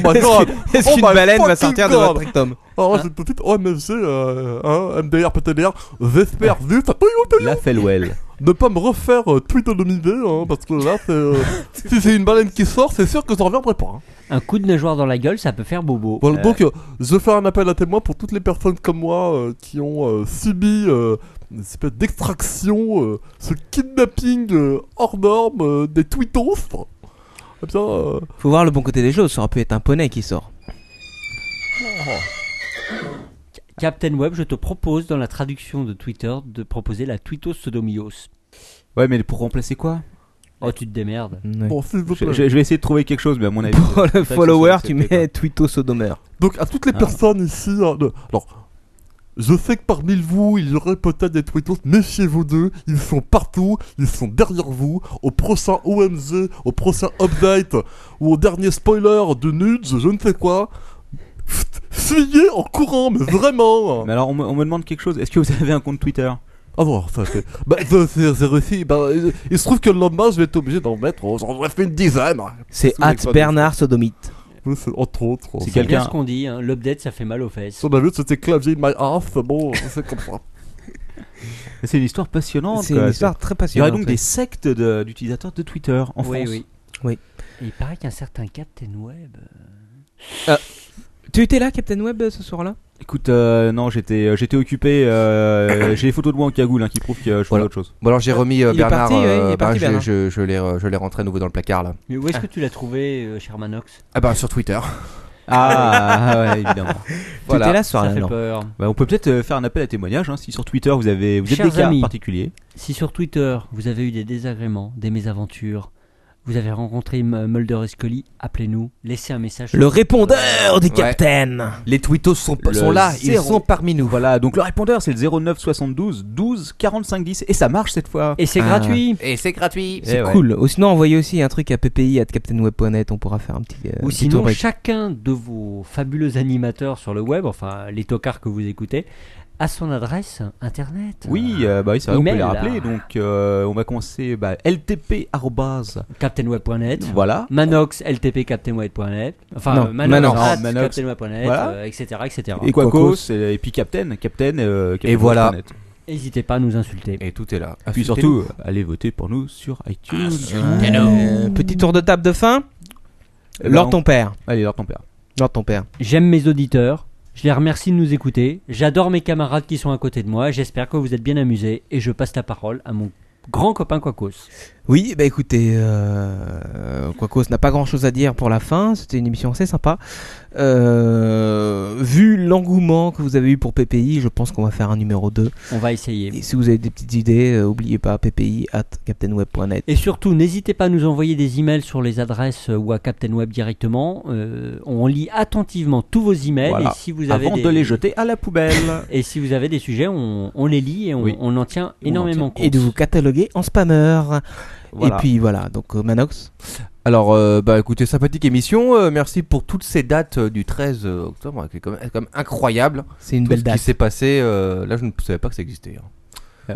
[SPEAKER 9] Bah non,
[SPEAKER 3] est-ce
[SPEAKER 9] oh
[SPEAKER 3] qu'une
[SPEAKER 9] my
[SPEAKER 3] baleine va
[SPEAKER 9] fucking
[SPEAKER 3] sortir de
[SPEAKER 9] God.
[SPEAKER 3] votre rectum
[SPEAKER 9] Alors, j'ai une Ah, petite OMFC, euh, hein, MDR, PTDR, j'espère juste
[SPEAKER 4] La Fellwell.
[SPEAKER 9] ne pas me refaire euh, tweetonomiser, hein, parce que là, c'est, euh, si c'est une baleine qui sort, c'est sûr que j'en reviendrai pas. hein.
[SPEAKER 5] Un coup de nageoire dans la gueule, ça peut faire bobo.
[SPEAKER 9] Voilà, donc, euh, je fais un appel à témoins pour toutes les personnes comme moi euh, qui ont euh, subi euh, une espèce d'extraction, euh, ce kidnapping euh, hors norme euh, des tweetos. Eh bien, euh,
[SPEAKER 3] Faut voir le bon côté des choses, ça aurait pu être un poney qui sort.
[SPEAKER 5] Captain Web, je te propose dans la traduction de Twitter de proposer la Twitos Sodomios.
[SPEAKER 4] Ouais, mais pour remplacer quoi
[SPEAKER 5] Oh, tu te démerdes.
[SPEAKER 9] Bon, s'il vous
[SPEAKER 4] je, je- je vais essayer de trouver quelque chose, mais à mon avis.
[SPEAKER 3] Pour Oh, le follower, tu
[SPEAKER 4] mets
[SPEAKER 3] mets Twito Sodomère.
[SPEAKER 9] Donc à toutes les
[SPEAKER 4] Ah.
[SPEAKER 9] personnes ici, hein, de- alors je sais que parmi vous il y aurait peut-être des tweetos, méfiez-vous d'eux, ils sont partout, ils sont derrière vous, au prochain OMZ, au prochain update, ou au dernier spoiler de Nudes, je ne sais quoi. Fuyez en courant, mais vraiment
[SPEAKER 4] Mais alors, on me, on me demande quelque chose. Est-ce que vous avez un compte Twitter
[SPEAKER 9] Ah non, ça c'est... Bah, ça, c'est c'est réussi, bah, il, il se trouve que le lendemain je vais être obligé d'en mettre, oh, j'en aurais fait une dizaine
[SPEAKER 3] C'est at Bernard Sodomite.
[SPEAKER 9] Oui, c'est- Entre autres. oh.
[SPEAKER 5] C'est quelqu'un. ce qu'on dit, hein, l'update ça fait mal aux fesses.
[SPEAKER 9] Son avis c'était clavier my half, bon, c'est comme ça.
[SPEAKER 4] C'est une histoire passionnante.
[SPEAKER 3] C'est
[SPEAKER 4] quoi.
[SPEAKER 3] une histoire très
[SPEAKER 4] Il y
[SPEAKER 3] passionnante,
[SPEAKER 4] aurait donc
[SPEAKER 3] ouais.
[SPEAKER 4] des sectes de- d'utilisateurs de, Twitter en
[SPEAKER 5] Oui,
[SPEAKER 4] France.
[SPEAKER 5] oui.
[SPEAKER 3] Oui.
[SPEAKER 5] Et il paraît qu'un certain Captain Web. euh,
[SPEAKER 3] Tu étais là, Captain Web, euh, ce soir-là
[SPEAKER 4] Écoute, euh, non, j'étais euh, j'étais occupé. euh, J'ai les photos de moi en cagoule hein, qui prouvent que euh, je fais
[SPEAKER 6] Voilà.
[SPEAKER 4] autre chose.
[SPEAKER 6] Bon, alors j'ai remis euh,
[SPEAKER 3] Il est
[SPEAKER 6] Bernard.
[SPEAKER 3] parti, ouais, il est
[SPEAKER 6] euh, ben,
[SPEAKER 3] parti,
[SPEAKER 6] je-
[SPEAKER 3] Bernard.
[SPEAKER 6] Je, je l'ai re- je l'ai rentré à nouveau dans le placard là.
[SPEAKER 5] Mais où est-ce que tu l'as trouvé, euh, Shermanox
[SPEAKER 6] Ah bah sur Twitter.
[SPEAKER 4] Ah, ouais, évidemment.
[SPEAKER 6] Voilà.
[SPEAKER 3] là ce soir-là,
[SPEAKER 5] Ça fait
[SPEAKER 3] non.
[SPEAKER 5] peur.
[SPEAKER 4] Bah, on peut peut-être euh, faire un appel à témoignage hein, si sur Twitter vous avez vous êtes
[SPEAKER 5] Chers
[SPEAKER 4] des cas
[SPEAKER 5] amis.
[SPEAKER 4] particuliers.
[SPEAKER 5] Si sur Twitter vous avez eu des désagréments, des mésaventures, vous avez rencontré M- Mulder et Scully, appelez-nous, laissez un message.
[SPEAKER 3] Le répondeur du
[SPEAKER 5] Ouais.
[SPEAKER 3] Captain
[SPEAKER 6] Les tweetos sont,
[SPEAKER 4] Le
[SPEAKER 6] sont là, ils
[SPEAKER 4] zéro.
[SPEAKER 6] sont parmi nous.
[SPEAKER 4] Voilà, donc le répondeur c'est le 09 72 12 45 10 et ça marche cette fois.
[SPEAKER 5] Et c'est
[SPEAKER 3] Ah.
[SPEAKER 5] gratuit
[SPEAKER 6] Et c'est gratuit.
[SPEAKER 3] C'est
[SPEAKER 4] Eh ouais.
[SPEAKER 3] cool. Ou sinon, envoyez aussi un truc à ppi at captainweb.net, on pourra faire un petit. euh,
[SPEAKER 5] Ou
[SPEAKER 3] petit
[SPEAKER 5] sinon,
[SPEAKER 3] tour avec-
[SPEAKER 5] chacun de vos fabuleux animateurs sur le web, enfin les tocards que vous écoutez, a son adresse internet.
[SPEAKER 4] Oui, euh, bah oui, c'est vrai, on
[SPEAKER 5] Email,
[SPEAKER 4] peut les rappeler.
[SPEAKER 5] là.
[SPEAKER 4] Donc euh, on va commencer bah, ltp. arrobase.
[SPEAKER 5] CaptainWeb.net.
[SPEAKER 4] Voilà.
[SPEAKER 5] Manox, ltpcaptainweb.net. Enfin,
[SPEAKER 3] Non,
[SPEAKER 5] euh, Manox,
[SPEAKER 3] Manox.
[SPEAKER 5] at
[SPEAKER 4] Manox.
[SPEAKER 5] captainweb.net,
[SPEAKER 4] Voilà.
[SPEAKER 5] euh, etc. etc.
[SPEAKER 4] Et Quacos, et, et puis Captain, Captain, euh, Captain
[SPEAKER 6] voilà.
[SPEAKER 4] Planet.
[SPEAKER 5] N'hésitez pas à nous insulter.
[SPEAKER 6] Et Ah, tout est là.
[SPEAKER 4] Puis surtout, euh, allez voter pour nous sur
[SPEAKER 5] Ah,
[SPEAKER 4] iTunes.
[SPEAKER 3] Euh, petit tour de table de fin.
[SPEAKER 4] Eh ben,
[SPEAKER 3] Lord
[SPEAKER 4] on-
[SPEAKER 3] ton père.
[SPEAKER 4] Allez, leur ton père.
[SPEAKER 3] Lord ton père.
[SPEAKER 5] J'aime mes auditeurs. Je les remercie de nous écouter. J'adore mes camarades qui sont à côté de moi. J'espère que vous êtes bien amusés. Et je passe la parole à mon grand copain Quacos.
[SPEAKER 3] Oui, bah écoutez, euh, Quacos n'a pas grand chose à dire pour la fin. C'était une émission assez sympa. Euh, vu l'en- l'engouement que vous avez eu pour PPI, je pense qu'on va faire un numéro 2.
[SPEAKER 5] On va essayer.
[SPEAKER 3] Et si vous avez des petites idées, euh, oubliez pas PPI at captainweb.net.
[SPEAKER 5] Et surtout, n'hésitez pas à nous envoyer des emails sur les adresses euh, ou à Captain Web directement. Euh, on lit attentivement tous vos emails.
[SPEAKER 4] Voilà.
[SPEAKER 5] Et si vous avez
[SPEAKER 4] Avant
[SPEAKER 5] des-
[SPEAKER 4] de les jeter à la poubelle.
[SPEAKER 5] et si vous avez des sujets, on, on les lit et on, on en tient énormément compte.
[SPEAKER 3] Et de vous cataloguer en spammer.
[SPEAKER 6] Voilà.
[SPEAKER 3] Et puis voilà, donc euh, Manox.
[SPEAKER 6] Alors, euh, bah écoutez, sympathique émission. euh, merci pour toutes ces dates euh, du 13 octobre. C'est quand, même- c'est quand même incroyable.
[SPEAKER 3] C'est une
[SPEAKER 6] Tout
[SPEAKER 3] belle
[SPEAKER 6] ce
[SPEAKER 3] date.
[SPEAKER 6] qui s'est passé. euh, là, je ne savais pas que ça existait. hein.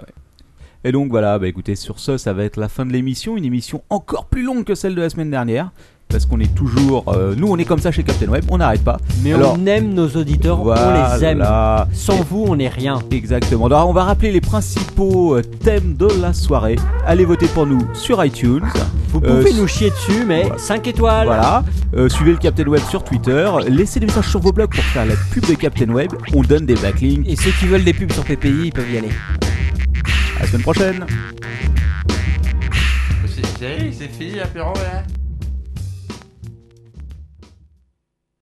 [SPEAKER 4] Et donc voilà, bah écoutez, sur ce, ça va être la fin de l'émission, une émission encore plus longue que celle de la semaine dernière, parce qu'on est toujours, euh, nous on est comme ça chez Captain Web, on n'arrête pas.
[SPEAKER 5] Mais on aime nos auditeurs, on les aime. Sans vous, on n'est rien.
[SPEAKER 4] Exactement. Alors, on va rappeler les principaux euh, thèmes de la soirée. Allez voter pour nous sur iTunes.
[SPEAKER 5] Vous pouvez nous chier dessus, mais 5 étoiles.
[SPEAKER 4] Euh, Voilà. Euh, suivez le Captain Web sur Twitter. Laissez des messages sur vos blogs pour faire la pub de Captain Web. On donne des backlinks.
[SPEAKER 3] Et ceux qui veulent des pubs sur PPI, ils peuvent y aller.
[SPEAKER 4] À la semaine prochaine.
[SPEAKER 13] C'est fini l'apéro hein. là